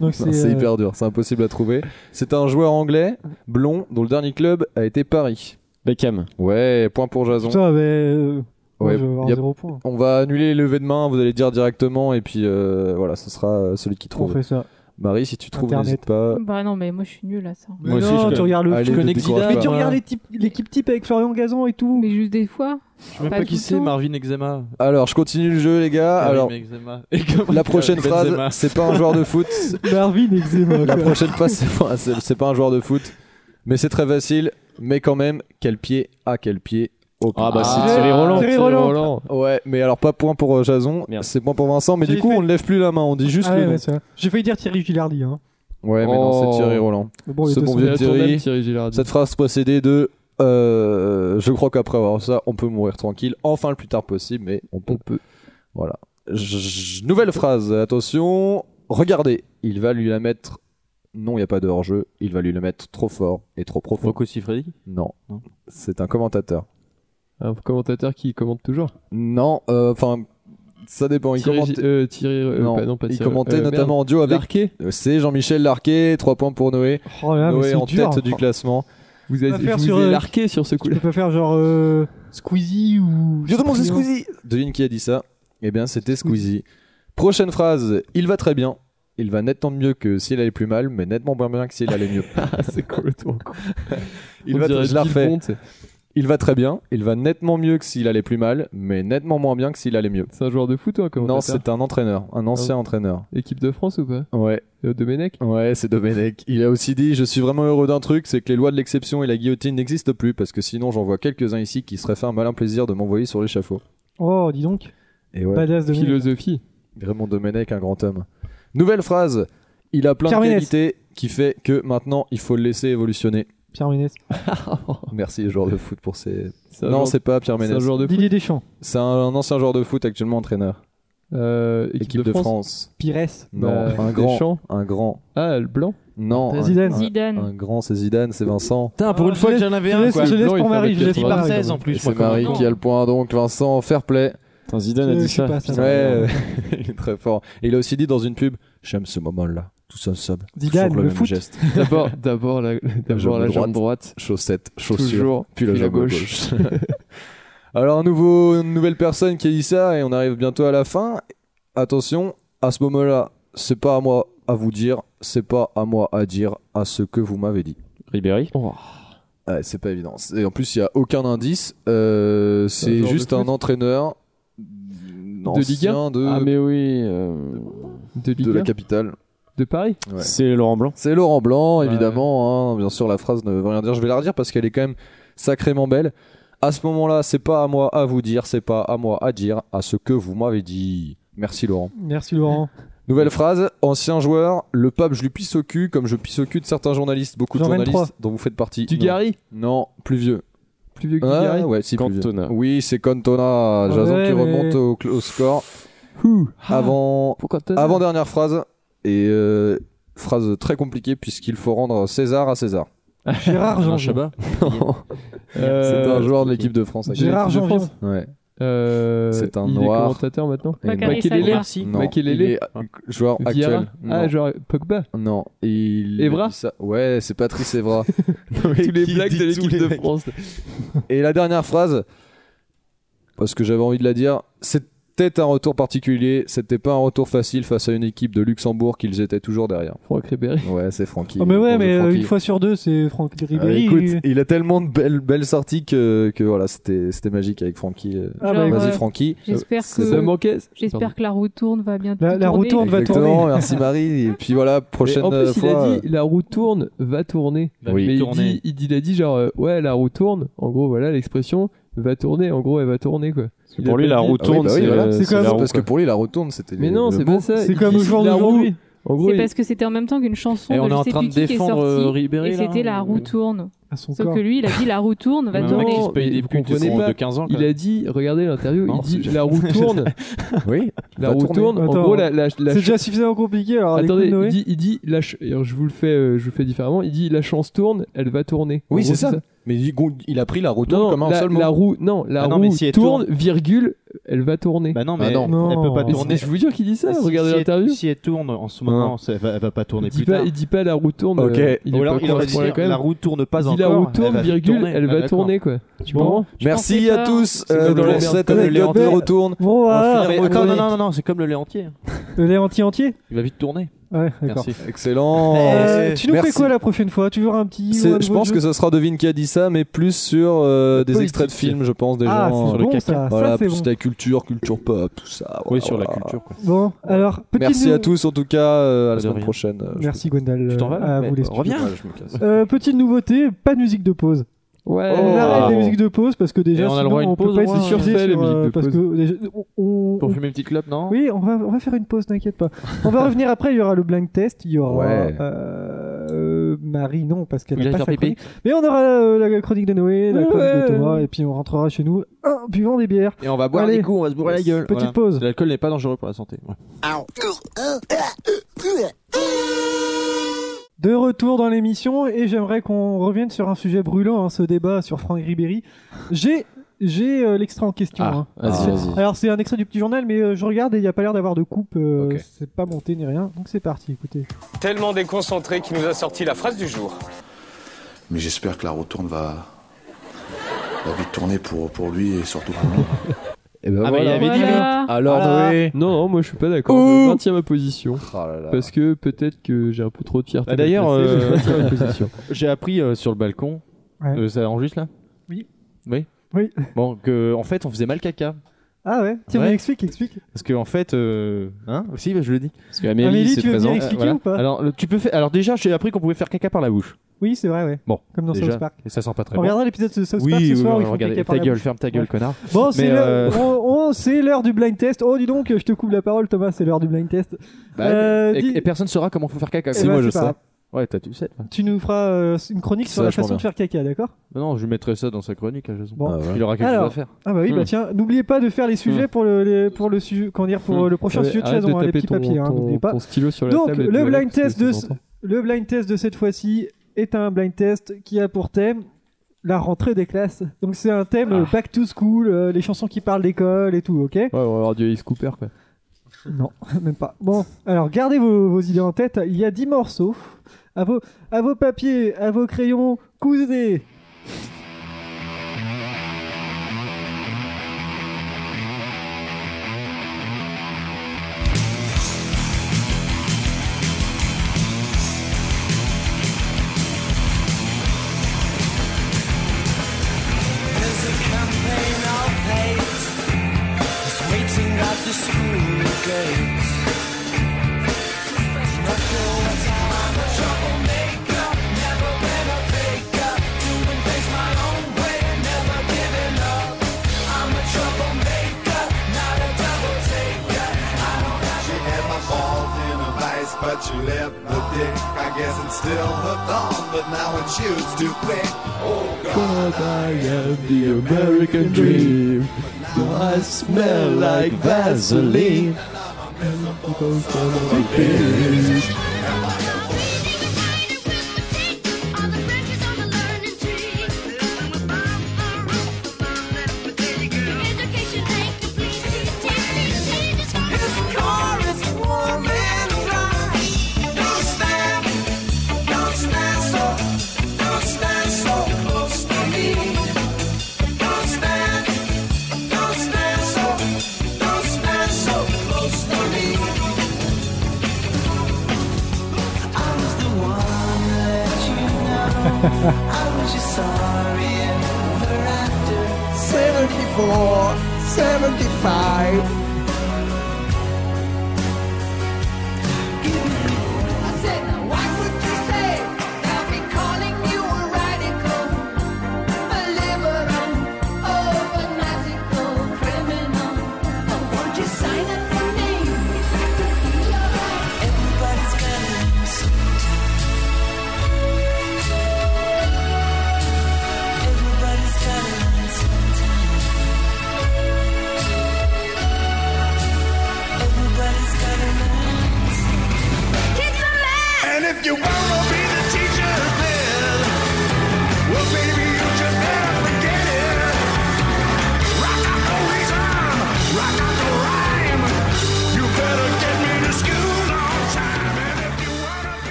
[SPEAKER 3] Non,
[SPEAKER 2] c'est
[SPEAKER 3] Bah, C'est
[SPEAKER 2] euh,
[SPEAKER 3] hyper dur, c'est impossible à trouver. C'est un joueur anglais, blond, dont le dernier club a été Paris.
[SPEAKER 4] Beckham.
[SPEAKER 3] Ouais, point pour Jason.
[SPEAKER 2] Putain, mais euh, moi,
[SPEAKER 3] Ouais,
[SPEAKER 2] je vais avoir
[SPEAKER 3] y a-
[SPEAKER 2] zéro point.
[SPEAKER 3] On va annuler les levées de main, vous allez dire directement, et puis euh, voilà, ce sera euh, celui qui
[SPEAKER 2] On
[SPEAKER 3] trouve.
[SPEAKER 2] fait ça.
[SPEAKER 3] Marie, si tu trouves,
[SPEAKER 2] Internet.
[SPEAKER 3] n'hésite pas.
[SPEAKER 6] Bah non, mais moi je suis nulle à ça.
[SPEAKER 2] Mais
[SPEAKER 7] aussi,
[SPEAKER 2] non,
[SPEAKER 7] je
[SPEAKER 2] tu regardes le
[SPEAKER 3] Allez, Ah, bah.
[SPEAKER 2] foot.
[SPEAKER 3] ne
[SPEAKER 7] connais
[SPEAKER 3] décourage
[SPEAKER 7] Xidane.
[SPEAKER 2] Mais
[SPEAKER 3] pas.
[SPEAKER 2] tu regardes les types- l'équipe type avec Florian Gazon et tout.
[SPEAKER 6] Mais juste des fois.
[SPEAKER 7] Je sais même
[SPEAKER 6] Pas
[SPEAKER 7] pas
[SPEAKER 6] du
[SPEAKER 7] qui c'est,
[SPEAKER 6] tout.
[SPEAKER 7] Marvin Exema.
[SPEAKER 3] Alors, je continue le jeu, les
[SPEAKER 4] Ah
[SPEAKER 3] gars. Ah, Alors, la
[SPEAKER 4] euh,
[SPEAKER 3] prochaine phrase, c'est pas un joueur de foot.
[SPEAKER 2] Marvin Eczema.
[SPEAKER 3] la
[SPEAKER 2] quoi.
[SPEAKER 3] prochaine phrase, c'est pas, c'est- c'est pas un joueur de foot. Mais c'est très facile. Mais quand même, quel pied à quel pied au
[SPEAKER 4] Ah bah
[SPEAKER 2] Ah.
[SPEAKER 4] c'est Thierry Roland.
[SPEAKER 2] Thierry Roland.
[SPEAKER 3] Ouais, mais alors pas point pour euh, Jason,
[SPEAKER 4] Merde.
[SPEAKER 3] c'est point pour Vincent, mais
[SPEAKER 2] J'ai
[SPEAKER 3] du coup
[SPEAKER 2] fait-
[SPEAKER 3] on ne lève plus la main, on dit juste
[SPEAKER 2] Ah ouais,
[SPEAKER 3] le nom.
[SPEAKER 2] ouais, c'est vrai. J'ai failli dire Thierry Gilardi. Hein.
[SPEAKER 3] Ouais, mais non, c'est
[SPEAKER 5] Oh.
[SPEAKER 3] Thierry Roland.
[SPEAKER 2] Mais bon, les
[SPEAKER 3] Ce
[SPEAKER 2] deux
[SPEAKER 3] bon
[SPEAKER 2] sont-
[SPEAKER 3] vieux-
[SPEAKER 5] Il a tourné
[SPEAKER 3] Thierry.
[SPEAKER 5] avec Thierry Gilardi.
[SPEAKER 3] Cette phrase procédée de euh, je crois qu'après avoir ça, on peut mourir tranquille, enfin le plus tard possible, mais on peut. Voilà. J- j- Nouvelle phrase, attention. Regardez, il va lui la mettre. Non, il n'y a pas de hors-jeu. Il va lui la mettre trop fort et trop profond.
[SPEAKER 7] Rocco Siffredi.
[SPEAKER 3] Non.
[SPEAKER 7] Non.
[SPEAKER 3] C'est un commentateur.
[SPEAKER 5] Un commentateur qui commente toujours.
[SPEAKER 3] Non, euh, enfin, ça dépend. Il
[SPEAKER 5] Thierry,
[SPEAKER 3] commentait,
[SPEAKER 5] euh, Thierry, euh,
[SPEAKER 3] non.
[SPEAKER 5] pas- non, pas
[SPEAKER 3] il
[SPEAKER 5] Thierry,
[SPEAKER 3] commentait
[SPEAKER 5] euh, merde.
[SPEAKER 3] notamment en duo avec.
[SPEAKER 5] Larquet. Ah,
[SPEAKER 3] Euh, C'est Jean-Michel Larquet, 3 points pour Noé.
[SPEAKER 2] Oh là, mais
[SPEAKER 3] Noé
[SPEAKER 2] c'est
[SPEAKER 3] en
[SPEAKER 2] dur.
[SPEAKER 5] hein.
[SPEAKER 3] tête du classement.
[SPEAKER 5] Vous
[SPEAKER 2] On va
[SPEAKER 5] avez
[SPEAKER 2] faire
[SPEAKER 5] je vous
[SPEAKER 2] sur,
[SPEAKER 5] ai
[SPEAKER 2] euh,
[SPEAKER 5] larqué sur ce
[SPEAKER 2] Tu
[SPEAKER 5] coup-là.
[SPEAKER 2] peux pas faire genre euh, Squeezie ou.
[SPEAKER 3] demande
[SPEAKER 2] Cyprien.
[SPEAKER 3] Devine qui a dit ça Eh bien, c'était Squeezie. Prochaine phrase. Il va très bien. il va nettement mieux que s'il allait plus mal, mais nettement moins bien que s'il allait mieux.
[SPEAKER 5] Ah, c'est complètement con.
[SPEAKER 3] Il
[SPEAKER 5] On
[SPEAKER 3] va,
[SPEAKER 5] dirait
[SPEAKER 3] je la
[SPEAKER 5] Bill
[SPEAKER 3] refais.
[SPEAKER 5] Bond, c'est-
[SPEAKER 3] Il va très bien, il va nettement mieux que s'il allait plus mal, mais nettement moins bien que s'il allait mieux.
[SPEAKER 5] C'est un joueur de foot, toi, comment
[SPEAKER 3] Non, c'est un entraîneur, un ancien entraîneur.
[SPEAKER 5] Équipe de France ou pas
[SPEAKER 3] Ah Ouais,
[SPEAKER 5] Euh, Domenech
[SPEAKER 3] ouais, c'est Domenech. Il a aussi dit Je suis vraiment heureux d'un truc, c'est que les lois de l'exception et la guillotine n'existent plus, parce que sinon j'en vois quelques-uns ici qui seraient fait un malin plaisir de m'envoyer sur l'échafaud.
[SPEAKER 2] Oh, dis donc.
[SPEAKER 3] Et ouais,
[SPEAKER 2] Badass de
[SPEAKER 5] Philosophie.
[SPEAKER 3] Raymond Domenech, un grand homme. Nouvelle phrase Il a plein
[SPEAKER 2] Pierre
[SPEAKER 3] de
[SPEAKER 2] Ménès.
[SPEAKER 3] qualités qui fait que maintenant il faut le laisser évolutionner.
[SPEAKER 2] Pierre Ménès.
[SPEAKER 3] Merci les joueurs de foot pour ces.
[SPEAKER 5] C'est un
[SPEAKER 3] Non,
[SPEAKER 5] joueur-
[SPEAKER 3] c'est pas Pierre
[SPEAKER 5] c'est un
[SPEAKER 3] Ménès.
[SPEAKER 5] joueur de foot.
[SPEAKER 2] Didier Deschamps.
[SPEAKER 3] C'est un, un ancien joueur de foot actuellement entraîneur.
[SPEAKER 5] Euh,
[SPEAKER 3] Équipe, de, France.
[SPEAKER 2] Pires.
[SPEAKER 3] Non,
[SPEAKER 5] Bah,
[SPEAKER 3] un grand.
[SPEAKER 5] Deschamps.
[SPEAKER 3] Un grand.
[SPEAKER 5] Ah, le blanc.
[SPEAKER 3] Non, un,
[SPEAKER 2] Zidane.
[SPEAKER 6] Zidane.
[SPEAKER 3] un grand, c'est Zidane, c'est Vincent.
[SPEAKER 7] Putain, pour une fois que j'en avais
[SPEAKER 2] Je
[SPEAKER 7] un,
[SPEAKER 2] laisse,
[SPEAKER 7] quoi.
[SPEAKER 2] je laisse
[SPEAKER 5] blanc,
[SPEAKER 2] pour
[SPEAKER 5] il fait
[SPEAKER 2] Marie. Je
[SPEAKER 5] avec
[SPEAKER 2] laisse
[SPEAKER 5] les
[SPEAKER 7] Petit
[SPEAKER 2] pour
[SPEAKER 5] bras.
[SPEAKER 2] Marie.
[SPEAKER 7] parenthèse en
[SPEAKER 3] Et
[SPEAKER 7] plus.
[SPEAKER 3] c'est Marie
[SPEAKER 6] non.
[SPEAKER 3] qui a le point, donc Vincent, fair play.
[SPEAKER 4] Putain, Zidane a
[SPEAKER 2] Je
[SPEAKER 4] dit
[SPEAKER 2] sais
[SPEAKER 4] ça.
[SPEAKER 2] pas, ça
[SPEAKER 4] Putain,
[SPEAKER 2] va.
[SPEAKER 3] Ouais, il est très fort. Et il a aussi dit dans une pub J'aime ce moment-là, tous ensemble.
[SPEAKER 2] Zidane,
[SPEAKER 3] toujours
[SPEAKER 2] le
[SPEAKER 3] même
[SPEAKER 2] foot.
[SPEAKER 3] geste.
[SPEAKER 5] D'abord, d'abord la, d'abord
[SPEAKER 3] jambe
[SPEAKER 5] la
[SPEAKER 3] droite,
[SPEAKER 5] jambe droite.
[SPEAKER 3] Chaussettes, chaussures,
[SPEAKER 5] Toujours.
[SPEAKER 3] puis la jambe gauche. Alors, un nouveau, une nouvelle personne qui a dit ça, et on arrive bientôt à la fin. Attention, à ce moment-là, c'est pas à moi à vous dire, c'est pas à moi à dire à ce que vous m'avez dit.
[SPEAKER 4] Ribéry.
[SPEAKER 3] Ouais, c'est pas évident. Et en plus, il y a aucun indice. Euh,
[SPEAKER 5] Un
[SPEAKER 3] c'est
[SPEAKER 5] joueur de
[SPEAKER 3] juste un
[SPEAKER 5] foot.
[SPEAKER 3] entraîneur
[SPEAKER 5] De Ligue un
[SPEAKER 3] ancien de,
[SPEAKER 4] Ah, mais oui. euh,
[SPEAKER 5] De Ligue
[SPEAKER 3] de
[SPEAKER 5] 1 de,
[SPEAKER 3] la capitale.
[SPEAKER 5] Paris.
[SPEAKER 3] Ouais.
[SPEAKER 4] C'est Laurent Blanc.
[SPEAKER 3] C'est Laurent Blanc,
[SPEAKER 5] Ouais.
[SPEAKER 3] évidemment. hein. Bien sûr, la phrase ne veut rien dire. Je vais la redire parce qu'elle est quand même sacrément belle. À ce moment-là, c'est pas à moi à vous dire, c'est pas à moi à dire à ce que vous m'avez dit. Merci Laurent.
[SPEAKER 2] Merci Laurent.
[SPEAKER 3] Nouvelle phrase, ancien joueur, le pape je lui pisse au cul comme je pisse au cul de certains journalistes, beaucoup de
[SPEAKER 2] Jean
[SPEAKER 3] journalistes
[SPEAKER 2] 23.
[SPEAKER 3] dont vous faites partie.
[SPEAKER 5] Du
[SPEAKER 3] Non.
[SPEAKER 5] Gary.
[SPEAKER 3] Non, plus vieux.
[SPEAKER 5] Plus vieux que
[SPEAKER 3] Ah,
[SPEAKER 5] Dugarry.
[SPEAKER 3] ouais, si, plus vieux.
[SPEAKER 4] Cantona.
[SPEAKER 3] Oui, c'est Cantona, Jason
[SPEAKER 2] ouais,
[SPEAKER 3] qui
[SPEAKER 2] mais-
[SPEAKER 3] remonte au, cl- au score.
[SPEAKER 5] Ouh.
[SPEAKER 3] Avant,
[SPEAKER 5] Pourquoi t'as-
[SPEAKER 3] avant dernière phrase et euh, phrase très compliquée puisqu'il faut rendre César à César.
[SPEAKER 2] Gérard Janvier.
[SPEAKER 5] Euh,
[SPEAKER 3] c'est un joueur de l'équipe de France. actuelle.
[SPEAKER 2] Gérard
[SPEAKER 5] l'équipe de
[SPEAKER 2] Janvier.
[SPEAKER 3] Ouais.
[SPEAKER 5] Euh,
[SPEAKER 3] C'est un
[SPEAKER 5] il
[SPEAKER 3] noir.
[SPEAKER 5] est commentateur maintenant.
[SPEAKER 3] Et non.
[SPEAKER 6] Macaré
[SPEAKER 5] Makelele.
[SPEAKER 6] Sarr.
[SPEAKER 3] Non,
[SPEAKER 5] Makelele.
[SPEAKER 3] il est joueur
[SPEAKER 5] Vieira.
[SPEAKER 3] actuel. Non.
[SPEAKER 5] Ah, genre Pogba.
[SPEAKER 3] Non, il
[SPEAKER 5] Evra
[SPEAKER 3] dit ça- Ouais, c'est Patrice Evra.
[SPEAKER 5] Tous les blacks de
[SPEAKER 3] tous les
[SPEAKER 5] l'équipe de
[SPEAKER 3] mecs.
[SPEAKER 5] France.
[SPEAKER 3] Et la dernière phrase, parce que j'avais envie de la dire, c'était un retour particulier. C'était pas un retour facile face à une équipe de Luxembourg qu'ils étaient toujours derrière.
[SPEAKER 5] Franck Ribéry.
[SPEAKER 3] Ouais, c'est Francky.
[SPEAKER 2] Oh, mais ouais,
[SPEAKER 3] Bonjour,
[SPEAKER 2] mais euh,
[SPEAKER 3] Francky.
[SPEAKER 2] une fois sur deux, c'est Franck
[SPEAKER 3] Euh,
[SPEAKER 2] Ribéry.
[SPEAKER 3] écoute, il a tellement de belles, belles sorties que, que voilà, c'était c'était magique avec Francky. euh.
[SPEAKER 2] Ah, bah,
[SPEAKER 6] Genre,
[SPEAKER 3] Vas-y,
[SPEAKER 6] euh,
[SPEAKER 3] Francky.
[SPEAKER 6] J'espère
[SPEAKER 3] C'est
[SPEAKER 5] Ça
[SPEAKER 6] que
[SPEAKER 5] manquait.
[SPEAKER 6] j'espère que la roue tourne va bientôt
[SPEAKER 2] La- la roue
[SPEAKER 6] tourner.
[SPEAKER 2] tourne, va
[SPEAKER 3] Exactement,
[SPEAKER 2] tourner.
[SPEAKER 3] merci Marie. Et puis voilà,
[SPEAKER 5] Mais
[SPEAKER 3] prochaine euh,
[SPEAKER 5] en plus, il
[SPEAKER 3] fois.
[SPEAKER 5] a dit la roue tourne, va tourner.
[SPEAKER 3] Oui.
[SPEAKER 5] Mais il,
[SPEAKER 7] tourner.
[SPEAKER 5] dit, il, dit- il a dit genre euh, ouais la roue tourne. En gros voilà l'expression va tourner. En gros elle va tourner quoi. Il
[SPEAKER 4] Pour
[SPEAKER 5] a
[SPEAKER 4] lui,
[SPEAKER 5] pas
[SPEAKER 4] la
[SPEAKER 5] dit-
[SPEAKER 4] roue
[SPEAKER 3] Ah oui, bah
[SPEAKER 4] tourne.
[SPEAKER 3] oui,
[SPEAKER 4] C'est
[SPEAKER 3] voilà.
[SPEAKER 4] euh,
[SPEAKER 2] C'est
[SPEAKER 4] c'est
[SPEAKER 2] comme-
[SPEAKER 4] la
[SPEAKER 3] C'est
[SPEAKER 4] roue,
[SPEAKER 3] parce que
[SPEAKER 4] quoi.
[SPEAKER 3] pour lui, la retourne, c'était.
[SPEAKER 5] Mais non
[SPEAKER 3] le
[SPEAKER 5] c'est
[SPEAKER 3] mot.
[SPEAKER 5] pas ça.
[SPEAKER 2] C'est
[SPEAKER 5] Il
[SPEAKER 2] comme
[SPEAKER 5] dit
[SPEAKER 2] aujourd'hui.
[SPEAKER 5] la roue. En gros
[SPEAKER 6] C'est
[SPEAKER 5] il-
[SPEAKER 6] parce que c'était en même temps qu'une chanson
[SPEAKER 7] Et
[SPEAKER 6] de
[SPEAKER 7] on est
[SPEAKER 6] je
[SPEAKER 7] en
[SPEAKER 6] sais
[SPEAKER 7] train de
[SPEAKER 6] plus qui qui est
[SPEAKER 7] défendre euh,
[SPEAKER 6] sortie.
[SPEAKER 7] Ribéry.
[SPEAKER 6] Et
[SPEAKER 7] là,
[SPEAKER 6] c'était la
[SPEAKER 7] ou-
[SPEAKER 6] roue tourne.
[SPEAKER 2] À son
[SPEAKER 6] Sauf
[SPEAKER 2] corps.
[SPEAKER 6] que lui, il a dit la roue tourne,
[SPEAKER 7] Ouais, un
[SPEAKER 6] va
[SPEAKER 7] mec qui
[SPEAKER 5] Non,
[SPEAKER 6] tourner.
[SPEAKER 7] se paye
[SPEAKER 5] mais
[SPEAKER 7] des
[SPEAKER 5] vous
[SPEAKER 7] putes de
[SPEAKER 5] comprenez
[SPEAKER 7] son-
[SPEAKER 5] pas.
[SPEAKER 7] de 15 ans. quoi.
[SPEAKER 5] Il a dit regardez l'interview.
[SPEAKER 7] Non,
[SPEAKER 5] Il dit
[SPEAKER 7] c'est-
[SPEAKER 5] la roue tourne.
[SPEAKER 3] Oui,
[SPEAKER 5] La
[SPEAKER 3] Va
[SPEAKER 5] roue
[SPEAKER 3] tourner.
[SPEAKER 5] tourne. En
[SPEAKER 2] Attends.
[SPEAKER 5] gros la la la
[SPEAKER 2] C'est déjà suffisamment compliqué.
[SPEAKER 3] Ah,
[SPEAKER 2] Alors, les coups
[SPEAKER 5] Attendez,
[SPEAKER 2] de Noé.
[SPEAKER 5] il dit, il dit la ch- alors, je vous le fais, euh, je vous le fais différemment. Il dit la chance tourne, elle va tourner. En
[SPEAKER 3] oui
[SPEAKER 5] gros,
[SPEAKER 3] c'est ça. Mais il il a pris la
[SPEAKER 5] Non,
[SPEAKER 3] retourne comme un
[SPEAKER 5] la,
[SPEAKER 3] seul mot.
[SPEAKER 5] la roue, non, la
[SPEAKER 7] Ah non,
[SPEAKER 5] roue
[SPEAKER 7] mais si elle
[SPEAKER 5] tourne, virgule, elle va tourner.
[SPEAKER 7] Bah non, mais
[SPEAKER 3] Ah non.
[SPEAKER 7] elle peut pas
[SPEAKER 2] Non.
[SPEAKER 5] Mais
[SPEAKER 7] tourner. Bah,
[SPEAKER 5] c'est- je vous jure qu'il dit ça.
[SPEAKER 7] Si-
[SPEAKER 5] regardez
[SPEAKER 7] si elle-
[SPEAKER 5] l'interview.
[SPEAKER 7] Si elle tourne en ce
[SPEAKER 3] Non.
[SPEAKER 7] moment, ça- elle va- elle va pas
[SPEAKER 5] il
[SPEAKER 7] tourner
[SPEAKER 5] dit
[SPEAKER 7] plus
[SPEAKER 5] pas,
[SPEAKER 7] tard.
[SPEAKER 5] il dit pas la roue tourne.
[SPEAKER 3] Ok.
[SPEAKER 5] euh, il est
[SPEAKER 7] Ou alors,
[SPEAKER 5] pas
[SPEAKER 7] il
[SPEAKER 5] con à
[SPEAKER 7] aurait
[SPEAKER 5] ce
[SPEAKER 7] dit
[SPEAKER 5] point-là, quand même.
[SPEAKER 7] la roue tourne pas
[SPEAKER 5] Il
[SPEAKER 7] encore.
[SPEAKER 5] dit la roue tourne,
[SPEAKER 7] va
[SPEAKER 5] virgule,
[SPEAKER 7] tourner.
[SPEAKER 5] elle
[SPEAKER 7] Ah,
[SPEAKER 5] va
[SPEAKER 7] d'accord.
[SPEAKER 5] tourner quoi. Tu
[SPEAKER 7] Bon.
[SPEAKER 5] comprends
[SPEAKER 3] Merci
[SPEAKER 6] pensais
[SPEAKER 3] à
[SPEAKER 6] pas.
[SPEAKER 3] tous
[SPEAKER 5] C'est
[SPEAKER 3] euh,
[SPEAKER 5] comme
[SPEAKER 3] pour
[SPEAKER 5] le
[SPEAKER 3] cette
[SPEAKER 5] Léon-
[SPEAKER 3] anecdote de
[SPEAKER 2] Léon-
[SPEAKER 3] retourne.
[SPEAKER 2] Bon, ah,
[SPEAKER 7] Mais-
[SPEAKER 2] bon,
[SPEAKER 7] non, non,
[SPEAKER 2] allez.
[SPEAKER 7] non, non, c'est comme le lait entier.
[SPEAKER 2] Le lait entier-entier
[SPEAKER 7] Il va vite tourner.
[SPEAKER 2] Ouais, d'accord.
[SPEAKER 7] Merci.
[SPEAKER 3] Excellent.
[SPEAKER 2] Euh, tu nous
[SPEAKER 3] Merci.
[SPEAKER 2] fais quoi la prochaine fois Tu veux un petit. ou un
[SPEAKER 3] C'est- Je
[SPEAKER 2] nouveau
[SPEAKER 3] pense
[SPEAKER 2] jeu
[SPEAKER 3] que ce sera Devine qui a dit ça, mais plus sur euh, des
[SPEAKER 2] Politique.
[SPEAKER 3] extraits de films, je pense, des
[SPEAKER 2] Ah, c'est
[SPEAKER 3] gens. euh,
[SPEAKER 2] bon ça,
[SPEAKER 3] Voilà,
[SPEAKER 2] ça c'est bon.
[SPEAKER 3] plus la culture, culture pop, tout ça. voilà, voilà.
[SPEAKER 7] quoi.
[SPEAKER 2] Bon, alors, petite
[SPEAKER 3] Merci
[SPEAKER 2] nou-
[SPEAKER 3] à tous en tout cas, euh, à la
[SPEAKER 7] De
[SPEAKER 3] semaine
[SPEAKER 7] rien.
[SPEAKER 3] prochaine. euh, je-
[SPEAKER 2] Merci Gwendal.
[SPEAKER 7] Tu t'en vas
[SPEAKER 2] euh, à
[SPEAKER 7] Ouais,
[SPEAKER 2] vous les
[SPEAKER 7] bah,
[SPEAKER 2] studios.
[SPEAKER 7] Reviens.
[SPEAKER 3] Ouais, je me casse.
[SPEAKER 2] Euh, petite nouveauté, pas de musique de pause.
[SPEAKER 5] Ouais.
[SPEAKER 2] on arrête
[SPEAKER 7] Ah
[SPEAKER 2] les
[SPEAKER 7] bon.
[SPEAKER 2] musiques de pause parce que déjà,
[SPEAKER 7] Et on a
[SPEAKER 2] sinon,
[SPEAKER 7] le droit à une
[SPEAKER 2] on peut
[SPEAKER 7] pause,
[SPEAKER 2] pas
[SPEAKER 7] au
[SPEAKER 2] être
[SPEAKER 7] moins, hein.
[SPEAKER 2] diffusé
[SPEAKER 5] on fait les
[SPEAKER 2] sur,
[SPEAKER 5] musiques de
[SPEAKER 2] parce
[SPEAKER 5] pause.
[SPEAKER 2] que déjà, on- on-
[SPEAKER 7] Pour fumer une petite clope, non
[SPEAKER 2] oui, on va, on va faire une pause, n'inquiète pas. On va revenir après, il y aura le blind test, il y aura
[SPEAKER 3] Ouais.
[SPEAKER 2] euh, euh, Marie, non, parce qu'elle
[SPEAKER 7] Il
[SPEAKER 2] n'a
[SPEAKER 7] va
[SPEAKER 2] pas sa
[SPEAKER 7] faire pipi.
[SPEAKER 2] chronique. Mais on aura euh, la chronique de Noé, la
[SPEAKER 5] Ouais.
[SPEAKER 2] chronique de Thomas, et puis on rentrera chez nous en buvant des bières.
[SPEAKER 7] Et on va boire
[SPEAKER 2] Allez.
[SPEAKER 7] des coups, on va se bourrer la gueule.
[SPEAKER 2] Petite
[SPEAKER 7] Voilà.
[SPEAKER 2] pause.
[SPEAKER 7] L'alcool n'est pas dangereux pour la santé. Ouais.
[SPEAKER 2] De retour dans l'émission et j'aimerais qu'on revienne sur un sujet brûlant, hein, ce débat sur Franck Ribéry. J'ai j'ai euh, l'extrait en question.
[SPEAKER 7] Ah,
[SPEAKER 2] hein.
[SPEAKER 4] Vas-y, vas-y.
[SPEAKER 2] Alors c'est un extrait du petit journal, mais euh, je regarde et il n'y a pas l'air d'avoir de coupe, euh,
[SPEAKER 3] Ok.
[SPEAKER 2] c'est pas monté ni rien, donc c'est parti. Écoutez,
[SPEAKER 10] Tellement déconcentré qu'il nous a sorti la phrase du jour.
[SPEAKER 11] Mais j'espère que la retourne va, va vite tourner pour, pour lui et surtout pour nous.
[SPEAKER 3] Et ben
[SPEAKER 11] Ah, mais il
[SPEAKER 3] voilà.
[SPEAKER 11] avait dit oui.
[SPEAKER 6] Voilà.
[SPEAKER 3] Alors
[SPEAKER 11] Voilà.
[SPEAKER 3] oui.
[SPEAKER 5] Non, non, moi je suis pas d'accord.
[SPEAKER 3] Ouh.
[SPEAKER 5] Je maintiens ma position.
[SPEAKER 3] Oh là là.
[SPEAKER 5] Parce que peut-être que j'ai un peu trop de fierté.
[SPEAKER 7] Bah, d'ailleurs,
[SPEAKER 5] placée, mais je
[SPEAKER 7] euh,
[SPEAKER 5] maintiens ma position.
[SPEAKER 7] J'ai appris euh, sur le balcon.
[SPEAKER 2] Ouais.
[SPEAKER 7] Euh, ça enregistre là
[SPEAKER 2] Oui.
[SPEAKER 7] Oui.
[SPEAKER 2] Oui.
[SPEAKER 7] Bon, que en fait, on faisait mal caca.
[SPEAKER 2] Ah ouais Tiens,
[SPEAKER 7] Ouais.
[SPEAKER 2] mais explique, explique.
[SPEAKER 7] Parce que en fait, euh, hein Si, bah, je le dis. Euh,
[SPEAKER 4] Parce que Amélie,
[SPEAKER 2] Amélie,
[SPEAKER 4] c'est
[SPEAKER 2] tu veux
[SPEAKER 4] présent.
[SPEAKER 2] bien expliquer
[SPEAKER 7] Voilà.
[SPEAKER 2] ou pas
[SPEAKER 7] Alors, le- tu peux faire. Alors déjà, j'ai appris qu'on pouvait faire caca par la bouche.
[SPEAKER 2] Oui, c'est vrai, ouais.
[SPEAKER 7] Bon,
[SPEAKER 2] Comme dans
[SPEAKER 7] déjà.
[SPEAKER 2] South Park.
[SPEAKER 7] Et ça sent pas très
[SPEAKER 2] On
[SPEAKER 7] bon.
[SPEAKER 2] regardera l'épisode de South
[SPEAKER 7] Oui,
[SPEAKER 2] Park ce
[SPEAKER 7] oui,
[SPEAKER 2] soir,
[SPEAKER 7] oui,
[SPEAKER 2] ils font
[SPEAKER 7] regardez.
[SPEAKER 2] piquer par
[SPEAKER 7] ta
[SPEAKER 2] la
[SPEAKER 7] gueule,
[SPEAKER 2] bouche.
[SPEAKER 7] ferme ta gueule, connard.
[SPEAKER 2] Bon, c'est
[SPEAKER 7] Mais,
[SPEAKER 2] l'heure-
[SPEAKER 7] euh,
[SPEAKER 2] on- on- c'est l'heure du blind test. Oh, dis donc, je te coupe la parole, Thomas, c'est l'heure du blind test.
[SPEAKER 7] Bah,
[SPEAKER 2] Euh,
[SPEAKER 7] et,
[SPEAKER 2] dis-
[SPEAKER 7] et personne saura comment faut faire caca.
[SPEAKER 2] Eh ben, c'est pas grave.
[SPEAKER 7] Ouais, t'as tu sais.
[SPEAKER 2] Tu nous feras euh, une chronique sur
[SPEAKER 7] Ça,
[SPEAKER 2] la
[SPEAKER 7] je m'en
[SPEAKER 2] façon de faire caca, d'accord
[SPEAKER 7] Bah non, je mettrai ça dans sa chronique, hein, à Jason.
[SPEAKER 2] Bon.
[SPEAKER 3] Ah, voilà.
[SPEAKER 7] Il aura quelque
[SPEAKER 2] Alors,
[SPEAKER 7] chose à faire.
[SPEAKER 2] Ah bah oui,
[SPEAKER 7] Hmm.
[SPEAKER 2] bah tiens, n'oubliez pas de faire les sujets pour le les- pour le sujet, comment dire, pour
[SPEAKER 5] Hmm.
[SPEAKER 2] euh, le prochain
[SPEAKER 5] Arrête-
[SPEAKER 2] sujet de
[SPEAKER 5] arrête
[SPEAKER 2] chaison, hein, les
[SPEAKER 5] taper
[SPEAKER 2] petits
[SPEAKER 5] ton-
[SPEAKER 2] papiers, hein,
[SPEAKER 5] ton-
[SPEAKER 2] n'oubliez pas.
[SPEAKER 5] Ton stylo sur la
[SPEAKER 2] Donc,
[SPEAKER 5] table. et
[SPEAKER 2] le
[SPEAKER 5] de le
[SPEAKER 2] blind
[SPEAKER 5] mettre, parce
[SPEAKER 2] test
[SPEAKER 5] que
[SPEAKER 2] de
[SPEAKER 5] c'est
[SPEAKER 2] ce-
[SPEAKER 5] important.
[SPEAKER 2] Le blind test de cette fois-ci est un blind test qui a pour thème la rentrée des classes. Donc c'est un thème euh, back to school, euh, les chansons qui parlent d'école et tout, ok
[SPEAKER 5] Ouais, on va avoir du Alice Cooper quoi.
[SPEAKER 2] Non, même pas. Bon, alors gardez vos, vos idées en tête. Il y a 10 morceaux. À vos, à vos papiers, à vos crayons, cousez
[SPEAKER 5] American Dream.
[SPEAKER 3] I smell like Vaseline.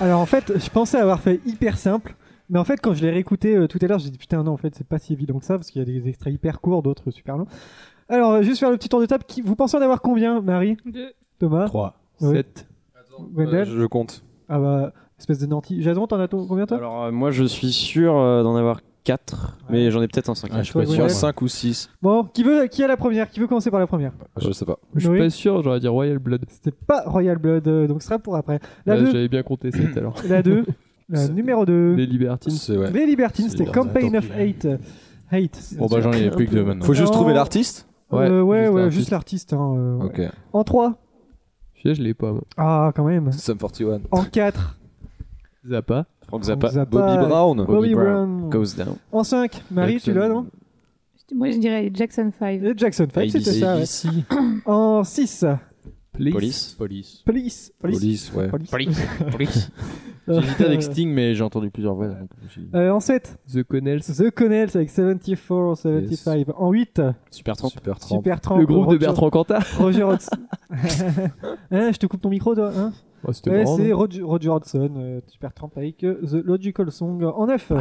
[SPEAKER 2] Alors en fait, je pensais avoir fait hyper simple, mais en fait quand je l'ai réécouté euh, tout à l'heure, j'ai dit putain non en fait c'est pas si évident que ça parce qu'il y a des extraits hyper courts, d'autres super longs. Alors euh, juste faire le petit tour de table. Qui... Vous pensez en avoir combien, Marie,
[SPEAKER 6] Deux.
[SPEAKER 2] Thomas,
[SPEAKER 3] 3.
[SPEAKER 2] Oui.
[SPEAKER 5] Sept.
[SPEAKER 4] Euh,
[SPEAKER 2] Wendell
[SPEAKER 3] je compte.
[SPEAKER 2] Ah bah espèce de nanti. Jason, t'en as t- combien toi
[SPEAKER 4] Alors, euh, moi, je suis sûr euh, d'en avoir 4, mais j'en ai peut-être un
[SPEAKER 7] Ah,
[SPEAKER 4] cinquième.
[SPEAKER 2] pas sûr, moi.
[SPEAKER 3] 5 ou 6.
[SPEAKER 2] Bon, qui veut qui a la première Qui veut commencer par la première
[SPEAKER 3] Je sais pas.
[SPEAKER 5] Je suis
[SPEAKER 2] Oui.
[SPEAKER 5] pas sûr, j'aurais dit Royal Blood.
[SPEAKER 2] C'était pas Royal Blood, euh, donc ce sera pour après. La
[SPEAKER 5] Ouais,
[SPEAKER 2] 2,
[SPEAKER 5] J'avais bien compté 7 alors.
[SPEAKER 2] la 2, la
[SPEAKER 3] C'est-
[SPEAKER 2] numéro 2.
[SPEAKER 5] Les Libertines.
[SPEAKER 3] C'est ouais.
[SPEAKER 2] Les Libertines,
[SPEAKER 3] C'est
[SPEAKER 2] c'était
[SPEAKER 3] bizarre,
[SPEAKER 2] Campaign
[SPEAKER 3] tant
[SPEAKER 2] of Hate. Hate.
[SPEAKER 7] Bon, bah j'en ai plus que deux maintenant.
[SPEAKER 3] Faut juste
[SPEAKER 2] Non.
[SPEAKER 3] trouver l'artiste.
[SPEAKER 5] Ouais,
[SPEAKER 2] Euh, ouais,
[SPEAKER 5] juste
[SPEAKER 2] ouais,
[SPEAKER 5] l'artiste.
[SPEAKER 2] juste l'artiste. hein, euh, ouais.
[SPEAKER 3] Ok.
[SPEAKER 2] En 3.
[SPEAKER 5] Je sais, je l'ai pas. moi.
[SPEAKER 2] Ah, quand même.
[SPEAKER 3] Sum 41.
[SPEAKER 2] En 4.
[SPEAKER 5] Zappa.
[SPEAKER 4] Frank Zappa,
[SPEAKER 2] bah,
[SPEAKER 3] Bobby Brown.
[SPEAKER 2] Bobby
[SPEAKER 4] Bobby
[SPEAKER 2] Brown.
[SPEAKER 4] Goes Down.
[SPEAKER 2] En 5. Marie, tu l'as, non
[SPEAKER 6] Moi, je dirais les Jackson 5.
[SPEAKER 2] Le Jackson
[SPEAKER 7] Ah,
[SPEAKER 2] 5, c'était ça, ouais.
[SPEAKER 4] ABC,
[SPEAKER 2] En 6.
[SPEAKER 5] Police.
[SPEAKER 4] Police.
[SPEAKER 7] Police.
[SPEAKER 2] Police.
[SPEAKER 3] Police, ouais.
[SPEAKER 2] Police.
[SPEAKER 7] J'hésitais avec Sting, mais j'ai entendu plusieurs voix. donc je me suis dit-
[SPEAKER 2] Euh, en 7.
[SPEAKER 5] The Connells.
[SPEAKER 2] The Connells avec 74, 75. En 8.
[SPEAKER 4] Super Trump.
[SPEAKER 3] Super Trump.
[SPEAKER 2] Super Trump.
[SPEAKER 5] Le groupe de
[SPEAKER 2] Roger-
[SPEAKER 5] Bertrand Cantat.
[SPEAKER 2] Roger Hodgson. hein, je te coupe ton micro, toi. Hein
[SPEAKER 5] Oh, C'était
[SPEAKER 2] Ouais,
[SPEAKER 5] marrant,
[SPEAKER 2] c'est
[SPEAKER 5] non
[SPEAKER 2] Roger, Roger Hodgson, euh, Super Trump avec euh, The Logical Song. En 9.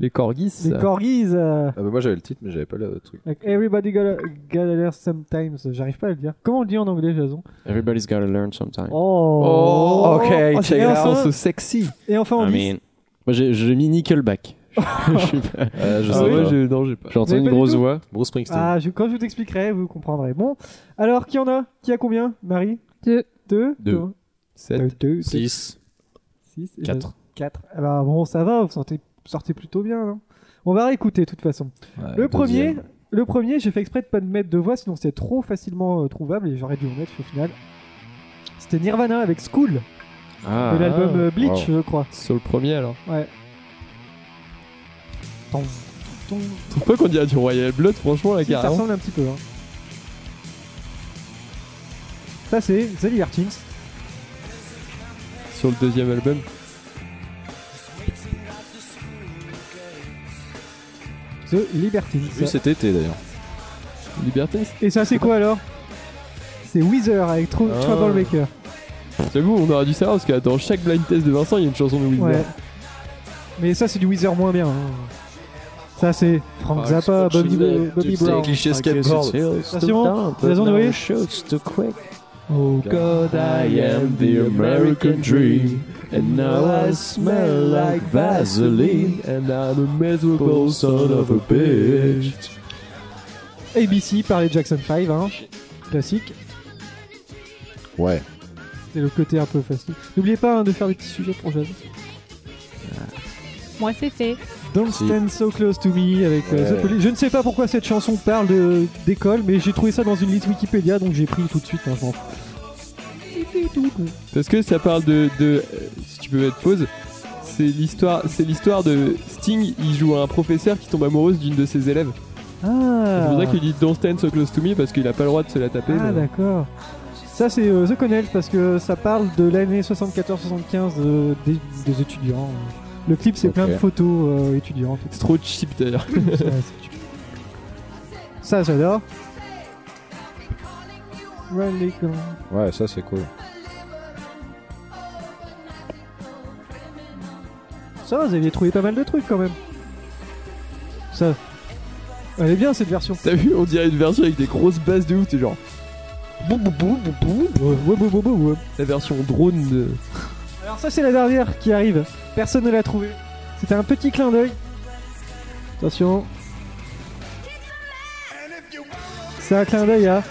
[SPEAKER 5] Les corgis.
[SPEAKER 2] Les corgis. euh,
[SPEAKER 3] Ah bah moi j'avais le titre mais j'avais pas le truc.
[SPEAKER 2] avec Everybody gotta, gotta learn sometimes. J'arrive pas à le dire. Comment on le dit en anglais, Jason
[SPEAKER 4] Everybody's gotta learn sometime.
[SPEAKER 2] Oh,
[SPEAKER 3] ok,
[SPEAKER 2] Oh, c'est
[SPEAKER 3] check it
[SPEAKER 2] enfin-
[SPEAKER 5] Oh, sexy.
[SPEAKER 2] Et enfin, on
[SPEAKER 4] I
[SPEAKER 2] dit.
[SPEAKER 4] mean, moi j'ai j'ai mis Nickelback. Je suis pas-
[SPEAKER 3] Euh, je
[SPEAKER 5] Ah
[SPEAKER 3] sais
[SPEAKER 5] ouais,
[SPEAKER 3] pas.
[SPEAKER 5] j'ai- non, j'ai pas.
[SPEAKER 4] J'ai entendu
[SPEAKER 2] pas
[SPEAKER 4] une
[SPEAKER 2] du
[SPEAKER 4] grosse
[SPEAKER 2] tout
[SPEAKER 4] voix.
[SPEAKER 3] Bruce Springsteen.
[SPEAKER 2] Ah, je- quand je vous expliquerai, vous comprendrez. Bon, alors qui en a Qui a combien Marie
[SPEAKER 6] Deux.
[SPEAKER 2] Deux
[SPEAKER 3] Deux.
[SPEAKER 2] Deux.
[SPEAKER 5] Sept.
[SPEAKER 2] Deux.
[SPEAKER 3] 6.
[SPEAKER 2] 6 et
[SPEAKER 4] Quatre.
[SPEAKER 2] 4. Alors ben, bon, ça va, vous sentez- sortez plutôt bien. non on va réécouter de toute façon. le, premier, le premier, j'ai fait exprès de pas de mettre de voix, sinon c'était trop facilement euh, trouvable et j'aurais dû en mettre au final. C'était Nirvana avec School
[SPEAKER 4] Ah,
[SPEAKER 2] de l'album euh, Bleach,
[SPEAKER 4] Wow.
[SPEAKER 2] je crois.
[SPEAKER 5] Sur le premier alors.
[SPEAKER 2] Ouais. Tom, tom.
[SPEAKER 5] Je trouve pas qu'on dirait du Royal Blood, franchement, la
[SPEAKER 2] Si, ça
[SPEAKER 5] carrément.
[SPEAKER 2] ressemble un petit peu. hein. Ça c'est The Libertines.
[SPEAKER 5] Sur le deuxième album.
[SPEAKER 2] The Libertines.
[SPEAKER 3] Vu cet été d'ailleurs.
[SPEAKER 5] Liberté.
[SPEAKER 2] Et ça c'est quoi alors C'est Weezer avec Trou-
[SPEAKER 5] Ah.
[SPEAKER 2] Troublemaker.
[SPEAKER 5] J'avoue, on aurait dû savoir parce que dans chaque blind test de Vincent, il y a une chanson de Weezer.
[SPEAKER 2] Ouais. Mais ça, c'est du Weezer moins bien. hein. Ça, c'est Frank
[SPEAKER 5] Ah,
[SPEAKER 2] Zappa,
[SPEAKER 5] c'est
[SPEAKER 2] Bobby,
[SPEAKER 5] Bobby-
[SPEAKER 2] Bobby Brown.
[SPEAKER 4] Ah,
[SPEAKER 3] cliché skateboard.
[SPEAKER 2] Attention, Jason
[SPEAKER 5] Ah,
[SPEAKER 2] Noé.
[SPEAKER 5] Oh
[SPEAKER 4] God, I am the American dream, and now I smell like Vaseline,
[SPEAKER 5] and I'm a miserable
[SPEAKER 4] son of a bitch.
[SPEAKER 2] ABC par les Jackson 5, hein. classique.
[SPEAKER 3] Ouais.
[SPEAKER 2] C'est le côté un peu facile. N'oubliez pas hein, de faire des petits sujets pour Jason.
[SPEAKER 6] Moi, c'est fait.
[SPEAKER 2] Don't
[SPEAKER 3] Si.
[SPEAKER 2] Stand So Close to Me avec euh,
[SPEAKER 3] Ouais.
[SPEAKER 2] The Police. Je ne sais pas pourquoi cette chanson parle de- d'école, mais j'ai trouvé ça dans une liste Wikipédia, donc j'ai pris tout de suite. hein, je m'en fous.
[SPEAKER 5] Parce que ça parle de, de- euh, si tu peux mettre pause, c'est l'histoire, c'est l'histoire de Sting. Il joue un professeur qui tombe amoureuse d'une de ses élèves. C'est pour ça
[SPEAKER 2] Ah,
[SPEAKER 5] qu'il dit Don't stand so close to me parce qu'il a pas le droit de se la taper.
[SPEAKER 2] Ah,
[SPEAKER 5] mais-
[SPEAKER 2] d'accord. Ça, c'est euh, The Connell parce que ça parle de l'année 74-75 euh, des, des étudiants. Le clip, c'est
[SPEAKER 3] Ok.
[SPEAKER 2] plein de photos euh, étudiantes.
[SPEAKER 5] c'est trop cheap d'ailleurs.
[SPEAKER 2] Ouais, c'est stupide. ça, j'adore. Really cool.
[SPEAKER 3] Ouais, ça c'est cool.
[SPEAKER 2] Ça, va, vous aviez trouvé pas mal de trucs quand même. Ça. Elle est bien cette version.
[SPEAKER 5] T'as vu, on dirait une version avec des grosses basses de ouf. C'est genre
[SPEAKER 2] Bou, bou, bou, bou, bou, bou, ouais, bou, bou, bou, ouais.
[SPEAKER 5] la version drone de.
[SPEAKER 2] Alors ça c'est la dernière qui arrive. Personne ne l'a trouvée. C'était un petit clin d'œil. Attention. C'est un clin d'œil à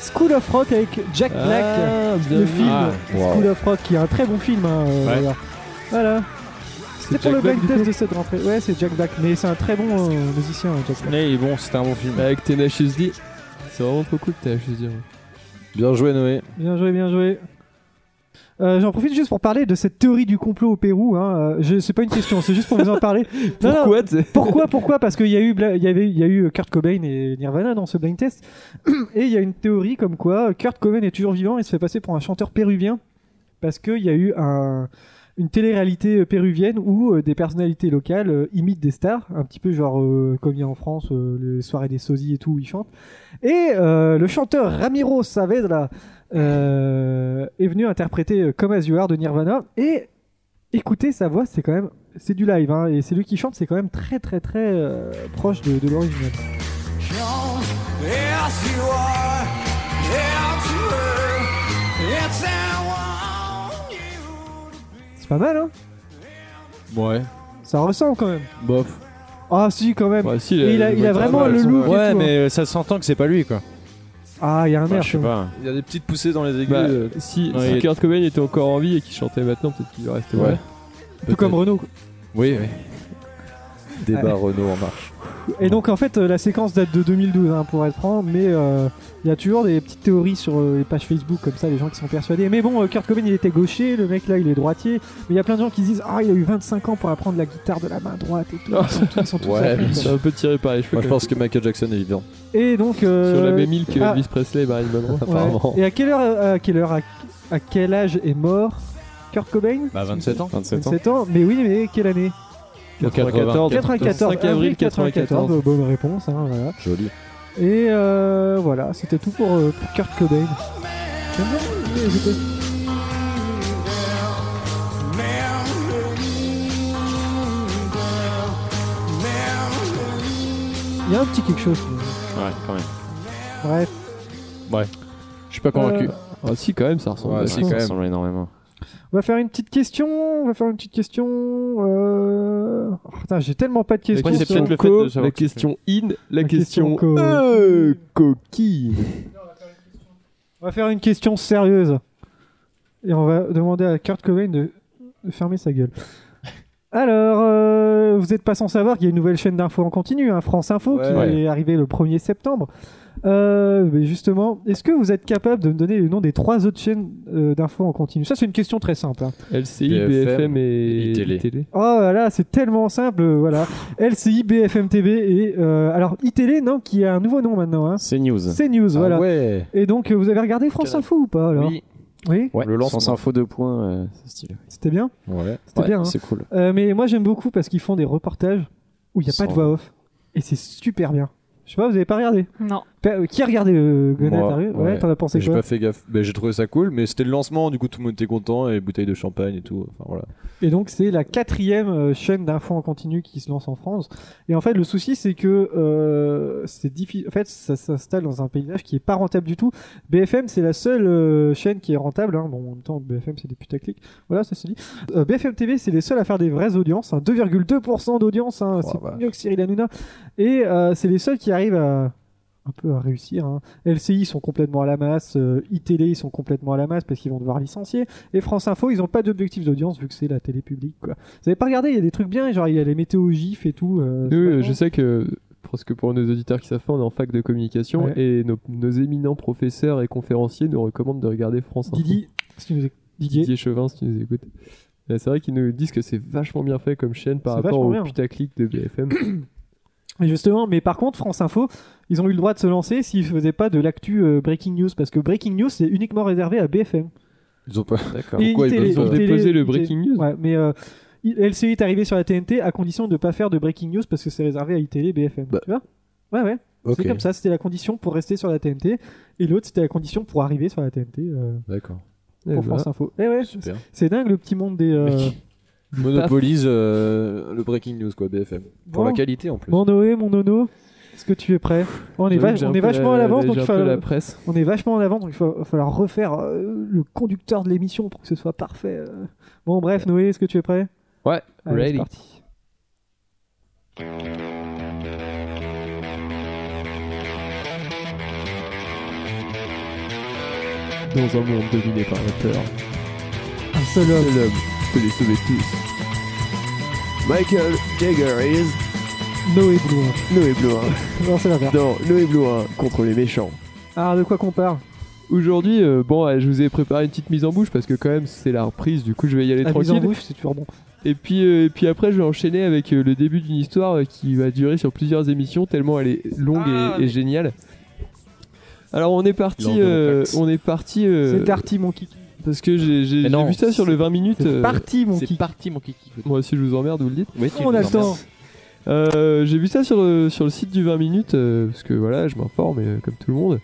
[SPEAKER 2] School of Rock avec Jack Black.
[SPEAKER 5] Ah, bien
[SPEAKER 2] le
[SPEAKER 5] vu.
[SPEAKER 2] film
[SPEAKER 5] Ah,
[SPEAKER 2] School of Rock qui est un très bon film. hein, euh,
[SPEAKER 5] Ouais.
[SPEAKER 2] d'ailleurs. Voilà. C'était pour
[SPEAKER 5] Jack
[SPEAKER 2] le
[SPEAKER 5] Black,
[SPEAKER 2] blind
[SPEAKER 5] du
[SPEAKER 2] test
[SPEAKER 5] coup
[SPEAKER 2] de cette rentrée. Ouais, c'est Jack Black, mais c'est un très bon euh, musicien, Jack Black.
[SPEAKER 3] Mais bon, c'était un bon film.
[SPEAKER 5] avec Tenacious D. C'est vraiment trop cool Tenacious D. hein. ouais.
[SPEAKER 3] Bien joué Noé.
[SPEAKER 2] Bien joué, bien joué. Euh, J'en profite juste pour parler de cette théorie du complot au Pérou. Hein. Euh, je- C'est pas une question, c'est juste pour vous en parler. Non, non,
[SPEAKER 5] Pourquoi t'es-
[SPEAKER 2] Pourquoi Pourquoi Parce qu'il y a eu, Bla- il y avait, il y a eu Kurt Cobain et Nirvana dans ce blind test, et il y a une théorie comme quoi Kurt Cobain est toujours vivant et se fait passer pour un chanteur péruvien parce qu'il y a eu un- une télé-réalité péruvienne où euh, des personnalités locales euh, imitent des stars, un petit peu genre euh, comme il y a en France euh, les soirées des sosies et tout où ils chantent. Et euh, le chanteur Ramiro Saavedra euh, est venu interpréter euh, Come As You Are de Nirvana et écoutez sa voix, c'est quand même c'est du live hein, et c'est lui qui chante, c'est quand même très très très euh, proche de, de l'original. C'est pas mal, hein
[SPEAKER 7] Ouais.
[SPEAKER 2] Ça ressemble quand même.
[SPEAKER 7] Bof.
[SPEAKER 2] Ah si, quand même.
[SPEAKER 5] Ouais, si,
[SPEAKER 2] Et il a, il a vraiment le look. et
[SPEAKER 7] Ouais,
[SPEAKER 2] tout, hein.
[SPEAKER 7] mais euh, ça s'entend que c'est pas lui quoi.
[SPEAKER 2] Ah, il y a un
[SPEAKER 4] Bah,
[SPEAKER 2] air.
[SPEAKER 4] je sais
[SPEAKER 2] quand même.
[SPEAKER 4] pas.
[SPEAKER 3] Il y a des petites poussées dans les aigus.
[SPEAKER 5] Bah, si,
[SPEAKER 4] Ouais,
[SPEAKER 5] si
[SPEAKER 4] il est-
[SPEAKER 5] Kurt Cobain était encore en vie et qu'il chantait maintenant, peut-être qu'il reste.
[SPEAKER 3] Ouais.
[SPEAKER 2] Tout comme Renault. quoi.
[SPEAKER 3] Oui, oui.
[SPEAKER 2] Débat
[SPEAKER 3] Renault en marche.
[SPEAKER 2] Et donc en fait, euh, la séquence date de 2012 hein, pour être franc, mais euh, il y a toujours des petites théories sur euh, les pages Facebook comme ça, les gens qui sont persuadés. Mais bon, euh, Kurt Cobain il était gaucher, le mec là il est droitier, mais il y a plein de gens qui se disent ah il a eu 25 ans pour apprendre la guitare de la main droite et tout. Ils sont tous, ils sont tous
[SPEAKER 3] Ouais,
[SPEAKER 2] à fond,
[SPEAKER 3] bien
[SPEAKER 2] quoi.
[SPEAKER 5] C'est un peu tiré par les cheveux.
[SPEAKER 3] Moi je
[SPEAKER 5] quand
[SPEAKER 3] pense que Michael Jackson est vivant.
[SPEAKER 2] Et donc
[SPEAKER 5] même.
[SPEAKER 2] euh,
[SPEAKER 5] Sur la même île que
[SPEAKER 2] ah.
[SPEAKER 5] Elvis Presley et Marilyn Monroe.
[SPEAKER 2] ouais. Et à quelle heure euh, à quelle heure à, à quel âge est mort Kurt Cobain
[SPEAKER 7] Bah 27 ans.
[SPEAKER 4] 27 ans.
[SPEAKER 2] 27 ans. Mais oui, mais quelle année Ah
[SPEAKER 5] 94.
[SPEAKER 2] 94
[SPEAKER 5] 5 avril 94.
[SPEAKER 2] euh, Bonne réponse, hein, voilà.
[SPEAKER 3] Joli.
[SPEAKER 2] Et euh, voilà, c'était tout pour, euh, pour Kurt Cobain. J'aime bien, mais j'étais- Il y a un petit quelque chose.
[SPEAKER 4] Ouais, quand même.
[SPEAKER 2] Bref.
[SPEAKER 4] Je suis pas convaincu.
[SPEAKER 2] Euh,
[SPEAKER 5] Ah, si, quand même, ça ressemble.
[SPEAKER 3] Ouais,
[SPEAKER 5] à
[SPEAKER 3] si,
[SPEAKER 5] ça.
[SPEAKER 3] quand
[SPEAKER 4] ça
[SPEAKER 3] même.
[SPEAKER 4] ressemble énormément.
[SPEAKER 2] On va faire une petite question. On va faire une petite question. Euh... oh, putain, j'ai tellement pas de questions.
[SPEAKER 7] question
[SPEAKER 5] c'est peut-être le
[SPEAKER 7] co,
[SPEAKER 5] fait de savoir
[SPEAKER 7] la
[SPEAKER 5] que tu
[SPEAKER 7] question
[SPEAKER 5] fais. la, question,
[SPEAKER 2] co-
[SPEAKER 5] euh, coquille.
[SPEAKER 2] On va faire une question sérieuse. Et on va demander à Kurt Cobain de de fermer sa gueule. Alors, euh, vous n'êtes pas sans savoir qu'il y a une nouvelle chaîne d'infos en continu, hein, France Info, qui
[SPEAKER 3] Ouais.
[SPEAKER 2] est arrivée le 1er septembre. Euh, mais justement, est-ce que vous êtes capable de me donner le nom des trois autres chaînes euh, d'infos en continu Ça, c'est une question très simple. hein.
[SPEAKER 5] LCI,
[SPEAKER 3] BFM,
[SPEAKER 5] BFM et
[SPEAKER 3] ITélé.
[SPEAKER 5] ITélé.
[SPEAKER 2] Oh là là, c'est tellement simple, euh, voilà. LCI, BFM TV et... euh, alors, ITélé, non, qui a un nouveau nom maintenant. Hein.
[SPEAKER 4] C'est news.
[SPEAKER 2] CNews, voilà.
[SPEAKER 3] Ah ouais.
[SPEAKER 2] Et donc, euh, vous avez regardé France Info ou pas alors
[SPEAKER 7] Oui.
[SPEAKER 2] Oui
[SPEAKER 4] Ouais,
[SPEAKER 3] Le lancement.
[SPEAKER 4] Sans info deux points, euh, c'est stylé.
[SPEAKER 2] C'était bien
[SPEAKER 3] Ouais.
[SPEAKER 2] C'était
[SPEAKER 4] Ouais,
[SPEAKER 2] bien. hein.
[SPEAKER 4] C'est cool.
[SPEAKER 2] Euh, mais moi j'aime beaucoup parce qu'ils font des reportages où il n'y a pas de
[SPEAKER 4] Sans-
[SPEAKER 2] voix off. Et c'est super bien. Je sais pas, vous avez pas regardé
[SPEAKER 6] Non.
[SPEAKER 2] Pe- euh, Qui a regardé euh, Gonat
[SPEAKER 3] Moi,
[SPEAKER 2] t'as regardé
[SPEAKER 3] ouais.
[SPEAKER 2] Ouais, t'en as pensé
[SPEAKER 3] J'ai
[SPEAKER 2] quoi
[SPEAKER 3] pas fait gaffe. Mais j'ai trouvé ça cool. Mais c'était le lancement. Du coup, tout le monde était content. Et bouteille de champagne et tout. Enfin voilà.
[SPEAKER 2] Et donc c'est la quatrième euh, chaîne d'infos en continu qui se lance en France. Et en fait le souci c'est que euh, c'est difficile. En fait ça s'installe dans un paysage qui est pas rentable du tout. BFM c'est la seule euh, chaîne qui est rentable. Hein. Bon en même temps BFM c'est des putaclics. Voilà ça se dit. Euh, BFM TV c'est les seuls à faire des vraies audiences. hein. 2,2% d'audience. hein.
[SPEAKER 3] Oh,
[SPEAKER 2] c'est
[SPEAKER 3] vache.
[SPEAKER 2] mieux que Cyril Hanouna. Et euh, c'est les seuls qui arrivent à un peu à réussir. hein. LCI ils sont complètement à la masse, euh, ITélé ils sont complètement à la masse parce qu'ils vont devoir licencier. Et France Info, ils n'ont pas d'objectif d'audience vu que c'est la télé publique. Quoi. Vous avez pas regardé Il y a des trucs bien, genre il y a les météos GIF et tout. euh,
[SPEAKER 5] Oui,
[SPEAKER 2] c'est
[SPEAKER 5] oui,
[SPEAKER 2] vachement-
[SPEAKER 5] je sais que, parce que pour nos auditeurs qui savent pas, on est en fac de communication
[SPEAKER 2] Ouais.
[SPEAKER 5] et nos, nos éminents professeurs et conférenciers nous recommandent de regarder France Info.
[SPEAKER 2] Didi, si tu nous éc- Didier.
[SPEAKER 5] Didier Chauvin, si tu nous écoutes. Euh, C'est vrai qu'ils nous disent que c'est vachement bien fait comme chaîne par
[SPEAKER 2] C'est
[SPEAKER 5] rapport
[SPEAKER 2] vachement
[SPEAKER 5] au
[SPEAKER 2] bien.
[SPEAKER 5] putaclic de BFM.
[SPEAKER 2] Et justement, mais par contre, France Info, ils ont eu le droit de se lancer s'ils faisaient pas de l'actu euh, Breaking News parce que Breaking News c'est uniquement réservé à BFM.
[SPEAKER 3] Ils ont pas.
[SPEAKER 5] Bah,
[SPEAKER 4] D'accord.
[SPEAKER 2] Et
[SPEAKER 3] Pourquoi ils
[SPEAKER 2] ITélé,
[SPEAKER 3] veulent- ils ont
[SPEAKER 2] ITélé,
[SPEAKER 5] déposé le
[SPEAKER 2] ITélé.
[SPEAKER 5] Breaking News.
[SPEAKER 2] Ouais, mais euh, I- LCI est arrivé sur la TNT à condition de pas faire de Breaking News parce que c'est réservé à ITélé, BFM.
[SPEAKER 3] Bah.
[SPEAKER 2] Tu vois Ouais, ouais.
[SPEAKER 3] Ok.
[SPEAKER 2] C'est comme ça, c'était la condition pour rester sur la TNT et l'autre c'était la condition pour arriver sur la TNT euh,
[SPEAKER 3] D'accord.
[SPEAKER 5] Eh
[SPEAKER 2] pour
[SPEAKER 5] ben,
[SPEAKER 2] France Info. Eh ouais,
[SPEAKER 3] Super.
[SPEAKER 2] C'est dingue le petit monde des. euh,
[SPEAKER 3] Monopolise euh, le breaking news quoi BFM. Pour
[SPEAKER 2] Bon.
[SPEAKER 3] la qualité en plus.
[SPEAKER 2] Mon Noé, mon Nono, est-ce que tu es prêt On est,
[SPEAKER 5] j'avoue
[SPEAKER 2] vache-
[SPEAKER 5] que j'ai
[SPEAKER 2] on
[SPEAKER 5] un
[SPEAKER 2] est
[SPEAKER 5] peu
[SPEAKER 2] vachement à
[SPEAKER 5] la-
[SPEAKER 2] l'avance,
[SPEAKER 5] j'ai
[SPEAKER 2] donc euh,
[SPEAKER 5] un
[SPEAKER 2] il
[SPEAKER 5] peu
[SPEAKER 2] faut-
[SPEAKER 5] la presse.
[SPEAKER 2] on est vachement en avance, donc il va va falloir refaire euh, le conducteur de l'émission pour que ce soit parfait. euh. Bon, bref, Noé, est-ce que tu es prêt
[SPEAKER 5] Ouais,
[SPEAKER 2] Allez,
[SPEAKER 5] ready.
[SPEAKER 2] c'est parti.
[SPEAKER 5] Dans un monde dominé par la peur,
[SPEAKER 2] Un seul homme.
[SPEAKER 5] c'est l'homme qui peut les sauver tous. Michael Jagger is
[SPEAKER 2] Noé Blouin.
[SPEAKER 5] Noé Blouin.
[SPEAKER 3] hein.
[SPEAKER 2] Non, c'est l'inverse.
[SPEAKER 5] Dans Noé Blouin contre les méchants.
[SPEAKER 2] Ah, de quoi qu'on parle
[SPEAKER 5] Aujourd'hui, euh, bon, euh, je vous ai préparé une petite mise en bouche parce que quand même c'est la reprise, du coup je vais y aller
[SPEAKER 2] La mise Ah, en
[SPEAKER 5] tranquille.
[SPEAKER 2] bouche, c'est toujours bon.
[SPEAKER 5] Et puis, euh, et puis après, je vais enchaîner avec euh, le début d'une histoire euh, qui va durer sur plusieurs émissions, tellement elle est longue et-
[SPEAKER 2] Ah,
[SPEAKER 5] et, géniale. Alors on est parti,
[SPEAKER 3] L'angle
[SPEAKER 5] euh,
[SPEAKER 3] complexe.
[SPEAKER 5] on est parti euh,
[SPEAKER 2] C'est parti, mon kiki.
[SPEAKER 5] parce que j'ai j'ai-
[SPEAKER 7] Mais
[SPEAKER 5] j'ai
[SPEAKER 7] non,
[SPEAKER 5] vu ça sur le 20 minutes.
[SPEAKER 2] C'est
[SPEAKER 5] euh,
[SPEAKER 2] parti, mon
[SPEAKER 7] C'est
[SPEAKER 2] kiki.
[SPEAKER 7] parti, mon kiki.
[SPEAKER 5] Moi aussi, je vous emmerde, vous le dites.
[SPEAKER 2] On a le temps.
[SPEAKER 5] Euh, j'ai vu ça sur le, sur le site du 20 minutes, euh, parce que voilà, je m'informe euh, comme tout le monde.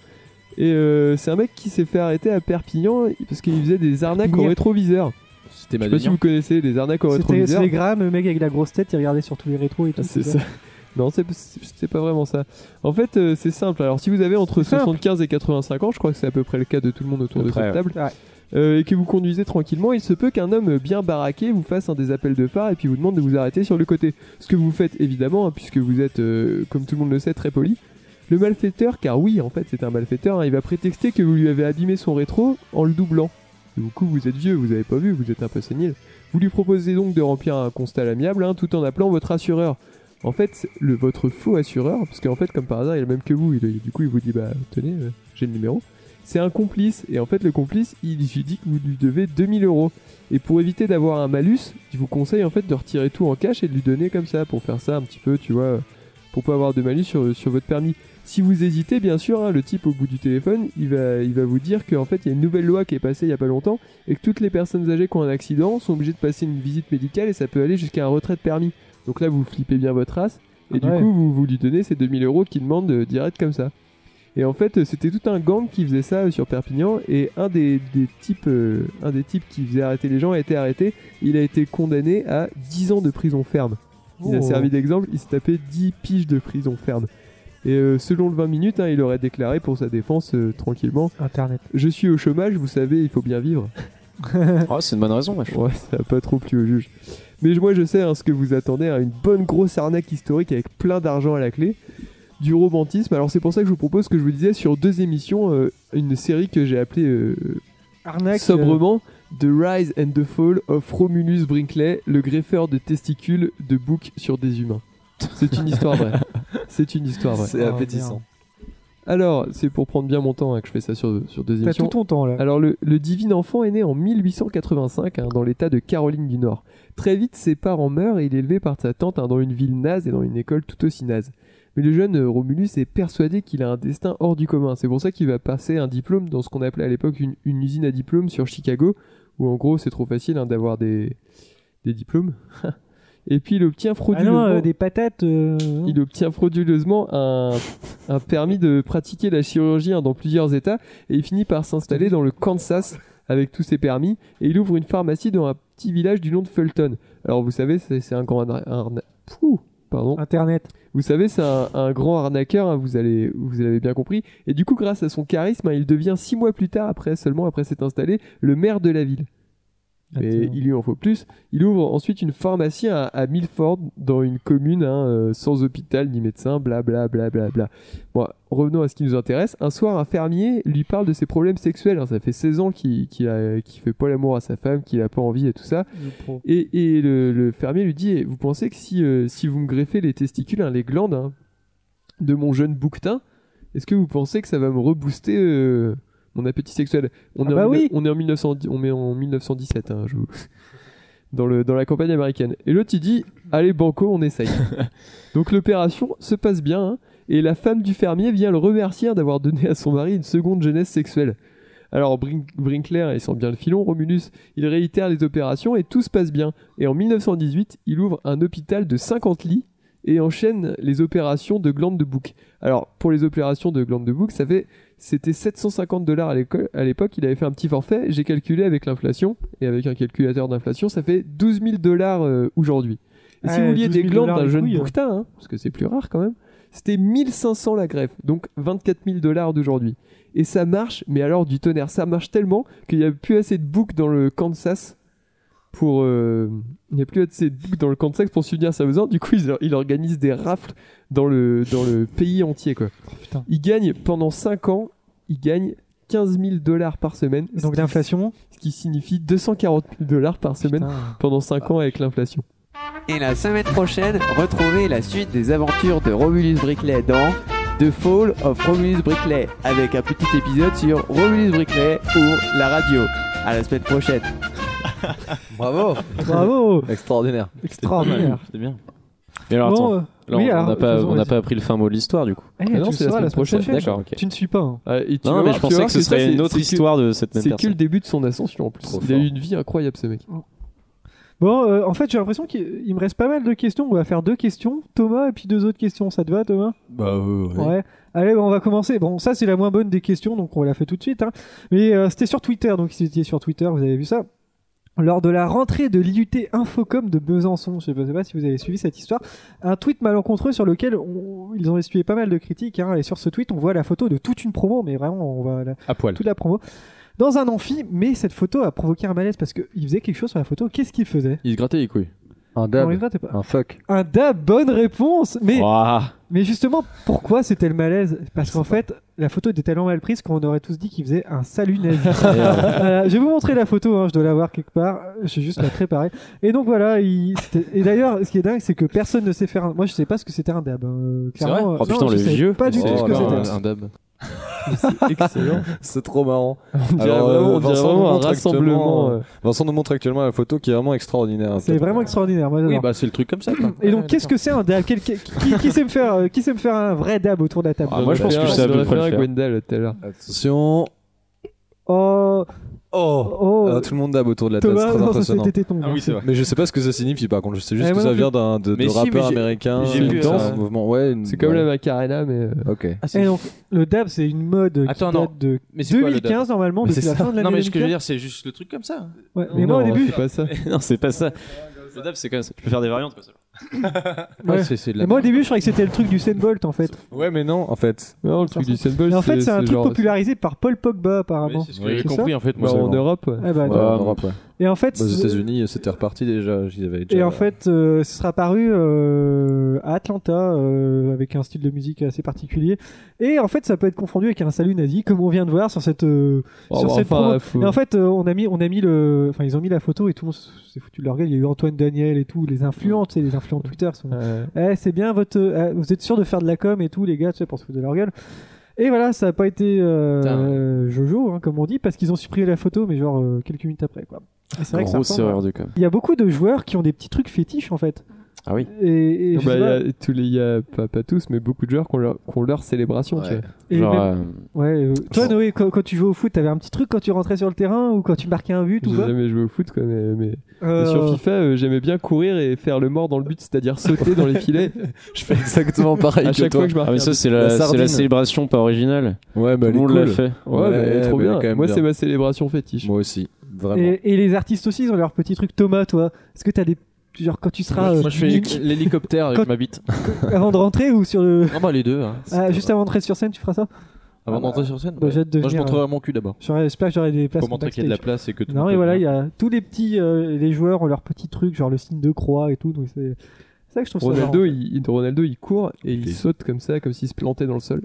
[SPEAKER 5] Et euh, c'est un mec qui s'est fait arrêter à Perpignan parce qu'il faisait des arnaques au
[SPEAKER 2] Perpignan.
[SPEAKER 5] rétroviseur.
[SPEAKER 7] C'était
[SPEAKER 5] Je
[SPEAKER 7] ma
[SPEAKER 5] sais pas si vous connaissez les arnaques au
[SPEAKER 2] C'était
[SPEAKER 5] rétroviseur.
[SPEAKER 2] c'est les grammes, le mec avec la grosse tête, il regardait sur tous les rétros et tout.
[SPEAKER 5] Ah, c'est
[SPEAKER 2] tu vois.
[SPEAKER 5] ça. Non, c'est c'est- c'est pas vraiment ça. En fait, euh, c'est simple. Alors, si vous avez entre
[SPEAKER 2] C'est simple.
[SPEAKER 5] 75 et 85 ans, je crois que c'est à peu près le cas de tout le monde autour
[SPEAKER 4] À
[SPEAKER 5] de
[SPEAKER 4] peu près,
[SPEAKER 5] cette table,
[SPEAKER 2] ouais.
[SPEAKER 5] euh, et que vous conduisez tranquillement, il se peut qu'un homme bien baraqué vous fasse un des appels de phare et puis vous demande de vous arrêter sur le côté. Ce que vous faites évidemment, hein, puisque vous êtes, euh, comme tout le monde le sait, très poli. Le malfaiteur, car oui, en fait, c'est un malfaiteur, hein, il va prétexter que vous lui avez abîmé son rétro en le doublant. Et Du coup, vous êtes vieux, vous avez pas vu, vous êtes un peu sénile. Vous lui proposez donc de remplir un constat à l'amiable, hein, tout en appelant votre assureur. En fait, c'est le, votre faux assureur, parce qu'en fait, comme par hasard, il est le même que vous, il, du coup, il vous dit, bah, tenez, euh, j'ai le numéro. C'est un complice, et en fait, le complice, il lui dit que vous lui devez 2000 euros. Et pour éviter d'avoir un malus, il vous conseille en fait de retirer tout en cash et de lui donner comme ça, pour faire ça un petit peu, tu vois, pour pas avoir de malus sur, sur votre permis. Si vous hésitez, bien sûr, hein, le type au bout du téléphone, il va, il va vous dire qu'en fait, il y a une nouvelle loi qui est passée il y a pas longtemps, et que toutes les personnes âgées qui ont un accident sont obligées de passer une visite médicale, et ça peut aller jusqu'à un retrait de permis. Donc là, vous flippez bien votre race. Et
[SPEAKER 2] Ah ouais.
[SPEAKER 5] du coup, vous, vous lui donnez ces 2000 euros qu'il demande euh, direct comme ça. Et en fait, euh, c'était tout un gang qui faisait ça euh, sur Perpignan. Et un des, des types, euh, un des types qui faisait arrêter les gens a été arrêté. Il a été condamné à 10 ans de prison ferme. Il a
[SPEAKER 2] Oh.
[SPEAKER 5] servi d'exemple. Il s'est tapé 10 piges de prison ferme. Et euh, selon le 20 minutes, hein, il aurait déclaré pour sa défense euh, tranquillement
[SPEAKER 2] Oh, Internet.
[SPEAKER 5] Je suis au chômage, vous savez, il faut bien vivre.
[SPEAKER 4] Oh, c'est une bonne raison, moi, je trouve.
[SPEAKER 5] Ouais, ça a pas trop plu au juge. Mais moi, je sais hein, ce que vous attendez, hein, une bonne grosse arnaque historique avec plein d'argent à la clé, du romantisme. Alors c'est pour ça que je vous propose ce que je vous disais sur deux émissions, euh, une série que j'ai appelée euh,
[SPEAKER 2] Arnaque. euh,
[SPEAKER 5] sobrement The Rise and the Fall of Romulus Brinkley, le greffeur de testicules de bouc sur des humains. C'est une histoire vraie. C'est une histoire vraie.
[SPEAKER 3] C'est
[SPEAKER 2] Ah,
[SPEAKER 3] appétissant.
[SPEAKER 5] Alors, c'est pour prendre bien mon temps hein, que je fais ça sur, sur deux
[SPEAKER 2] euh, T'as tout
[SPEAKER 5] émissions.
[SPEAKER 2] ton temps là.
[SPEAKER 5] Alors le, le divin enfant est né en 1885 hein, dans l'état de Caroline du Nord. Très vite, ses parents meurent et il est élevé par sa tante hein, dans une ville naze et dans une école tout aussi naze. Mais le jeune euh, Romulus est persuadé qu'il a un destin hors du commun. C'est pour ça qu'il va passer un diplôme dans ce qu'on appelait à l'époque une, une usine à diplômes sur Chicago, où en gros c'est trop facile hein, d'avoir des, des diplômes. et puis il obtient
[SPEAKER 2] Ah
[SPEAKER 5] frauduleusement...
[SPEAKER 2] non, euh, des patates. euh, non.
[SPEAKER 5] Il obtient frauduleusement un, un permis de pratiquer la chirurgie hein, dans plusieurs États et il finit par s'installer dans le Kansas avec tous ses permis et il ouvre une pharmacie dans un petit village du nom de Fulton. Alors vous savez, c'est c'est un grand arna- arna- Pouh, pardon.
[SPEAKER 2] Internet.
[SPEAKER 5] Vous savez, c'est un, un grand arnaqueur, hein, vous, allez, vous l'avez bien compris. Et du coup, grâce à son charisme, hein, il devient six mois plus tard, après seulement après s'être installé, le maire de la ville. Mais
[SPEAKER 2] Attends.
[SPEAKER 5] il lui en faut plus. Il ouvre ensuite une pharmacie à, à Milford, dans une commune hein, euh, sans hôpital ni médecin, blablabla. Bla, bla, bla. Bon, revenons à ce qui nous intéresse. Un soir, un fermier lui parle de ses problèmes sexuels. hein. Ça fait 16 ans qu'il qu'il a- qu'il fait pas l'amour à sa femme, qu'il a pas envie et tout ça. Et, et le, le fermier lui dit eh, Vous pensez que si, euh, si vous me greffez les testicules, hein, les glandes hein, de mon jeune bouquetin, est-ce que vous pensez que ça va me rebooster euh, mon appétit sexuel on,
[SPEAKER 2] Ah
[SPEAKER 5] est
[SPEAKER 2] bah
[SPEAKER 5] en,
[SPEAKER 2] oui.
[SPEAKER 5] on est en 1910 on est en 1917, hein, je vous- dans, le, dans la campagne américaine. Et l'autre il dit Allez, banco, on essaye. Donc l'opération se passe bien. hein, et la femme du fermier vient le remercier d'avoir donné à son mari une seconde jeunesse sexuelle. Alors Brin- Brinkler, il sent bien le filon, Romulus, il réitère les opérations et tout se passe bien. Et en 1918, il ouvre un hôpital de 50 lits et enchaîne les opérations de glandes de bouc. Alors pour les opérations de glandes de bouc, ça fait c'était 750 dollars à l'éco- à l'époque, il avait fait un petit forfait, j'ai calculé avec l'inflation et avec un calculateur d'inflation, ça fait 12 000 dollars euh, aujourd'hui. Et si
[SPEAKER 2] Ah,
[SPEAKER 5] vous vouliez
[SPEAKER 2] 12
[SPEAKER 5] des
[SPEAKER 2] 000
[SPEAKER 5] glandes d'un
[SPEAKER 2] les
[SPEAKER 5] jeune
[SPEAKER 2] couilles, hein.
[SPEAKER 5] bouquetin, hein, parce que c'est plus rare quand même, c'était 1500 la greffe, donc 24 000 dollars d'aujourd'hui. Et ça marche, mais alors du tonnerre, ça marche tellement qu'il n'y a plus assez de boucs dans le Kansas pour... euh, il n'y a plus assez de boucs dans le Kansas pour subvenir à sa besoin, du coup il, il organise des rafles dans le, dans le pays entier. Quoi.
[SPEAKER 2] putain.
[SPEAKER 5] Il gagne pendant 5 ans, il gagne 15 000 dollars par semaine, ce
[SPEAKER 2] Donc
[SPEAKER 5] qui-
[SPEAKER 2] l'inflation.
[SPEAKER 5] ce qui signifie 240 000 dollars par semaine
[SPEAKER 2] Putain.
[SPEAKER 5] pendant 5 ans avec l'inflation.
[SPEAKER 11] Et la semaine prochaine, retrouvez la suite des aventures de Romulus Brickley dans The Fall of Romulus Brickley avec un petit épisode sur Romulus Brickley ou la radio. À la semaine prochaine.
[SPEAKER 3] Bravo
[SPEAKER 2] Bravo.
[SPEAKER 3] Extraordinaire.
[SPEAKER 2] Extraordinaire.
[SPEAKER 4] C'était bien. Mais alors, attends.
[SPEAKER 2] Bon, euh,
[SPEAKER 4] Alors,
[SPEAKER 2] oui,
[SPEAKER 4] on
[SPEAKER 2] alors,
[SPEAKER 4] n'a pas,
[SPEAKER 2] faisons-
[SPEAKER 4] on n'a pas appris le fin mot de l'histoire, du coup.
[SPEAKER 2] Eh, tu
[SPEAKER 5] Ah non,
[SPEAKER 2] le
[SPEAKER 5] c'est la
[SPEAKER 2] sauras la
[SPEAKER 5] semaine prochaine.
[SPEAKER 2] prochaine.
[SPEAKER 4] D'accord, ok.
[SPEAKER 2] Tu ne suis pas. hein.
[SPEAKER 5] Ah, et tu
[SPEAKER 4] Non,
[SPEAKER 5] vas
[SPEAKER 4] mais je
[SPEAKER 5] voir- tu vas
[SPEAKER 4] pensais
[SPEAKER 5] voir
[SPEAKER 4] que ce
[SPEAKER 5] ça,
[SPEAKER 4] serait
[SPEAKER 5] c'est-
[SPEAKER 4] une autre
[SPEAKER 5] c'est que-
[SPEAKER 4] histoire de cette même
[SPEAKER 5] C'est que le
[SPEAKER 4] personne.
[SPEAKER 5] début de son ascension en plus.
[SPEAKER 4] Trop
[SPEAKER 5] Il a
[SPEAKER 4] fort.
[SPEAKER 5] eu une vie incroyable ce mec.
[SPEAKER 2] Bon, euh, en fait, j'ai l'impression qu'il il me reste pas mal de questions. On va faire deux questions, Thomas, et puis deux autres questions. Ça te va, Thomas
[SPEAKER 3] Bah, euh, ouais.
[SPEAKER 2] Ouais. Allez, bon, on va commencer. Bon, ça, c'est la moins bonne des questions, donc on la fait tout de suite. hein. Mais euh, c'était sur Twitter, donc si vous étiez sur Twitter, vous avez vu ça. Lors de la rentrée de l'IUT Infocom de Besançon, je ne sais pas si vous avez suivi cette histoire, un tweet malencontreux sur lequel on- ils ont essuyé pas mal de critiques. hein. et sur ce tweet, on voit la photo de toute une promo, mais vraiment, on voit la-
[SPEAKER 7] À poil.
[SPEAKER 2] toute la promo, dans un amphi. Mais cette photo a provoqué un malaise parce qu'il faisait quelque chose sur la photo. Qu'est-ce qu'il faisait
[SPEAKER 4] Il se grattait les couilles.
[SPEAKER 3] Un
[SPEAKER 2] On
[SPEAKER 3] dab.
[SPEAKER 2] regrettait pas.
[SPEAKER 3] Un fuck.
[SPEAKER 2] Un dab, bonne réponse Mais
[SPEAKER 4] Ouah.
[SPEAKER 2] mais justement, pourquoi c'était le malaise Parce qu'en fait, la photo était tellement mal prise qu'on aurait tous dit qu'il faisait un salut nazi. Voilà, je vais vous montrer la photo, hein, je dois la voir quelque part. Je suis juste la préparer. Et donc voilà, il- c'était- et d'ailleurs, ce qui est dingue, c'est que personne ne sait faire un... Moi, je sais pas ce que c'était un dab. hein, euh,
[SPEAKER 4] C'est
[SPEAKER 2] clairement,
[SPEAKER 4] vrai Oh
[SPEAKER 2] euh,
[SPEAKER 4] putain,
[SPEAKER 2] non,
[SPEAKER 4] le
[SPEAKER 2] je sais
[SPEAKER 4] vieux.
[SPEAKER 2] Pas du
[SPEAKER 4] Oh
[SPEAKER 2] tout ce que
[SPEAKER 4] là là.
[SPEAKER 2] c'était.
[SPEAKER 4] un- un
[SPEAKER 3] dab.
[SPEAKER 5] Excellent.
[SPEAKER 3] C'est trop marrant.
[SPEAKER 5] On dirait
[SPEAKER 3] Alors,
[SPEAKER 5] vraiment, on
[SPEAKER 3] euh,
[SPEAKER 5] dirait
[SPEAKER 3] Vincent
[SPEAKER 5] vraiment
[SPEAKER 3] nous
[SPEAKER 5] un
[SPEAKER 3] montre
[SPEAKER 5] rassemblement.
[SPEAKER 3] actuellement,
[SPEAKER 5] euh,
[SPEAKER 3] Vincent nous montre actuellement la photo qui est vraiment extraordinaire.
[SPEAKER 2] C'est vraiment extraordinaire. moi,
[SPEAKER 7] Oui,
[SPEAKER 2] j'adore.
[SPEAKER 7] bah c'est le truc comme ça. quoi.
[SPEAKER 2] Et donc, qu'est-ce que c'est un dab Quel- qui, qui- qui sait me faire, euh, qui sait me faire un vrai dab autour de la table
[SPEAKER 4] Ah, moi, je pense que
[SPEAKER 5] on
[SPEAKER 4] je sais à peu
[SPEAKER 5] devrait
[SPEAKER 4] près le
[SPEAKER 5] faire
[SPEAKER 4] faire.
[SPEAKER 5] Gwendal tout à l'heure.
[SPEAKER 3] Attention.
[SPEAKER 2] Oh,
[SPEAKER 3] Oh
[SPEAKER 2] oh,
[SPEAKER 3] Ah, Tout le monde dab autour de la table, c'est
[SPEAKER 2] Thomas,
[SPEAKER 3] très
[SPEAKER 2] non, ça
[SPEAKER 3] impressionnant.
[SPEAKER 2] c'était ton.
[SPEAKER 7] Ah c'est vrai.
[SPEAKER 3] Mais je sais pas ce que ça signifie par contre, je sais juste
[SPEAKER 2] Eh,
[SPEAKER 3] que
[SPEAKER 2] moi
[SPEAKER 3] ça
[SPEAKER 2] non plus.
[SPEAKER 3] vient d'un de, de
[SPEAKER 7] Mais si, mais
[SPEAKER 3] rappeur
[SPEAKER 7] j'ai-
[SPEAKER 3] américain.
[SPEAKER 7] j'ai
[SPEAKER 3] une
[SPEAKER 7] vu,
[SPEAKER 3] danse,
[SPEAKER 7] euh,
[SPEAKER 3] un mouvement, ouais. une-
[SPEAKER 5] C'est comme la
[SPEAKER 3] ouais.
[SPEAKER 5] Macarena, mais. euh,
[SPEAKER 3] Ok.
[SPEAKER 2] Et donc, le dab, c'est une mode qui
[SPEAKER 7] Attends, non.
[SPEAKER 2] date de
[SPEAKER 7] Mais c'est quoi le dab
[SPEAKER 2] 2015 normalement,
[SPEAKER 3] Mais
[SPEAKER 2] depuis
[SPEAKER 3] c'est
[SPEAKER 2] la
[SPEAKER 3] ça.
[SPEAKER 2] fin de l'année.
[SPEAKER 7] Non mais ce que je veux
[SPEAKER 2] 2015.
[SPEAKER 7] dire c'est juste le truc comme ça.
[SPEAKER 2] Ouais, Mais moi
[SPEAKER 5] non,
[SPEAKER 2] au début,
[SPEAKER 5] C'est pas ça.
[SPEAKER 4] non, c'est pas ça. Le dab, c'est comme ça. Tu peux faire des variantes, quoi, ça.
[SPEAKER 2] Ouais.
[SPEAKER 3] c'est- c'est de la
[SPEAKER 2] Et moi au début je croyais que c'était le truc du Sandbolt en fait.
[SPEAKER 3] Ouais, mais non, en fait.
[SPEAKER 5] Non, le truc du sandbox.
[SPEAKER 2] Mais en fait c'est un truc
[SPEAKER 5] genre-
[SPEAKER 2] popularisé par Paul Pogba apparemment.
[SPEAKER 7] c'est ce
[SPEAKER 3] Oui,
[SPEAKER 7] que j'ai
[SPEAKER 2] c'est
[SPEAKER 7] compris Bah,
[SPEAKER 2] ça
[SPEAKER 7] en fait.
[SPEAKER 5] Bah,
[SPEAKER 7] Moi,
[SPEAKER 3] Ouais.
[SPEAKER 5] en
[SPEAKER 3] bon.
[SPEAKER 5] Europe. ouais.
[SPEAKER 2] Ah bah,
[SPEAKER 3] Ouais,
[SPEAKER 2] d'accord.
[SPEAKER 3] en Europe, ouais.
[SPEAKER 2] Et en fait
[SPEAKER 3] Aux
[SPEAKER 2] ce-
[SPEAKER 3] États-Unis, c'était reparti déjà. Ils avaient déjà
[SPEAKER 2] et en fait euh, ce sera paru euh, à Atlanta euh, avec un style de musique assez particulier. Et en fait ça peut être confondu avec un salut nazi comme on vient de voir sur cette euh,
[SPEAKER 5] Oh,
[SPEAKER 2] sur
[SPEAKER 5] bah,
[SPEAKER 2] cette
[SPEAKER 5] enfin,
[SPEAKER 2] promo.
[SPEAKER 5] faut-
[SPEAKER 2] Et en fait, euh, on a mis, on a mis le, enfin ils ont mis la photo et tout le monde s'est foutu de leur gueule. Il y a eu Antoine Daniel et tout, les influents, tu sais, les influents de Twitter sont.
[SPEAKER 5] Ouais.
[SPEAKER 2] Eh, c'est bien votre, euh, vous êtes sûr de faire de la com et tout, les gars, tu sais, pour se foutre de leur gueule. Et voilà, ça n'a pas été euh,
[SPEAKER 11] Putain.
[SPEAKER 2] Jojo, hein, comme on dit, parce qu'ils ont supprimé la photo, mais genre euh, quelques minutes après, quoi. Et c'est vrai que ça
[SPEAKER 4] Grosse
[SPEAKER 2] ressemble. hein.
[SPEAKER 4] erreur de com.
[SPEAKER 2] Il y a beaucoup de joueurs qui ont des petits trucs fétiches en fait.
[SPEAKER 4] Ah oui.
[SPEAKER 2] Et, et
[SPEAKER 5] Ah
[SPEAKER 2] je
[SPEAKER 5] bah,
[SPEAKER 2] sais
[SPEAKER 5] il y
[SPEAKER 2] pas,
[SPEAKER 5] a tous les, il y a pas, pas tous, mais beaucoup de joueurs qui ont leur, qui ont leur célébration. Tu
[SPEAKER 3] Ouais.
[SPEAKER 5] vois.
[SPEAKER 2] et
[SPEAKER 4] Genre,
[SPEAKER 2] même-
[SPEAKER 4] euh,
[SPEAKER 2] ouais, euh, Toi,
[SPEAKER 4] genre-
[SPEAKER 2] Noé, quand, quand tu jouais au foot, t'avais un petit truc quand tu rentrais sur le terrain ou quand tu marquais un but ou
[SPEAKER 5] J'ai
[SPEAKER 2] quoi
[SPEAKER 5] jamais joué au foot, quoi, mais, mais- mais
[SPEAKER 2] Euh,
[SPEAKER 5] sur FIFA, euh, j'aimais bien courir et faire le mort dans le but, c'est-à-dire sauter dans les filets.
[SPEAKER 3] Je fais exactement pareil
[SPEAKER 5] à
[SPEAKER 3] que
[SPEAKER 5] chaque fois
[SPEAKER 3] toi.
[SPEAKER 5] que je marquais
[SPEAKER 4] Ah, mais
[SPEAKER 5] un
[SPEAKER 4] ça, c'est la,
[SPEAKER 3] La
[SPEAKER 4] c'est la
[SPEAKER 3] sardine. Bah,
[SPEAKER 4] célébration pas originale.
[SPEAKER 3] Ouais,
[SPEAKER 4] Tout
[SPEAKER 3] mais
[SPEAKER 4] le monde l'a fait.
[SPEAKER 5] but. Ouais, mais trop
[SPEAKER 3] mais elle est
[SPEAKER 5] bien.
[SPEAKER 3] quand même
[SPEAKER 5] Moi,
[SPEAKER 3] bien.
[SPEAKER 5] c'est ma célébration fétiche.
[SPEAKER 3] Moi aussi, vraiment.
[SPEAKER 2] Et, et les artistes aussi, ils ont leur petit truc. Thomas, toi, est-ce que t'as des. Genre quand tu seras euh,
[SPEAKER 7] moi, je fais
[SPEAKER 2] Munich,
[SPEAKER 7] l'hélicoptère avec
[SPEAKER 2] Quand-
[SPEAKER 7] ma bite.
[SPEAKER 2] avant de rentrer ou sur le.
[SPEAKER 7] Ah bah les deux. hein.
[SPEAKER 2] Ah, juste avant de rentrer sur scène, tu feras ça
[SPEAKER 7] Avant
[SPEAKER 2] Ah
[SPEAKER 7] d'entrer sur scène.
[SPEAKER 2] bah,
[SPEAKER 7] ouais.
[SPEAKER 2] j'ai hâte de
[SPEAKER 7] Moi, je
[SPEAKER 2] venir,
[SPEAKER 7] montrerai mon cul d'abord.
[SPEAKER 2] J'aurais- J'espère que j'aurai des places
[SPEAKER 7] Pour montrer qu'il y a de la place et que tout. le
[SPEAKER 2] Non,
[SPEAKER 7] monde
[SPEAKER 2] mais
[SPEAKER 7] peut
[SPEAKER 2] voilà, il y
[SPEAKER 7] venir.
[SPEAKER 2] a tous les petits. euh, les joueurs ont leur petit truc, genre le signe de croix et tout. Donc c'est c'est ça que je trouve ça.
[SPEAKER 5] Ronaldo
[SPEAKER 2] marrant.
[SPEAKER 5] il, il- Ronaldo, il court et il saute comme ça, comme s'il se plantait dans le sol.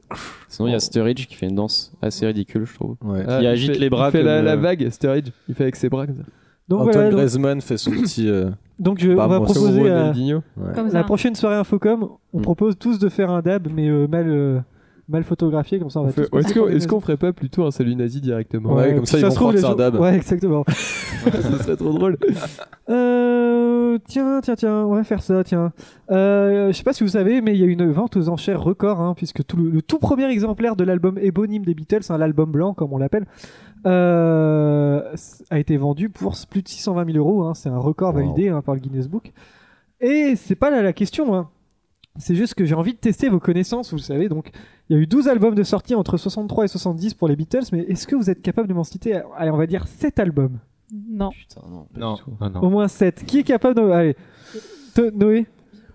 [SPEAKER 4] Sinon, il y a Sturridge qui fait une danse assez ridicule, je trouve.
[SPEAKER 3] Ouais.
[SPEAKER 5] Ah,
[SPEAKER 4] agite
[SPEAKER 5] fait-
[SPEAKER 4] les bras
[SPEAKER 5] Il fait
[SPEAKER 4] comme,
[SPEAKER 5] la,
[SPEAKER 4] euh,
[SPEAKER 5] la vague, Sturridge. Il fait avec ses bras comme ça.
[SPEAKER 2] Donc
[SPEAKER 3] Antoine
[SPEAKER 2] voilà, donc,
[SPEAKER 3] Griezmann fait son petit. euh,
[SPEAKER 2] donc je- on
[SPEAKER 3] Bah,
[SPEAKER 2] va
[SPEAKER 3] moi,
[SPEAKER 5] Comme
[SPEAKER 2] proposer à
[SPEAKER 5] Ronaldinho.
[SPEAKER 6] Comme ça.
[SPEAKER 2] la prochaine soirée Infocom. On
[SPEAKER 4] Mm.
[SPEAKER 2] propose tous de faire un dab, mais euh, mal, euh, mal photographié, comme ça on va
[SPEAKER 5] On fait-
[SPEAKER 2] tous passer
[SPEAKER 5] Est-ce
[SPEAKER 2] pour
[SPEAKER 5] qu'on
[SPEAKER 2] des
[SPEAKER 5] est-ce qu'on ferait pas plutôt un salut nazi directement
[SPEAKER 3] Ouais, comme ça, ils
[SPEAKER 2] se
[SPEAKER 3] vont
[SPEAKER 2] trouve,
[SPEAKER 3] croire que
[SPEAKER 2] les
[SPEAKER 3] c'est un
[SPEAKER 2] gens-
[SPEAKER 3] dab.
[SPEAKER 2] Ouais, exactement.
[SPEAKER 5] Ce serait trop drôle.
[SPEAKER 2] Euh, tiens, tiens, tiens, on va faire ça, tiens. Euh, je sais pas si vous savez, mais il y a une vente aux enchères record, hein, puisque tout le, le tout premier exemplaire de l'album éponyme des Beatles, hein, l'album blanc comme on l'appelle, euh, a été vendu pour plus de 620 000 euros. hein. c'est un record
[SPEAKER 3] Wow.
[SPEAKER 2] validé hein, par le Guinness Book. Et c'est pas là la question, hein. c'est juste que j'ai envie de tester vos connaissances, vous le savez. Donc, il y a eu 12 albums de sortie entre 63 et 70 pour les Beatles, mais est-ce que vous êtes capable de m'en citer, allez, on va dire 7 albums
[SPEAKER 6] Non.
[SPEAKER 4] Putain, non.
[SPEAKER 7] Non, non, non.
[SPEAKER 2] au moins 7. Qui est capable de. Allez. To- Noé.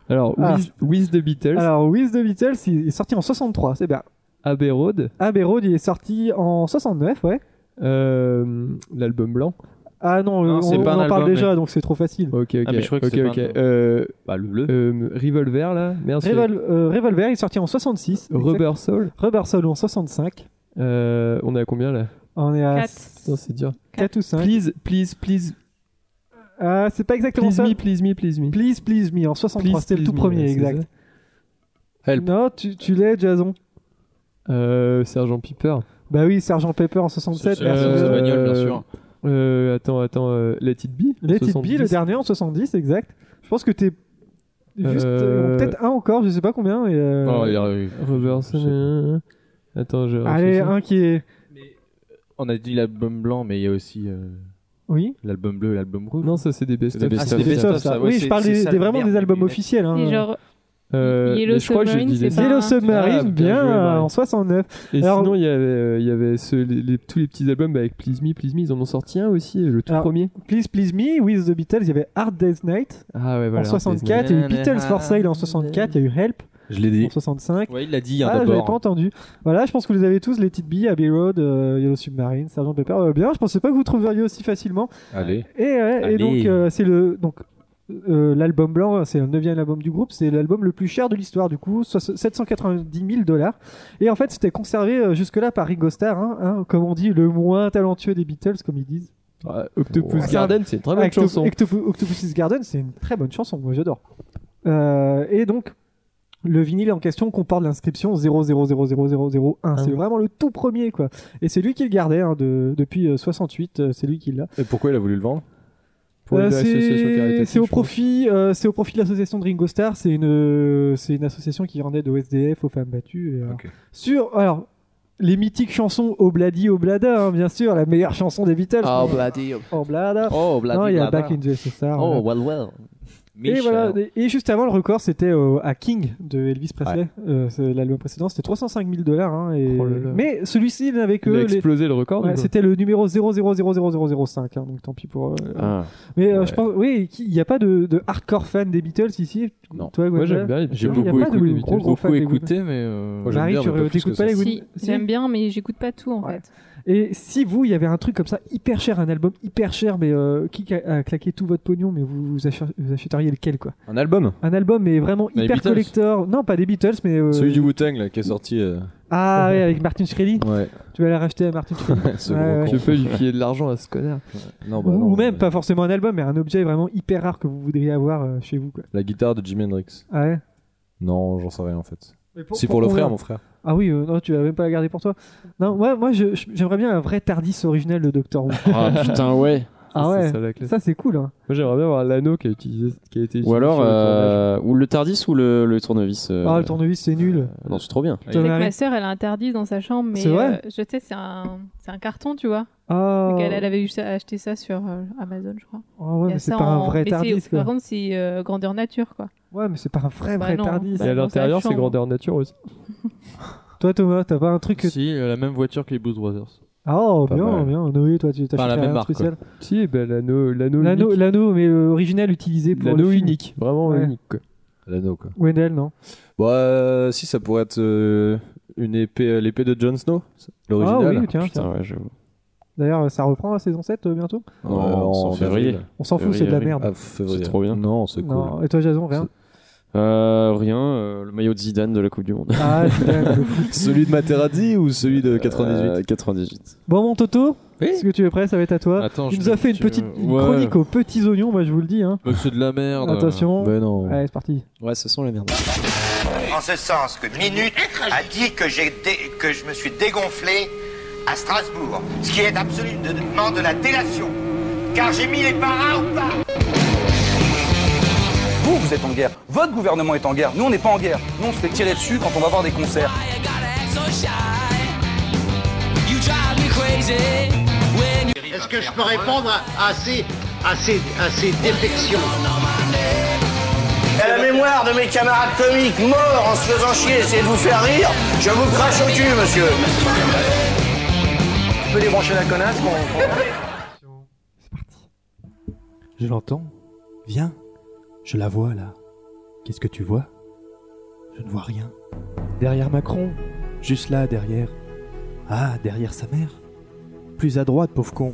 [SPEAKER 5] Alors,
[SPEAKER 2] Ah.
[SPEAKER 5] with, with the Beatles,
[SPEAKER 2] Alors, With the Beatles, il est sorti en 63, c'est bien.
[SPEAKER 5] Abbey Road,
[SPEAKER 2] Abbey Road, il est sorti en 69, ouais.
[SPEAKER 5] euh, l'album blanc.
[SPEAKER 2] Ah non,
[SPEAKER 7] Non,
[SPEAKER 2] on,
[SPEAKER 7] c'est
[SPEAKER 2] on
[SPEAKER 7] pas
[SPEAKER 2] en
[SPEAKER 7] un album,
[SPEAKER 2] parle déjà, donc c'est trop facile.
[SPEAKER 5] Ok, ok.
[SPEAKER 7] Ah, mais je crois que
[SPEAKER 5] ok,
[SPEAKER 7] c'est pas
[SPEAKER 5] ok.
[SPEAKER 7] un album.
[SPEAKER 5] Euh,
[SPEAKER 7] Bah le bleu.
[SPEAKER 5] euh, Revolver, là Merde, c'est-
[SPEAKER 2] Revol- euh, Revolver, il est sorti en 66.
[SPEAKER 5] Rubber Soul.
[SPEAKER 2] Exact. Rubber Soul en 65.
[SPEAKER 5] Euh, on est à combien, là
[SPEAKER 2] On est à
[SPEAKER 6] Quatre.
[SPEAKER 5] Putain, c'est dur.
[SPEAKER 2] 4 ou 5.
[SPEAKER 5] Please, please, please,
[SPEAKER 2] Ah, c'est pas exactement
[SPEAKER 5] please
[SPEAKER 2] ça.
[SPEAKER 5] me, please me, please me.
[SPEAKER 2] Please, please me, en 63,
[SPEAKER 5] Please,
[SPEAKER 2] c'était le
[SPEAKER 5] please
[SPEAKER 2] tout
[SPEAKER 5] me,
[SPEAKER 2] premier,
[SPEAKER 5] ouais, c'est
[SPEAKER 2] exact.
[SPEAKER 3] ça. Help.
[SPEAKER 2] Non, tu, tu l'es, Jason
[SPEAKER 5] Euh, Sergent Piper.
[SPEAKER 2] Bah oui, Sergent Pepper en 67.
[SPEAKER 7] C'est-
[SPEAKER 2] merci.
[SPEAKER 7] c'est
[SPEAKER 5] euh,
[SPEAKER 7] la bagnole, bien sûr.
[SPEAKER 5] Euh, attends, attends, euh, Let It Be
[SPEAKER 2] Let It Be,
[SPEAKER 5] 70.
[SPEAKER 2] le dernier en 70, exact. Je pense que t'es juste
[SPEAKER 5] Euh,
[SPEAKER 2] euh, peut-être un encore, je sais pas combien. mais, euh,
[SPEAKER 7] Oh, il y a-
[SPEAKER 5] Rubber Soul. euh, Attends, je.
[SPEAKER 2] Allez,
[SPEAKER 5] réfléchis.
[SPEAKER 2] un qui est.
[SPEAKER 7] On a dit l'album blanc, mais il y a aussi euh,
[SPEAKER 2] Oui.
[SPEAKER 7] l'album bleu, et l'album rouge.
[SPEAKER 5] Non, ça, c'est des best-of.
[SPEAKER 7] C'est des
[SPEAKER 5] Ah,
[SPEAKER 7] best-of.
[SPEAKER 5] c'est des
[SPEAKER 7] best-of,
[SPEAKER 2] Christophe,
[SPEAKER 7] ça,
[SPEAKER 2] ça.
[SPEAKER 7] ouais,
[SPEAKER 2] oui, je
[SPEAKER 7] c'est-
[SPEAKER 2] parle
[SPEAKER 7] c'est
[SPEAKER 2] des,
[SPEAKER 7] ça,
[SPEAKER 2] des-
[SPEAKER 7] la
[SPEAKER 2] vraiment
[SPEAKER 7] merde,
[SPEAKER 2] des albums
[SPEAKER 7] les mecs.
[SPEAKER 2] officiels. Hein.
[SPEAKER 6] Et genre,
[SPEAKER 5] Euh,
[SPEAKER 6] Yellow
[SPEAKER 5] mais je crois que je
[SPEAKER 6] Submarine,
[SPEAKER 5] disais
[SPEAKER 6] c'est
[SPEAKER 5] ça.
[SPEAKER 6] pas-
[SPEAKER 2] Yellow
[SPEAKER 6] Ah,
[SPEAKER 2] Submarine,
[SPEAKER 5] bien
[SPEAKER 2] bien, euh,
[SPEAKER 5] joué, Marie.
[SPEAKER 2] en 69.
[SPEAKER 5] Et
[SPEAKER 2] Alors-
[SPEAKER 5] sinon, il y avait, euh, il y avait ce- les- les- tous les petits albums avec Please Me, Please Me, ils en ont sorti un aussi, le tout
[SPEAKER 2] Alors-
[SPEAKER 5] premier.
[SPEAKER 2] Please Please Me, With the Beatles, il y avait Hard Day's Night
[SPEAKER 5] Ah ouais,
[SPEAKER 2] en 64, il y a eu Beatles for Sale en 64, il y a eu Help
[SPEAKER 3] Je l'ai
[SPEAKER 2] en
[SPEAKER 3] dit.
[SPEAKER 2] 65.
[SPEAKER 7] Ouais, il l'a dit hein,
[SPEAKER 2] Ah, j'avais pas
[SPEAKER 7] d'abord.
[SPEAKER 2] entendu. Voilà, je pense que vous les avez tous, les petites billes, Abbey Road, euh, Yellow Submarine, Sergeant Pepper. Euh, bien, je pensais pas que vous trouveriez aussi facilement.
[SPEAKER 3] Allez.
[SPEAKER 2] Et, ouais, et
[SPEAKER 7] Allez.
[SPEAKER 2] donc, euh, c'est le. Donc, euh, l'album blanc, c'est le 9 album du groupe, c'est l'album le plus cher de l'histoire, du coup, so- 790 000 dollars. Et en fait, c'était conservé euh, jusque-là par Ringo Starr, hein, hein, comme on dit, le moins talentueux des Beatles, comme ils disent.
[SPEAKER 5] Ah, Octopus
[SPEAKER 2] Ouais.
[SPEAKER 5] Garden, c'est une très bonne
[SPEAKER 2] Octo-
[SPEAKER 5] chanson.
[SPEAKER 2] Octopu- Octopus's Garden, c'est une très bonne chanson, moi j'adore. Euh, et donc, le vinyle en question comporte l'inscription 0000001.
[SPEAKER 5] Ah
[SPEAKER 2] C'est vraiment le tout premier, quoi. Et c'est lui qui le gardait hein, de- depuis euh, 68, euh, c'est lui qui l'a.
[SPEAKER 3] Et pourquoi il a voulu le vendre
[SPEAKER 5] Pour
[SPEAKER 2] Euh,
[SPEAKER 5] aider l'association
[SPEAKER 2] c'est
[SPEAKER 5] caritative,
[SPEAKER 2] c'est au
[SPEAKER 5] je crois.
[SPEAKER 2] profit, euh, c'est au profit de l'association de Ringo Starr. C'est une, euh, c'est une association qui en aide aux SDF, aux femmes battues. et, euh,
[SPEAKER 3] Ok.
[SPEAKER 2] Sur, alors, les mythiques chansons Obladi Oblada, hein, bien sûr, la meilleure
[SPEAKER 5] Ah,
[SPEAKER 2] chanson des Beatles.
[SPEAKER 11] Oh, bloody.
[SPEAKER 2] Oblada.
[SPEAKER 11] Oh,
[SPEAKER 2] non, il y a Back in the SSR.
[SPEAKER 11] Oh,
[SPEAKER 2] voilà.
[SPEAKER 11] well, well.
[SPEAKER 2] Et,
[SPEAKER 7] Michel.
[SPEAKER 2] voilà, et- et juste avant, le record, c'était euh, à King de Elvis Presley.
[SPEAKER 7] Ouais.
[SPEAKER 2] Euh, c'est L'album précédent, c'était 305 000 dollars. hein, et...
[SPEAKER 5] Oh là là.
[SPEAKER 2] Mais celui-ci, il n'avait que.
[SPEAKER 5] Il a
[SPEAKER 2] les-
[SPEAKER 5] explosé le record.
[SPEAKER 2] Ouais,
[SPEAKER 5] du coup.
[SPEAKER 2] c'était le numéro 0000005, hein, donc tant pis pour. euh,
[SPEAKER 4] Ah.
[SPEAKER 2] Mais euh, je
[SPEAKER 3] Ouais.
[SPEAKER 2] pense, oui, qui- il n'y a pas de, de hardcore fan des Beatles ici.
[SPEAKER 3] Non.
[SPEAKER 2] Toi,
[SPEAKER 5] Moi,
[SPEAKER 2] Gwendal
[SPEAKER 5] j'aime bien les
[SPEAKER 2] Il
[SPEAKER 3] J'ai
[SPEAKER 2] y a
[SPEAKER 5] Beatles.
[SPEAKER 3] beaucoup
[SPEAKER 2] pas de
[SPEAKER 3] écouté les
[SPEAKER 2] gros,
[SPEAKER 3] Beatles.
[SPEAKER 2] gros fan
[SPEAKER 7] Beaucoup
[SPEAKER 2] des
[SPEAKER 7] écouté, mais. euh,
[SPEAKER 3] Moi, j'aime
[SPEAKER 2] Marie,
[SPEAKER 3] bien,
[SPEAKER 2] tu
[SPEAKER 3] mais pas plus
[SPEAKER 2] t'écoutes pas
[SPEAKER 3] que ça.
[SPEAKER 2] les Gwendal
[SPEAKER 6] Si, j'aime bien, mais j'écoute pas tout en fait.
[SPEAKER 2] Et si vous, il y avait un truc comme ça, hyper cher, un album hyper cher, mais euh, qui a, a claqué tout votre pognon, mais vous, vous, ach- vous achèteriez lequel quoi
[SPEAKER 3] Un album
[SPEAKER 2] Un album, mais vraiment
[SPEAKER 3] Les
[SPEAKER 2] hyper
[SPEAKER 3] Beatles.
[SPEAKER 2] collector. Non, pas des Beatles, mais. euh,
[SPEAKER 3] Celui du Wu-Tang là, qui est sorti. euh,
[SPEAKER 2] Ah ouais, avec Martin Shkreli.
[SPEAKER 3] Ouais.
[SPEAKER 2] Tu vas la racheter à Martin Shkreli.
[SPEAKER 3] ce
[SPEAKER 2] Ouais,
[SPEAKER 3] gros
[SPEAKER 2] ouais.
[SPEAKER 3] con.
[SPEAKER 5] Je peux lui filer de l'argent à ce connard.
[SPEAKER 3] Non, bah non,
[SPEAKER 2] Ou même,
[SPEAKER 3] mais-
[SPEAKER 2] pas forcément un album, mais un objet vraiment hyper rare que vous voudriez avoir euh, chez vous quoi.
[SPEAKER 3] La guitare de Jimi Hendrix.
[SPEAKER 2] Ah ouais
[SPEAKER 3] Non, j'en sais rien en fait.
[SPEAKER 2] Mais
[SPEAKER 3] Si pour le frère,
[SPEAKER 2] combien
[SPEAKER 3] mon frère.
[SPEAKER 2] Ah oui, euh, non, tu vas même pas la garder pour toi. Non, moi, moi je- je- j'aimerais bien un vrai Tardis original de Doctor Who.
[SPEAKER 4] Ah putain, ouais.
[SPEAKER 2] ah
[SPEAKER 5] C'est
[SPEAKER 2] ouais,
[SPEAKER 5] ça, la classe.
[SPEAKER 2] ça c'est cool. Hein.
[SPEAKER 5] Moi, j'aimerais bien avoir l'anneau qui a, utilisé, qui a été utilisé.
[SPEAKER 4] Ou alors,
[SPEAKER 5] sur le
[SPEAKER 4] euh,
[SPEAKER 5] tournage.
[SPEAKER 4] ou le Tardis ou le, le tournevis. euh,
[SPEAKER 2] Ah, le tournevis c'est nul.
[SPEAKER 4] Non, c'est trop bien.
[SPEAKER 2] Tom
[SPEAKER 6] Avec
[SPEAKER 2] Hardy.
[SPEAKER 6] ma sœur, elle a interdit dans sa chambre, mais
[SPEAKER 2] C'est vrai
[SPEAKER 6] euh, je sais, c'est un, c'est un carton, tu vois.
[SPEAKER 2] Ah,
[SPEAKER 6] Donc elle, elle avait eu ça- acheté ça sur euh, Amazon, je crois.
[SPEAKER 2] Ah ouais,
[SPEAKER 6] Il y a
[SPEAKER 2] mais c'est
[SPEAKER 6] ça
[SPEAKER 2] pas
[SPEAKER 6] en-
[SPEAKER 2] un vrai
[SPEAKER 6] mais c'est-
[SPEAKER 2] Tardis quoi.
[SPEAKER 6] Par contre, c'est euh, grandeur nature, quoi.
[SPEAKER 2] Ouais, mais c'est pas un vrai
[SPEAKER 6] Bah
[SPEAKER 2] vrai
[SPEAKER 6] non.
[SPEAKER 2] Tardis.
[SPEAKER 5] Et à
[SPEAKER 6] dans sa
[SPEAKER 5] l'intérieur, c'est
[SPEAKER 6] chambre.
[SPEAKER 5] grandeur nature aussi.
[SPEAKER 2] Toi Thomas, t'as pas un truc Bah, que...
[SPEAKER 7] Si, euh, la même voiture que les Blues Brothers.
[SPEAKER 2] Ah oh,
[SPEAKER 3] Pas
[SPEAKER 2] bien,
[SPEAKER 3] mal.
[SPEAKER 2] bien. Noé, toi tu t'as
[SPEAKER 7] Enfin, la même
[SPEAKER 2] un
[SPEAKER 7] marque,
[SPEAKER 2] spécial.
[SPEAKER 5] Si, eh ben, l'anneau, l'anneau,
[SPEAKER 2] L'anneau,
[SPEAKER 5] unique.
[SPEAKER 2] l'anneau, mais euh, original utilisé pour
[SPEAKER 5] l'anneau
[SPEAKER 2] le film.
[SPEAKER 5] unique, vraiment
[SPEAKER 2] Ouais.
[SPEAKER 5] unique. Quoi.
[SPEAKER 3] L'anneau quoi.
[SPEAKER 2] Wendell, non
[SPEAKER 3] Bah, euh, si, ça pourrait être euh, une épée, euh, l'épée de Jon Snow, l'original.
[SPEAKER 2] Ah oui, tiens. tiens.
[SPEAKER 4] Putain, ouais, j'avoue.
[SPEAKER 2] D'ailleurs, ça reprend la saison 7 euh, bientôt
[SPEAKER 3] Euh,
[SPEAKER 4] Non, c'est en février.
[SPEAKER 3] avril.
[SPEAKER 2] On s'en fout,
[SPEAKER 4] Février,
[SPEAKER 2] c'est de la
[SPEAKER 4] avril.
[SPEAKER 2] merde.
[SPEAKER 3] Ah, février.
[SPEAKER 4] C'est trop bien.
[SPEAKER 3] Non, c'est cool.
[SPEAKER 2] Non, Et toi Jason, rien
[SPEAKER 4] Euh, rien, euh, le maillot de Zidane de la Coupe du Monde.
[SPEAKER 2] Ah, putain, le fou.
[SPEAKER 3] celui de Materazzi ou celui de 98
[SPEAKER 4] Euh, 98.
[SPEAKER 2] Bon, mon Toto,
[SPEAKER 7] Oui
[SPEAKER 2] est-ce que tu es prêt Ça va être à toi.
[SPEAKER 7] Attends,
[SPEAKER 2] Il
[SPEAKER 7] je
[SPEAKER 2] nous a
[SPEAKER 7] me-
[SPEAKER 2] fait une
[SPEAKER 7] tu
[SPEAKER 2] petite
[SPEAKER 7] veux-
[SPEAKER 2] une
[SPEAKER 7] Ouais.
[SPEAKER 2] chronique aux petits oignons, moi je vous le dis. Hein.
[SPEAKER 7] Euh, C'est de la merde.
[SPEAKER 2] Attention.
[SPEAKER 3] Ben non.
[SPEAKER 2] Allez, c'est parti.
[SPEAKER 4] Ouais, ce sont les merdes.
[SPEAKER 12] En ce sens que Minute a dit que, j'ai dé- que je me suis dégonflé à Strasbourg, ce qui est absolument de la délation, car j'ai mis les paras au pas.
[SPEAKER 10] Vous, vous êtes en guerre. Votre gouvernement est en guerre. Nous, on n'est pas en guerre. Nous, on se fait tirer dessus quand on va voir des concerts.
[SPEAKER 12] Est-ce que je peux répondre à, ces, défections À la mémoire de mes camarades comiques morts en se faisant chier, essayer de vous faire rire, je vous crache au cul, monsieur. Je peux débrancher la connasse qu'on- qu'on-
[SPEAKER 2] C'est parti.
[SPEAKER 13] Je l'entends. Viens. Je la vois là. Qu'est-ce que tu vois Je ne vois rien. Derrière Macron. Juste là, derrière. Ah, derrière sa mère. Plus à droite, pauvre con.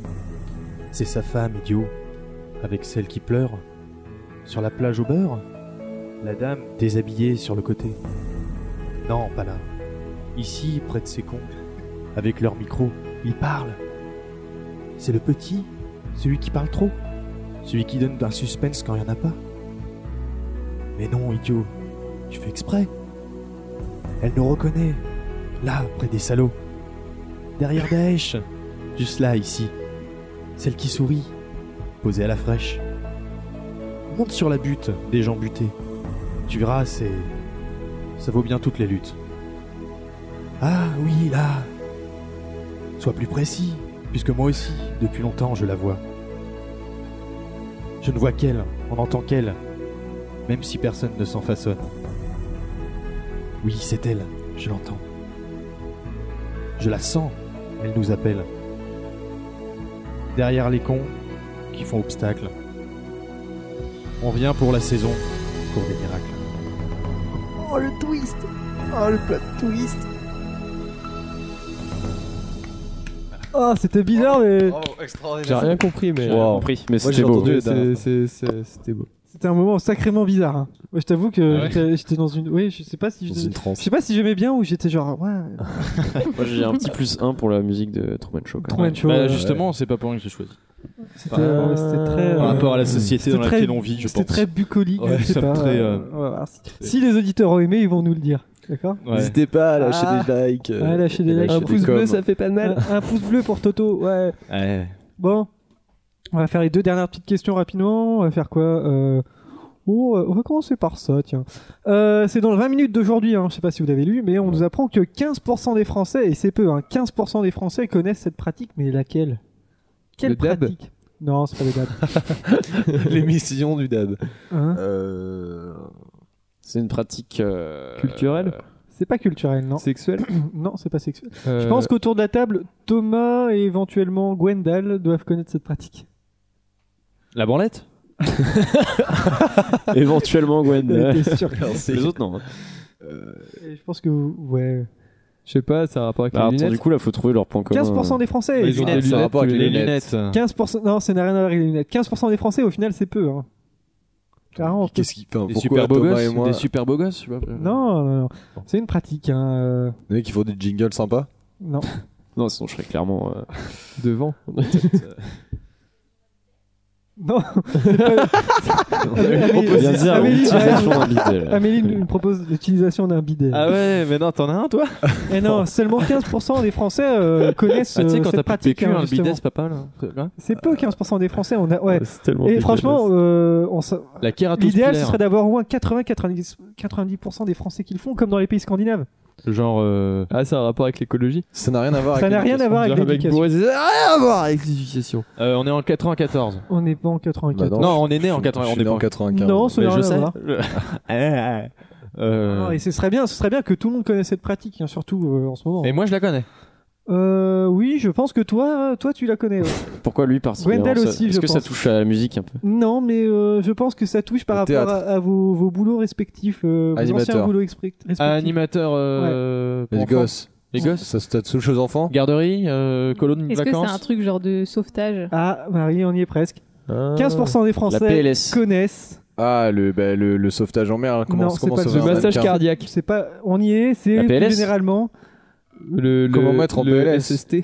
[SPEAKER 13] C'est sa femme, idiot. Avec celle qui pleure. Sur la plage au beurre. La dame déshabillée sur le côté. Non, pas là. Ici, près de ses cons. Avec leur micro. Ils parlent. C'est le petit. Celui qui parle trop. Celui qui donne un suspense quand il n'y en a pas. Mais non, idiot, tu fais exprès. Elle nous reconnaît, là, près des salauds. Derrière Daesh, juste là, ici. Celle qui sourit, posée à la fraîche. Monte sur la butte des gens butés. Tu verras, c'est. Ça vaut bien toutes les luttes. Ah oui, là. Sois plus précis, puisque moi aussi, depuis longtemps, je la vois. Je ne vois qu'elle, on n'entend qu'elle, même si personne ne s'en façonne. Oui, c'est elle, je l'entends. Je la sens, elle nous appelle. Derrière les cons qui font obstacle. On vient pour la saison, pour des miracles. Oh le twist Oh le plat twist
[SPEAKER 2] Ah, c'était bizarre, mais
[SPEAKER 5] J'ai rien compris, mais.
[SPEAKER 4] J'ai rien compris, mais
[SPEAKER 3] Moi,
[SPEAKER 4] c'était
[SPEAKER 3] j'ai
[SPEAKER 4] beau.
[SPEAKER 3] entendu
[SPEAKER 5] Ouais,
[SPEAKER 3] les
[SPEAKER 5] c'est-
[SPEAKER 3] dernières
[SPEAKER 5] c'est- c'est- C'était beau.
[SPEAKER 2] c'était un moment sacrément bizarre. hein. Moi, je t'avoue que
[SPEAKER 7] Ah ouais
[SPEAKER 2] j'étais- j'étais dans une. Oui, je sais pas si
[SPEAKER 3] Dans
[SPEAKER 2] je.
[SPEAKER 3] une transe.
[SPEAKER 2] Je sais pas si j'aimais bien ou j'étais genre ouais
[SPEAKER 4] Moi, j'ai un petit plus 1 pour la musique de Truman Show. quand
[SPEAKER 2] Truman
[SPEAKER 4] même.
[SPEAKER 2] Show,
[SPEAKER 7] Bah,
[SPEAKER 2] euh,
[SPEAKER 7] justement, c'est pas pour rien que j'ai choisi.
[SPEAKER 2] c'était euh, c'était très
[SPEAKER 7] Par
[SPEAKER 2] euh,
[SPEAKER 7] rapport à la société
[SPEAKER 2] c'était
[SPEAKER 7] dans
[SPEAKER 2] très-
[SPEAKER 7] laquelle on vit, je
[SPEAKER 2] c'était
[SPEAKER 7] pense.
[SPEAKER 2] très bucolique
[SPEAKER 7] Ouais,
[SPEAKER 2] je sais
[SPEAKER 7] ça
[SPEAKER 2] pas
[SPEAKER 7] me très, euh,
[SPEAKER 2] on va voir si, si les auditeurs ont aimé ils vont nous le dire d'accord
[SPEAKER 7] Ouais.
[SPEAKER 3] N'hésitez pas à lâcher
[SPEAKER 2] Ah.
[SPEAKER 3] des likes. euh,
[SPEAKER 2] Ouais, lâchez des likes.
[SPEAKER 3] lâcher
[SPEAKER 2] Un
[SPEAKER 3] des
[SPEAKER 2] pouce bleu,
[SPEAKER 3] coms.
[SPEAKER 5] ça fait pas de
[SPEAKER 2] un, un pouce bleu pour Toto ouais
[SPEAKER 7] Ouais.
[SPEAKER 2] Bon, on va faire les deux dernières petites questions rapidement. On va faire quoi Euh, Oh, euh, on va commencer par ça, tiens. Euh, c'est dans le 20 minutes d'aujourd'hui, hein, je sais pas si vous l'avez lu, mais on nous apprend que 15% des Français, et c'est peu, hein, 15% des Français connaissent cette pratique, mais laquelle Quelle
[SPEAKER 5] Le dab
[SPEAKER 2] pratique Non, c'est pas les dates.
[SPEAKER 3] L'émission du dad.
[SPEAKER 2] Hein
[SPEAKER 3] Euh,
[SPEAKER 4] C'est une pratique euh,
[SPEAKER 5] Culturelle
[SPEAKER 2] C'est pas culturel, non.
[SPEAKER 5] Sexuel
[SPEAKER 2] Non, c'est pas sexuel.
[SPEAKER 5] Euh,
[SPEAKER 2] Je pense qu'autour de la table, Thomas et éventuellement Gwendal doivent connaître cette pratique.
[SPEAKER 3] La branlette
[SPEAKER 4] euh, Éventuellement, Gwen.
[SPEAKER 5] Euh.
[SPEAKER 2] Ouais, t'es sûr.
[SPEAKER 4] Les autres, non.
[SPEAKER 2] Et je pense que vous- ouais.
[SPEAKER 5] Je sais pas, ça a un rapport avec
[SPEAKER 4] Bah,
[SPEAKER 5] les
[SPEAKER 4] attends,
[SPEAKER 5] lunettes.
[SPEAKER 4] du coup, là, faut trouver leur point commun.
[SPEAKER 2] 15% des Français.
[SPEAKER 5] Bah, ils ont des lunettes, ça a rapport avec les
[SPEAKER 7] Hein.
[SPEAKER 5] lunettes.
[SPEAKER 2] 15%, non, ça n'a rien à voir avec les lunettes. 15% des Français, au final, c'est peu. Hein. 40.
[SPEAKER 3] Qu'est-ce qui. enfin,
[SPEAKER 7] Des
[SPEAKER 3] pourquoi
[SPEAKER 7] super beaux
[SPEAKER 3] Thomas
[SPEAKER 7] gosses,
[SPEAKER 3] et moi-
[SPEAKER 7] des super beaux gosses, je sais pas.
[SPEAKER 2] Non, non, non. C'est une pratique. Hein. euh,
[SPEAKER 3] Les mecs, qui font des jingles sympas.
[SPEAKER 2] Non.
[SPEAKER 4] Non, sinon, je serais clairement.
[SPEAKER 2] Ah,
[SPEAKER 4] euh,
[SPEAKER 5] Devant.
[SPEAKER 2] Non. c'est pas- Amélie-
[SPEAKER 4] proposition.
[SPEAKER 2] Amélie- Amélie-
[SPEAKER 4] Bien sûr, l'utilisation d'un bidet, là.
[SPEAKER 2] Amélie nous propose l'utilisation d'un bidet.
[SPEAKER 7] hein. Ah ouais, mais non, t'en as un toi
[SPEAKER 2] Et non, seulement 15% des Français euh, connaissent
[SPEAKER 7] Ah, tu sais,
[SPEAKER 2] euh, cette
[SPEAKER 7] quand t'as plus de
[SPEAKER 2] pratique.
[SPEAKER 7] PQ,
[SPEAKER 2] hein,
[SPEAKER 7] hein, le bidet,
[SPEAKER 2] justement.
[SPEAKER 7] c'est pas mal. hein. Là.
[SPEAKER 2] C'est peu 15% des Français. On a ouais.
[SPEAKER 5] C'est tellement
[SPEAKER 2] Et franchement, euh, on sa-
[SPEAKER 7] La kératose
[SPEAKER 2] l'idéal ce
[SPEAKER 7] pilaire.
[SPEAKER 2] serait d'avoir au moins 80-90% 90% des Français qui le font, comme dans les pays scandinaves.
[SPEAKER 7] Genre. euh,
[SPEAKER 5] Ah, c'est un rapport avec l'écologie
[SPEAKER 3] Ça n'a rien à
[SPEAKER 7] Ah,
[SPEAKER 3] voir
[SPEAKER 2] Ça
[SPEAKER 3] avec.
[SPEAKER 2] n'a rien à voir avec
[SPEAKER 5] Genre avec
[SPEAKER 2] l'éducation.
[SPEAKER 5] Bourré, c'est- Ah, rien à voir avec l'éducation.
[SPEAKER 7] euh, on est en 94.
[SPEAKER 2] On n'est pas en 94.
[SPEAKER 3] Bah,
[SPEAKER 7] non, on est né en 80,
[SPEAKER 3] On
[SPEAKER 7] on est
[SPEAKER 3] est en
[SPEAKER 7] pas-
[SPEAKER 3] 95.
[SPEAKER 2] non, ça
[SPEAKER 7] Mais
[SPEAKER 2] n'a rien
[SPEAKER 7] je
[SPEAKER 2] à
[SPEAKER 7] sais.
[SPEAKER 2] voir.
[SPEAKER 7] Euh,
[SPEAKER 2] Non,
[SPEAKER 7] euh,
[SPEAKER 2] et ce serait bien, ce serait bien que tout le monde connaisse cette pratique, hein, surtout euh, en ce moment.
[SPEAKER 7] Et moi, je la connais.
[SPEAKER 2] Euh, oui, je pense que toi, euh, toi, tu la connais. ouais.
[SPEAKER 4] Pourquoi lui particulièrement
[SPEAKER 2] Gwendal
[SPEAKER 4] ça-
[SPEAKER 2] aussi,
[SPEAKER 4] Est-ce
[SPEAKER 2] je
[SPEAKER 4] que ça
[SPEAKER 2] pense.
[SPEAKER 4] touche à la musique un peu
[SPEAKER 2] non, mais euh, je pense que ça touche par
[SPEAKER 3] Au
[SPEAKER 2] rapport à,
[SPEAKER 3] théâtre.
[SPEAKER 2] à vos, vos boulots respectifs, euh, vos
[SPEAKER 3] Animateur.
[SPEAKER 2] anciens boulots expri- respectifs.
[SPEAKER 7] Animateur. euh, pour
[SPEAKER 3] Les
[SPEAKER 7] enfants.
[SPEAKER 3] gosses.
[SPEAKER 7] Les gosses.
[SPEAKER 3] Ça se tâte sous les enfants
[SPEAKER 7] Garderie, euh, colonne de
[SPEAKER 6] Est-ce que c'est un
[SPEAKER 7] vacances.
[SPEAKER 6] truc genre de sauvetage
[SPEAKER 2] Ah, Marie, on y est presque.
[SPEAKER 5] Ah, Euh,
[SPEAKER 2] 15% des
[SPEAKER 4] La
[SPEAKER 2] Français
[SPEAKER 4] PLS.
[SPEAKER 2] connaissent.
[SPEAKER 3] Ah, le, bah, le, le sauvetage en
[SPEAKER 7] hein,
[SPEAKER 3] mer. Comment,
[SPEAKER 2] Non, c'est
[SPEAKER 3] comment
[SPEAKER 2] pas
[SPEAKER 3] sauver
[SPEAKER 2] le
[SPEAKER 3] un
[SPEAKER 5] massage
[SPEAKER 3] mannequin
[SPEAKER 5] cardiaque.
[SPEAKER 2] C'est pas, on y est. C'est
[SPEAKER 4] La
[SPEAKER 2] plus
[SPEAKER 4] PLS.
[SPEAKER 2] généralement,
[SPEAKER 5] Le,
[SPEAKER 3] Comment
[SPEAKER 5] le-
[SPEAKER 3] mettre en
[SPEAKER 5] le
[SPEAKER 3] PLS.
[SPEAKER 5] SST.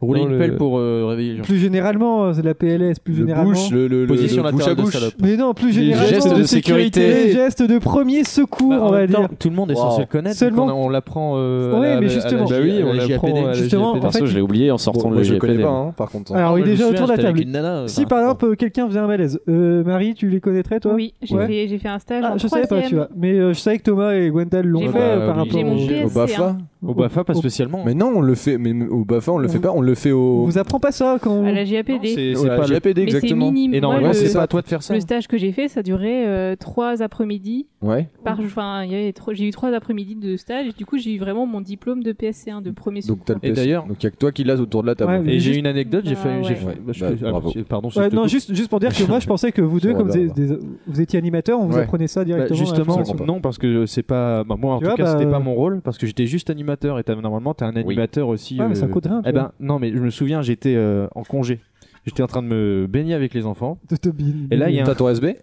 [SPEAKER 7] Rouler
[SPEAKER 5] Non,
[SPEAKER 7] une
[SPEAKER 5] le-
[SPEAKER 7] pelle pour euh, réveiller les gens.
[SPEAKER 2] plus généralement, euh, c'est de la PLS, plus
[SPEAKER 3] Le
[SPEAKER 2] généralement.
[SPEAKER 3] bouche, le, le, le-
[SPEAKER 7] Position
[SPEAKER 3] le bouche à
[SPEAKER 7] latérale de
[SPEAKER 3] bouche.
[SPEAKER 7] salope.
[SPEAKER 2] Mais non, plus
[SPEAKER 5] Les
[SPEAKER 2] généralement,
[SPEAKER 5] gestes de sécurité.
[SPEAKER 2] les gestes de premier secours,
[SPEAKER 7] Bah, en
[SPEAKER 2] on va
[SPEAKER 7] même temps,
[SPEAKER 2] dire.
[SPEAKER 7] Tout le monde est censé
[SPEAKER 3] Wow.
[SPEAKER 7] le connaître.
[SPEAKER 2] Seulement-
[SPEAKER 7] donc On, on l'apprend. euh, à
[SPEAKER 2] Ouais,
[SPEAKER 7] la-
[SPEAKER 2] mais
[SPEAKER 7] à la-
[SPEAKER 2] justement.
[SPEAKER 7] à la
[SPEAKER 5] Bah oui,
[SPEAKER 7] J-
[SPEAKER 5] on
[SPEAKER 7] à la
[SPEAKER 5] l'apprend
[SPEAKER 7] JAPD.
[SPEAKER 5] à la
[SPEAKER 2] euh, Justement,
[SPEAKER 5] JAPD.
[SPEAKER 2] en fait,
[SPEAKER 4] Perso, je l'ai oublié en sortant
[SPEAKER 3] Bon,
[SPEAKER 4] de
[SPEAKER 3] moi,
[SPEAKER 4] le
[SPEAKER 3] je
[SPEAKER 4] JPD.
[SPEAKER 3] connais pas, hein, par contre.
[SPEAKER 2] Alors oui,
[SPEAKER 7] Moi, je me
[SPEAKER 2] déjà
[SPEAKER 7] souviens,
[SPEAKER 2] autour de la
[SPEAKER 7] j'étais avec
[SPEAKER 2] table.
[SPEAKER 7] une nana, euh,
[SPEAKER 2] Si par exemple euh, quelqu'un faisait un malaise, euh, Marie, tu les connaîtrais toi
[SPEAKER 6] Oui, j'ai
[SPEAKER 2] Ouais.
[SPEAKER 6] fait, j'ai fait un stage.
[SPEAKER 2] Ah,
[SPEAKER 6] en
[SPEAKER 2] je savais pas, tu
[SPEAKER 6] troisième.
[SPEAKER 2] vois. Mais euh, je savais que Thomas et Gwendal l'ont
[SPEAKER 6] J'ai
[SPEAKER 2] fait
[SPEAKER 6] mon-
[SPEAKER 2] euh, par
[SPEAKER 7] bah oui,
[SPEAKER 2] rapport
[SPEAKER 6] j'ai mon
[SPEAKER 2] au-
[SPEAKER 6] PSC,
[SPEAKER 3] Au BAFA
[SPEAKER 7] Au BAFA, pas spécialement.
[SPEAKER 3] Mais non, on le fait. Mais au BAFA, on le fait pas. On le fait
[SPEAKER 2] On
[SPEAKER 3] au.
[SPEAKER 2] vous apprend pas ça quand.
[SPEAKER 6] à la JAPD.
[SPEAKER 7] C'est
[SPEAKER 3] au-
[SPEAKER 7] c'est
[SPEAKER 3] à
[SPEAKER 7] pas le-
[SPEAKER 3] JPD,
[SPEAKER 6] Mais c'est
[SPEAKER 3] exactement.
[SPEAKER 6] minime.
[SPEAKER 7] Et
[SPEAKER 6] Moi,
[SPEAKER 7] normalement,
[SPEAKER 6] le-
[SPEAKER 7] c'est pas à toi de faire ça.
[SPEAKER 6] Le stage que j'ai fait, ça durait euh, trois après-midi.
[SPEAKER 3] Ouais.
[SPEAKER 6] Par, enfin, il y avait trois- j'ai eu trois après-midi de stage. Du coup, j'ai eu vraiment mon diplôme de PSC1 de premier
[SPEAKER 3] Donc t'as
[SPEAKER 6] secours.
[SPEAKER 3] le
[SPEAKER 7] Et
[SPEAKER 3] PS.
[SPEAKER 7] d'ailleurs-
[SPEAKER 3] Donc il y a que toi qui l'as autour de la table.
[SPEAKER 2] Ouais, mais
[SPEAKER 7] Et j'ai
[SPEAKER 2] juste-
[SPEAKER 7] une anecdote, j'ai
[SPEAKER 6] Ah
[SPEAKER 7] fait. j'ai
[SPEAKER 6] ouais.
[SPEAKER 7] fait-
[SPEAKER 3] Ouais,
[SPEAKER 7] bah, je-
[SPEAKER 3] bah,
[SPEAKER 7] ah,
[SPEAKER 3] bravo.
[SPEAKER 7] j'ai- Pardon,
[SPEAKER 2] Ouais,
[SPEAKER 7] je te
[SPEAKER 2] non,
[SPEAKER 7] coupe.
[SPEAKER 2] juste, juste pour dire que moi je pensais que vous deux,
[SPEAKER 3] Ça va,
[SPEAKER 2] comme vous,
[SPEAKER 3] bah,
[SPEAKER 2] êtes- des- vous étiez animateurs, on vous
[SPEAKER 3] Ouais.
[SPEAKER 2] apprenait ça
[SPEAKER 7] Bah,
[SPEAKER 2] directement. hein, à la
[SPEAKER 7] justement,
[SPEAKER 2] formation.
[SPEAKER 7] non, parce que c'est pas. bah, moi, en
[SPEAKER 2] Tu
[SPEAKER 7] tout
[SPEAKER 2] vois,
[SPEAKER 7] cas,
[SPEAKER 2] bah,
[SPEAKER 7] c'était
[SPEAKER 2] euh,
[SPEAKER 7] pas mon rôle, parce que j'étais juste animateur. Et t'as- normalement, t'es un animateur aussi.
[SPEAKER 2] Ouais, Ah, mais ça
[SPEAKER 7] euh,
[SPEAKER 2] coûte rien.
[SPEAKER 7] Eh
[SPEAKER 2] quoi.
[SPEAKER 7] ben, non, mais je me souviens, j'étais euh, en congé. J'étais en train de me baigner avec les enfants.
[SPEAKER 2] De Tobin.
[SPEAKER 7] Et là, il y a un.
[SPEAKER 3] T'as ton SB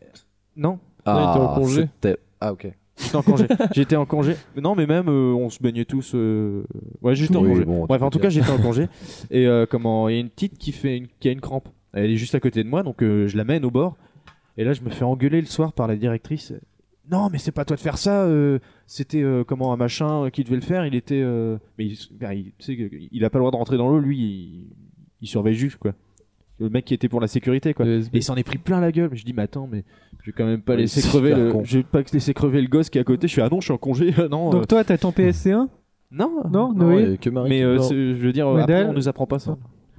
[SPEAKER 7] Non,
[SPEAKER 5] il était en congé.
[SPEAKER 3] c'était- Ah, ok.
[SPEAKER 7] j'étais en congé. j'étais en congé. Non, mais même, euh, on se baignait tous. euh, Ouais, j'étais en
[SPEAKER 3] Oui,
[SPEAKER 7] congé.
[SPEAKER 3] bon, tu
[SPEAKER 7] Bref,
[SPEAKER 3] peux
[SPEAKER 7] en tout
[SPEAKER 3] dire.
[SPEAKER 7] cas, j'étais en congé. Et euh, comment Il y a une petite qui, fait une- qui a une crampe. Elle est juste à côté de moi, donc euh, je l'amène au bord. Et là, je me fais engueuler le soir par la directrice. Non, mais c'est pas toi de faire ça. euh, C'était euh, comment un machin euh, qui devait le faire. Il était. euh, Mais il, ben, il, tu sais que- il a pas le droit de rentrer dans l'eau. Lui, il, il surveille juste quoi. Le mec qui était pour la sécurité quoi.
[SPEAKER 5] Le
[SPEAKER 7] Et il s'en est pris plein la gueule. Je dis, mais attends, mais je vais quand même pas
[SPEAKER 3] Ouais,
[SPEAKER 7] laisser
[SPEAKER 3] super
[SPEAKER 7] crever le,
[SPEAKER 3] con.
[SPEAKER 7] je vais pas laisser crever le gosse qui est à côté. Je suis ah non, je suis en congé. Ah non, euh, Ah,
[SPEAKER 2] Donc toi, t'as ton PSC1
[SPEAKER 7] non,
[SPEAKER 2] Non,
[SPEAKER 3] Non, il y
[SPEAKER 2] Noé
[SPEAKER 3] a que Marie.
[SPEAKER 7] Mais
[SPEAKER 3] qui-
[SPEAKER 7] euh,
[SPEAKER 3] Non.
[SPEAKER 7] c'est- je veux dire, euh,
[SPEAKER 2] Mais
[SPEAKER 7] après,
[SPEAKER 2] d'elle-
[SPEAKER 7] on nous apprend pas ça.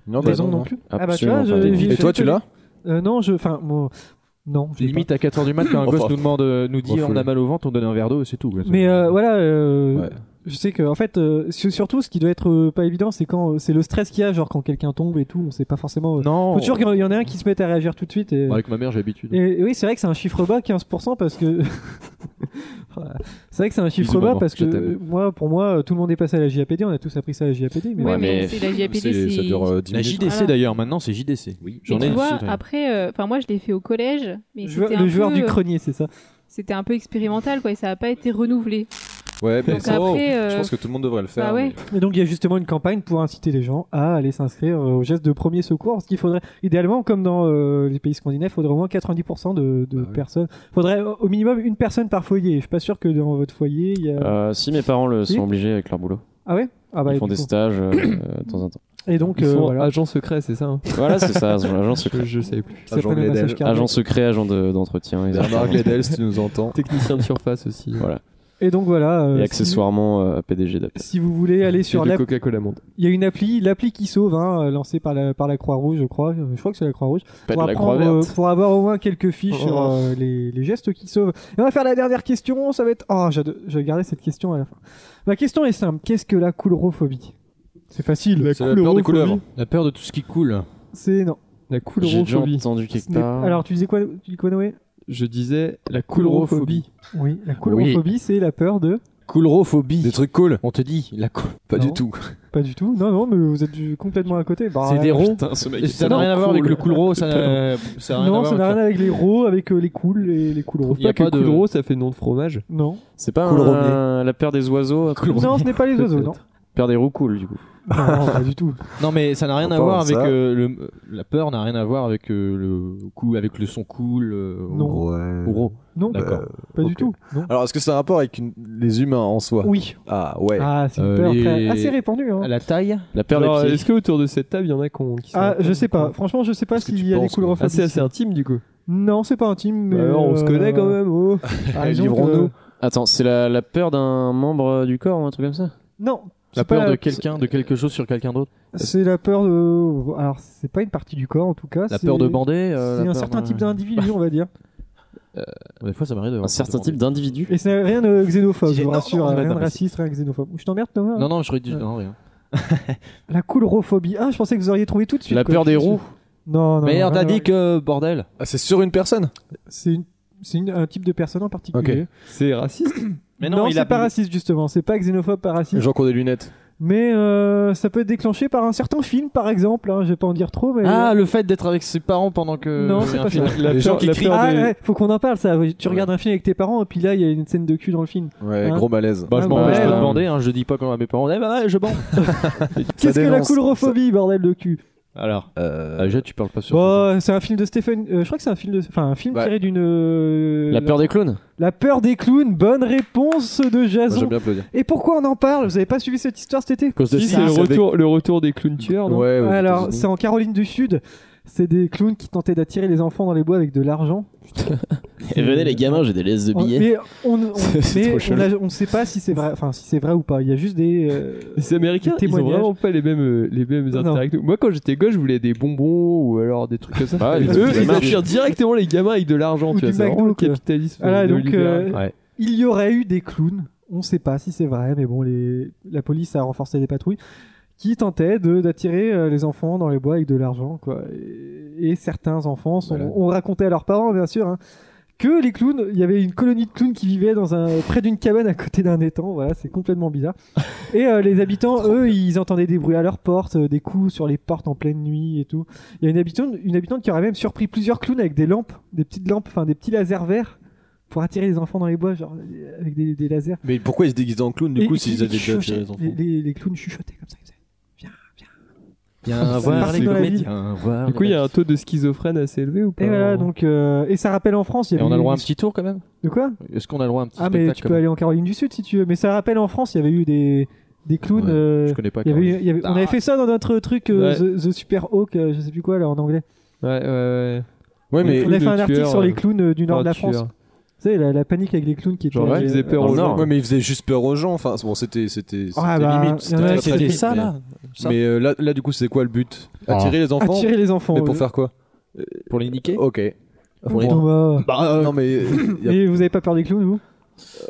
[SPEAKER 3] Non,
[SPEAKER 2] Maison
[SPEAKER 3] bah non,
[SPEAKER 2] non
[SPEAKER 3] non.
[SPEAKER 2] plus.
[SPEAKER 4] Absolument pas,
[SPEAKER 2] je-
[SPEAKER 4] Denis.
[SPEAKER 2] j'ai-
[SPEAKER 3] Et toi, tu l'as
[SPEAKER 2] Euh, Non, je. Enfin, mon- non. je l'ai
[SPEAKER 7] Limite à 4h du mat, quand un
[SPEAKER 3] Enfin,
[SPEAKER 7] gosse nous demande, euh, nous dit
[SPEAKER 3] refoulé.
[SPEAKER 7] on a mal au ventre, on donne un verre d'eau, c'est tout. quoi.
[SPEAKER 2] Mais euh, voilà, euh,
[SPEAKER 3] Ouais.
[SPEAKER 2] je sais que en fait, euh, sur- surtout ce qui doit être euh, pas évident, c'est quand euh, c'est le stress qu'il y a, genre quand quelqu'un tombe et tout, on sait pas forcément. euh,
[SPEAKER 7] non,
[SPEAKER 2] Faut toujours qu'il y en ait un qui se mette à réagir tout de suite. Et,
[SPEAKER 7] Bah, avec ma mère, j'ai l'habitude.
[SPEAKER 2] et oui, c'est vrai que c'est un chiffre bas, 15%, parce que. c'est vrai que c'est un chiffre
[SPEAKER 7] Bisous,
[SPEAKER 2] bas
[SPEAKER 7] maman,
[SPEAKER 2] parce que
[SPEAKER 7] je t'aime.
[SPEAKER 2] euh, moi, pour moi, euh, tout le monde est passé à la JAPD, on a tous appris ça à la JAPD. Mais
[SPEAKER 6] Ouais,
[SPEAKER 4] Ouais,
[SPEAKER 6] mais,
[SPEAKER 4] mais
[SPEAKER 6] c'est la JAPD,
[SPEAKER 3] C'est- Ça
[SPEAKER 6] c'est-
[SPEAKER 3] dure euh, 10
[SPEAKER 7] La
[SPEAKER 3] minutes.
[SPEAKER 7] JDC
[SPEAKER 6] Voilà.
[SPEAKER 7] d'ailleurs, maintenant c'est JDC. Oui,
[SPEAKER 6] Mais tu vois, après, euh, enfin moi je l'ai fait au collège, mais
[SPEAKER 2] Joueur-
[SPEAKER 6] c'était un
[SPEAKER 2] le joueur
[SPEAKER 6] peu,
[SPEAKER 2] du
[SPEAKER 6] euh,
[SPEAKER 2] grenier, c'est ça.
[SPEAKER 6] c'était un peu expérimental quoi, et ça n'a pas été renouvelé.
[SPEAKER 3] Ouais, mais
[SPEAKER 6] Donc
[SPEAKER 3] ça-
[SPEAKER 6] après, euh,
[SPEAKER 3] je pense que tout le monde devrait le faire.
[SPEAKER 6] bah ouais.
[SPEAKER 3] mais-
[SPEAKER 2] Et donc il y a justement une campagne pour inciter les gens à aller s'inscrire euh, aux gestes de premier secours, parce qu'il faudrait, idéalement, comme dans euh, les pays scandinaves, il faudrait au moins 90% de, de
[SPEAKER 3] Bah oui.
[SPEAKER 2] personnes. Il faudrait euh, au minimum une personne par foyer. Je suis pas sûr que dans votre foyer, il y a...
[SPEAKER 4] Euh, si mes parents le
[SPEAKER 2] Oui.
[SPEAKER 4] sont obligés avec leur boulot,
[SPEAKER 2] Ah ouais Ah bah,
[SPEAKER 4] ils
[SPEAKER 2] du
[SPEAKER 4] font des
[SPEAKER 2] coup.
[SPEAKER 4] stages euh, euh, de temps en temps.
[SPEAKER 2] Et donc,
[SPEAKER 5] Ils
[SPEAKER 2] euh,
[SPEAKER 5] sont
[SPEAKER 2] voilà.
[SPEAKER 5] agents secrets, c'est ça hein
[SPEAKER 4] Voilà, c'est ça, agent secret.
[SPEAKER 5] Je, je savais plus.
[SPEAKER 2] Ça s'appelle
[SPEAKER 3] Agent
[SPEAKER 2] le
[SPEAKER 3] Gledel.
[SPEAKER 2] massage cardiaque. Ah,
[SPEAKER 4] Agent secret, agent de- d'entretien. ils
[SPEAKER 3] Bernard
[SPEAKER 4] alternent.
[SPEAKER 3] Gledel, si tu nous entends.
[SPEAKER 5] Technicien de surface aussi.
[SPEAKER 4] Voilà.
[SPEAKER 2] Et donc voilà. euh,
[SPEAKER 4] et
[SPEAKER 2] si-
[SPEAKER 4] accessoirement euh, PDG d'Apple.
[SPEAKER 2] Si vous voulez aller sur
[SPEAKER 4] de
[SPEAKER 2] l'app-
[SPEAKER 4] Coca-Cola Monde.
[SPEAKER 2] Il y a une appli, l'appli qui sauve, hein, euh, lancée par la, par la Croix-Rouge, je crois. Euh, Je crois que c'est la Croix-Rouge.
[SPEAKER 4] Pas
[SPEAKER 2] pour,
[SPEAKER 4] de la
[SPEAKER 2] apprendre,
[SPEAKER 4] Croix-Verte.
[SPEAKER 2] euh, pour avoir au moins quelques fiches
[SPEAKER 4] Oh.
[SPEAKER 2] sur euh, les, les gestes qui sauvent. Et on va faire la dernière question. Ça va être. Oh, j'ado- je gardais cette question à la fin. Ma question est simple. Qu'est-ce que la coulrophobie C'est facile.
[SPEAKER 7] La
[SPEAKER 2] coulrophobie.
[SPEAKER 7] La peur de tout ce qui coule.
[SPEAKER 2] C'est non.
[SPEAKER 5] La
[SPEAKER 7] J'ai déjà
[SPEAKER 5] coulrophobie.
[SPEAKER 7] entendu quelque
[SPEAKER 2] Ce n'est- Alors, tu disais quoi, tu dis quoi Noé
[SPEAKER 5] Je disais la coulrophobie.
[SPEAKER 2] Oui, la coulrophobie, c'est la peur de.
[SPEAKER 7] Coulrophobie. Des trucs cool. On te dit, la cool. Pas
[SPEAKER 2] Non.
[SPEAKER 7] du tout.
[SPEAKER 2] Pas du tout. Non, non, mais vous êtes du- complètement à côté. Bah,
[SPEAKER 7] C'est des
[SPEAKER 2] euh,
[SPEAKER 7] ronds.
[SPEAKER 2] putain, ce mec est
[SPEAKER 7] ça n'a rien à
[SPEAKER 2] tellement
[SPEAKER 7] voir avec
[SPEAKER 2] cool.
[SPEAKER 7] le coulro. Ça n'a ça n'a rien à
[SPEAKER 2] non,
[SPEAKER 7] voir
[SPEAKER 2] ça n'a rien avec les rots, avec euh, les coules et les coulros.
[SPEAKER 5] Il y a pas que de... coulro, ça fait nom de fromage.
[SPEAKER 2] Non.
[SPEAKER 4] C'est pas
[SPEAKER 5] Cool
[SPEAKER 4] un-
[SPEAKER 5] Robier.
[SPEAKER 4] la peur des oiseaux. un truc
[SPEAKER 2] Non,
[SPEAKER 4] comme ça
[SPEAKER 2] ce n'est pas les oiseaux, non.
[SPEAKER 4] Peur des roucoules, du coup.
[SPEAKER 2] Non, pas du tout.
[SPEAKER 7] Non mais ça n'a rien
[SPEAKER 4] Faut
[SPEAKER 7] à
[SPEAKER 4] pas
[SPEAKER 7] voir
[SPEAKER 4] voir
[SPEAKER 7] avec
[SPEAKER 4] ça.
[SPEAKER 7] euh, le la peur n'a rien à voir avec euh, le coup avec le son cool euh,
[SPEAKER 2] Non.
[SPEAKER 7] au-
[SPEAKER 3] Ouais.
[SPEAKER 7] au gros.
[SPEAKER 2] Non,
[SPEAKER 4] Euh,
[SPEAKER 7] D'accord.
[SPEAKER 2] Pas du tout. Non.
[SPEAKER 3] Alors, est-ce que ça a un rapport avec une- les humains en soi
[SPEAKER 2] Oui.
[SPEAKER 3] Ah, ouais.
[SPEAKER 2] Ah, c'est une
[SPEAKER 3] Euh,
[SPEAKER 2] peur
[SPEAKER 3] les-
[SPEAKER 2] très- assez répandue.
[SPEAKER 4] euh,
[SPEAKER 2] Hein.
[SPEAKER 7] La taille
[SPEAKER 4] La peur des
[SPEAKER 5] Alors,
[SPEAKER 4] pieds.
[SPEAKER 5] Est-ce que autour de cette table, il y en a qui ont- qui sont-
[SPEAKER 2] Ah, je sais pas. Franchement, je sais pas s'il y a des coulrophobies.
[SPEAKER 5] Ah, c'est assez intime du coup.
[SPEAKER 2] Non, c'est pas intime. Mais
[SPEAKER 5] Bah alors, on se
[SPEAKER 2] euh,
[SPEAKER 5] connaît quand même. Oh.
[SPEAKER 2] par exemple, euh,
[SPEAKER 4] Attends, c'est la, la peur d'un membre euh, du corps ou un truc comme ça
[SPEAKER 2] Non.
[SPEAKER 7] La
[SPEAKER 2] c'est pas euh,
[SPEAKER 7] peur de quelqu'un, de quelque chose sur quelqu'un d'autre.
[SPEAKER 2] C'est la peur de. Alors, c'est pas une partie du corps en tout cas.
[SPEAKER 7] La
[SPEAKER 2] c'est-
[SPEAKER 7] peur de bander, euh,
[SPEAKER 2] c'est
[SPEAKER 7] la
[SPEAKER 2] un
[SPEAKER 7] peur
[SPEAKER 2] certain
[SPEAKER 7] de- Bah.
[SPEAKER 2] type d'individu, on va dire.
[SPEAKER 7] Des fois, ça m'arrive de.
[SPEAKER 4] Un certain type d'individu.
[SPEAKER 2] Et c'est rien de xénophobe, je vous rassure.
[SPEAKER 7] non,
[SPEAKER 2] rien
[SPEAKER 7] non,
[SPEAKER 2] de
[SPEAKER 7] mais
[SPEAKER 2] raciste, rien de xénophobe. Je t'emmerde, Thomas
[SPEAKER 7] Non non, je redis
[SPEAKER 2] Ouais.
[SPEAKER 7] non rien.
[SPEAKER 2] La coulrophobie. Ah, je pensais que vous auriez trouvé tout de suite.
[SPEAKER 7] La
[SPEAKER 2] quoi.
[SPEAKER 7] peur des
[SPEAKER 2] Je suis-
[SPEAKER 7] roues.
[SPEAKER 2] Non, non.
[SPEAKER 7] Mais
[SPEAKER 2] non,
[SPEAKER 7] on t'a
[SPEAKER 2] rien à
[SPEAKER 7] dit que euh, bordel.
[SPEAKER 3] c'est sur une personne.
[SPEAKER 2] C'est une- c'est une- un type de personne en particulier.
[SPEAKER 3] Ok.
[SPEAKER 5] C'est raciste.
[SPEAKER 2] Mais non, c'est pas raciste justement, c'est pas xénophobe par
[SPEAKER 3] Les
[SPEAKER 2] raciste.
[SPEAKER 3] gens qui ont des lunettes.
[SPEAKER 2] Mais euh, ça peut être déclenché par un certain film par exemple, hein, je vais pas en dire trop mais euh,
[SPEAKER 7] Ah, le fait d'être avec ses parents pendant que.
[SPEAKER 2] non, c'est
[SPEAKER 7] un
[SPEAKER 2] pas ça.
[SPEAKER 7] film. Les gens qui crient.
[SPEAKER 2] Ah ouais, faut qu'on en parle ça. Tu regardes un film avec tes parents et puis là il y a une scène de cul dans le film.
[SPEAKER 3] Ouais,
[SPEAKER 2] Hein
[SPEAKER 3] gros malaise.
[SPEAKER 7] Bah, je
[SPEAKER 2] Ah,
[SPEAKER 7] m'empêche
[SPEAKER 2] bordel.
[SPEAKER 7] pas de bander, hein, je dis pas quand à mes parents, eh bah ouais, je bande.
[SPEAKER 2] Qu'est-ce que la
[SPEAKER 7] dénonce.
[SPEAKER 2] coulrophobie bordel de cul
[SPEAKER 7] Alors, euh, déjà, tu parles pas sur.
[SPEAKER 2] Bon, c'est un film de Stephen euh, je crois que c'est un film de enfin un film
[SPEAKER 7] Ouais.
[SPEAKER 2] tiré d'une euh,
[SPEAKER 4] La peur des clowns
[SPEAKER 2] La peur des clowns, bonne réponse de
[SPEAKER 3] Moi,
[SPEAKER 2] Jason.
[SPEAKER 3] j'aime bien applaudir.
[SPEAKER 2] et pourquoi on en parle Vous avez pas suivi cette histoire cet été
[SPEAKER 3] Cause de
[SPEAKER 5] Si,
[SPEAKER 3] ça,
[SPEAKER 5] c'est le
[SPEAKER 3] c'est
[SPEAKER 5] retour, le retour des clowns tueurs. Non
[SPEAKER 3] Ouais, aux
[SPEAKER 2] Alors,
[SPEAKER 3] États-Unis.
[SPEAKER 2] c'est en Caroline du Sud. C'est des clowns qui tentaient d'attirer les enfants dans les bois avec de l'argent.
[SPEAKER 4] Et Eh, venez les gamins, j'ai des laisses de
[SPEAKER 2] On-
[SPEAKER 4] billets.
[SPEAKER 2] Oh, Mais on ne
[SPEAKER 4] C'est trop chelou.
[SPEAKER 2] sait pas si c'est vrai, enfin si c'est vrai ou pas. Il y a juste des. euh,
[SPEAKER 5] Les Américains,
[SPEAKER 2] Des
[SPEAKER 5] ils ont
[SPEAKER 2] témoignages.
[SPEAKER 5] vraiment pas les mêmes, euh, les mêmes
[SPEAKER 2] Non.
[SPEAKER 5] intérêts que nous. Moi, quand j'étais gosse, je voulais des bonbons ou alors des trucs comme ça.
[SPEAKER 4] Bah ouais, des
[SPEAKER 5] Eux,
[SPEAKER 4] trucs
[SPEAKER 5] ils
[SPEAKER 4] marchent.
[SPEAKER 5] attirent directement les gamins avec de l'argent.
[SPEAKER 2] Ou
[SPEAKER 5] Tu vois,
[SPEAKER 2] du
[SPEAKER 5] c'est vraiment
[SPEAKER 2] McDo,
[SPEAKER 5] le
[SPEAKER 2] quoi.
[SPEAKER 5] capitalisme.
[SPEAKER 2] Voilà, donc
[SPEAKER 5] néolibéral.
[SPEAKER 2] euh, il y aurait eu des clowns. On ne sait pas si c'est vrai, mais bon, les... la police a renforcé les patrouilles qui tentaient de- d'attirer euh, les enfants dans les bois avec de l'argent, quoi. Et, et certains enfants sont-
[SPEAKER 7] Voilà.
[SPEAKER 2] ont raconté à leurs parents, bien sûr. hein, que les clowns, il y avait une colonie de clowns qui vivait dans un, près d'une cabane à côté d'un étang, voilà, c'est complètement bizarre. Et euh, les habitants, eux, ils entendaient des bruits à leurs portes, euh, des coups sur les portes en pleine nuit et tout. Il y a une habitante, une habitante qui aurait même surpris plusieurs clowns avec des lampes, des petites lampes, enfin des petits lasers verts pour attirer les enfants dans les bois, genre euh, avec des, des lasers.
[SPEAKER 3] Mais pourquoi ils se déguisent en clown du
[SPEAKER 2] Et-
[SPEAKER 3] coup
[SPEAKER 2] et
[SPEAKER 3] s'ils
[SPEAKER 2] qui-
[SPEAKER 3] avaient
[SPEAKER 2] qui
[SPEAKER 3] déjà
[SPEAKER 2] chuchotaient,
[SPEAKER 3] attiré les enfants
[SPEAKER 2] les, les- les clowns chuchotaient comme ça. ils faisaient.
[SPEAKER 7] Il y a un
[SPEAKER 2] Ça
[SPEAKER 7] voir
[SPEAKER 2] marche
[SPEAKER 7] les
[SPEAKER 2] dans la
[SPEAKER 7] comédies.
[SPEAKER 2] vie.
[SPEAKER 7] Un voir
[SPEAKER 5] Du coup,
[SPEAKER 7] les-
[SPEAKER 5] il y a un taux de schizophrène assez élevé ou pas
[SPEAKER 2] Et voilà, donc euh, et ça rappelle en France. il y
[SPEAKER 7] Et on a
[SPEAKER 2] avait
[SPEAKER 7] le droit à un
[SPEAKER 2] eu-
[SPEAKER 7] petit tour quand même
[SPEAKER 2] De quoi
[SPEAKER 7] Est-ce qu'on a le droit à un petit
[SPEAKER 2] Ah mais
[SPEAKER 7] spectacle hein.
[SPEAKER 2] tu
[SPEAKER 7] quand
[SPEAKER 2] peux
[SPEAKER 7] même
[SPEAKER 2] aller en Caroline du Sud si tu veux. Mais ça rappelle en France, il y avait eu des des clowns.
[SPEAKER 7] Ouais,
[SPEAKER 2] euh,
[SPEAKER 7] je connais pas
[SPEAKER 2] il y avait eu-
[SPEAKER 7] Caroline.
[SPEAKER 2] il y avait- On avait
[SPEAKER 7] Ah.
[SPEAKER 2] fait ça dans notre truc euh,
[SPEAKER 5] Ouais.
[SPEAKER 2] the, The Super Hawk, euh, je sais plus quoi là en anglais.
[SPEAKER 5] Ouais, ouais,
[SPEAKER 7] Ouais,
[SPEAKER 5] ouais.
[SPEAKER 7] mais-
[SPEAKER 2] on avait fait
[SPEAKER 5] Le
[SPEAKER 2] un article
[SPEAKER 5] tueur,
[SPEAKER 2] sur les
[SPEAKER 5] euh,
[SPEAKER 2] clowns euh, du nord
[SPEAKER 5] enfin,
[SPEAKER 2] de la
[SPEAKER 5] tueur.
[SPEAKER 2] France. Vous savez, la, la panique avec les clowns qui étaient.
[SPEAKER 5] Genre, ouais, ils faisaient peur
[SPEAKER 2] dans
[SPEAKER 5] aux
[SPEAKER 2] le
[SPEAKER 5] gens.
[SPEAKER 2] Nord.
[SPEAKER 3] Ouais, mais ils faisaient juste peur aux gens. Enfin, bon, c'était c'était
[SPEAKER 2] Ah,
[SPEAKER 3] c'était
[SPEAKER 2] bah,
[SPEAKER 3] limite.
[SPEAKER 2] y en a
[SPEAKER 3] très,
[SPEAKER 2] qui
[SPEAKER 3] très
[SPEAKER 2] étaient-
[SPEAKER 3] limite,
[SPEAKER 2] ça,
[SPEAKER 3] mais-
[SPEAKER 2] là, ça.
[SPEAKER 3] Mais euh, là, là, du coup, c'est quoi le but Attirer les enfants.
[SPEAKER 2] Attirer les enfants, euh.
[SPEAKER 3] Mais pour
[SPEAKER 2] oui.
[SPEAKER 3] faire quoi
[SPEAKER 7] Pour les niquer
[SPEAKER 3] Ok. Pour les-
[SPEAKER 2] Thomas.
[SPEAKER 3] Bah, euh, non mais. y a-
[SPEAKER 2] Mais vous avez pas peur des clowns vous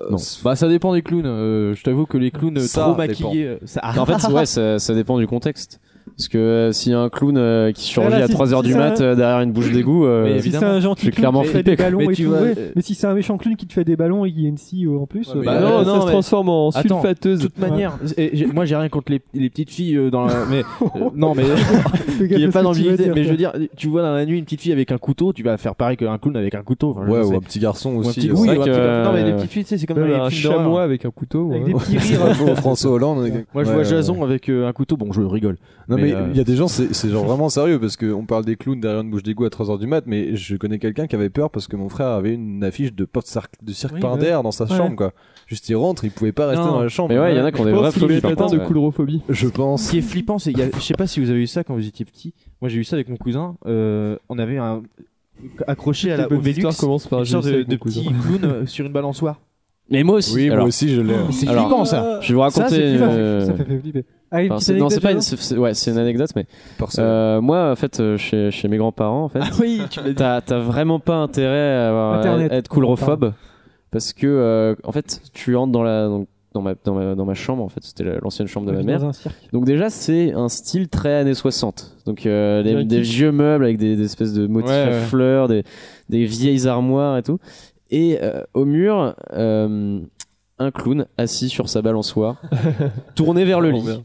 [SPEAKER 7] Non. Bah ça dépend des clowns. euh, je t'avoue que les clowns euh,
[SPEAKER 4] Ça
[SPEAKER 7] trop
[SPEAKER 4] dépend.
[SPEAKER 7] maquillés, euh,
[SPEAKER 3] Ah,
[SPEAKER 7] ça.
[SPEAKER 4] En fait, ouais, ça, ça dépend du contexte. Parce que euh, s'il y a un clown euh, qui surgit
[SPEAKER 2] Ah là,
[SPEAKER 4] à
[SPEAKER 2] si-
[SPEAKER 4] 3h
[SPEAKER 2] si
[SPEAKER 4] du
[SPEAKER 2] c'est
[SPEAKER 4] mat
[SPEAKER 2] un-
[SPEAKER 4] euh, derrière une bouche d'égout, euh,
[SPEAKER 7] Mais
[SPEAKER 4] je
[SPEAKER 2] Si
[SPEAKER 4] suis
[SPEAKER 2] c'est un gentil clown
[SPEAKER 4] clairement
[SPEAKER 2] qui fait des
[SPEAKER 4] flippé. quoi.
[SPEAKER 2] ballons
[SPEAKER 7] Mais
[SPEAKER 2] et
[SPEAKER 7] tu
[SPEAKER 2] tout,
[SPEAKER 7] vois,
[SPEAKER 2] ouais.
[SPEAKER 7] euh,
[SPEAKER 2] mais si c'est un méchant clown qui te fait des ballons et il y a une scie euh, en plus. euh, bah,
[SPEAKER 7] Bah non,
[SPEAKER 5] ça
[SPEAKER 7] non,
[SPEAKER 5] se
[SPEAKER 7] mais-
[SPEAKER 5] transforme en
[SPEAKER 7] Attends,
[SPEAKER 5] sulfateuse.
[SPEAKER 7] De toute manière, et j'ai- moi j'ai rien contre les, les petites filles euh, dans la. Mais, euh, non, mais.
[SPEAKER 2] Le gars fait
[SPEAKER 7] Il n'y a
[SPEAKER 2] ce
[SPEAKER 7] pas
[SPEAKER 2] que
[SPEAKER 7] dans
[SPEAKER 2] tu veux
[SPEAKER 7] l'idée,
[SPEAKER 2] dire,
[SPEAKER 7] mais je
[SPEAKER 2] quoi.
[SPEAKER 7] veux dire, tu vois dans la nuit une petite fille avec un couteau, tu vas faire pareil qu'un clown avec un couteau. Enfin, je
[SPEAKER 3] Ouais,
[SPEAKER 7] sais.
[SPEAKER 3] ou un petit garçon
[SPEAKER 7] Ou un
[SPEAKER 3] aussi.
[SPEAKER 7] petit-
[SPEAKER 3] euh,
[SPEAKER 7] oui,
[SPEAKER 3] c'est
[SPEAKER 7] ou
[SPEAKER 3] vrai
[SPEAKER 7] un
[SPEAKER 3] que- euh,
[SPEAKER 7] petit- Non, mais les petites filles, tu sais, c'est comme dans
[SPEAKER 5] Même
[SPEAKER 7] les
[SPEAKER 2] bah,
[SPEAKER 5] un
[SPEAKER 7] films d'horreur.
[SPEAKER 5] chamois avec un couteau.
[SPEAKER 2] Avec
[SPEAKER 5] ouais.
[SPEAKER 2] des
[SPEAKER 4] euh,
[SPEAKER 2] petits rires.
[SPEAKER 3] Faux, François Hollande.
[SPEAKER 7] Moi je
[SPEAKER 3] Ouais,
[SPEAKER 7] vois
[SPEAKER 3] ouais,
[SPEAKER 7] Jason avec euh, un couteau, bon je rigole.
[SPEAKER 3] Non mais il
[SPEAKER 7] euh,
[SPEAKER 3] y a des gens c'est c'est genre vraiment sérieux parce que on parle des clowns derrière une bouche d'égout à 3h du mat mais je connais quelqu'un qui avait peur parce que mon frère avait une affiche de porte cirque de cirque
[SPEAKER 5] Oui,
[SPEAKER 3] Pinder dans sa
[SPEAKER 2] Ouais.
[SPEAKER 3] chambre quoi. Juste il rentre, il pouvait pas rester
[SPEAKER 7] Non.
[SPEAKER 3] dans la chambre.
[SPEAKER 4] Mais ouais, il y en a qui ont
[SPEAKER 5] Je
[SPEAKER 4] des
[SPEAKER 5] pense
[SPEAKER 4] vrais
[SPEAKER 5] qu'il
[SPEAKER 4] phobies
[SPEAKER 5] est
[SPEAKER 4] par
[SPEAKER 5] atteint
[SPEAKER 4] contre.
[SPEAKER 5] de coulrophobie.
[SPEAKER 3] Je
[SPEAKER 7] Ce
[SPEAKER 3] pense.
[SPEAKER 7] qui est flippant, c'est. il y a- Je sais pas si vous avez eu ça quand vous étiez petit. Moi, j'ai eu ça avec mon cousin. euh, on avait un. accroché à la,
[SPEAKER 5] Les
[SPEAKER 7] au
[SPEAKER 5] bonnes
[SPEAKER 7] Vélux.
[SPEAKER 5] histoires commencent par
[SPEAKER 7] Une
[SPEAKER 5] j'ai eu
[SPEAKER 7] sorte
[SPEAKER 5] ça
[SPEAKER 7] de,
[SPEAKER 5] avec
[SPEAKER 7] de
[SPEAKER 5] mon cousin.
[SPEAKER 7] petit clown euh, sur une balançoire.
[SPEAKER 4] Mais moi aussi.
[SPEAKER 3] Oui, moi
[SPEAKER 4] alors.
[SPEAKER 3] aussi, je l'ai. hein,
[SPEAKER 4] Oh,
[SPEAKER 3] C'est
[SPEAKER 4] alors,
[SPEAKER 3] flippant, ça.
[SPEAKER 4] Je vais vous
[SPEAKER 3] Ça,
[SPEAKER 4] raconter.
[SPEAKER 3] c'est flippant.
[SPEAKER 4] euh,
[SPEAKER 2] Ça fait flipper. Ah, une
[SPEAKER 4] enfin,
[SPEAKER 2] petite
[SPEAKER 4] c'est- non, c'est
[SPEAKER 2] anecdote,
[SPEAKER 4] pas.
[SPEAKER 2] alors
[SPEAKER 4] une- c'est- c'est- ouais, c'est une anecdote, mais. Euh, moi, en fait, euh, chez, chez mes grands-parents, en fait.
[SPEAKER 2] Ah oui,
[SPEAKER 4] T'as t'as vraiment pas intérêt à, avoir- à-
[SPEAKER 2] Internet.
[SPEAKER 4] à être coulrophobe parce que, euh, en fait, tu entres dans la. dans- dans ma, dans, ma, dans ma chambre, en fait, c'était la- l'ancienne chambre de ma
[SPEAKER 2] Dans
[SPEAKER 4] mère.
[SPEAKER 2] un cirque.
[SPEAKER 4] Donc déjà, c'est un style très années 60. Donc euh, des, des vieux meubles avec des, des espèces de motifs
[SPEAKER 14] Ouais,
[SPEAKER 4] à
[SPEAKER 14] ouais.
[SPEAKER 4] fleurs, des, des vieilles armoires et tout. Et euh, au mur, euh, un clown assis sur sa balançoire, tourné vers le lit.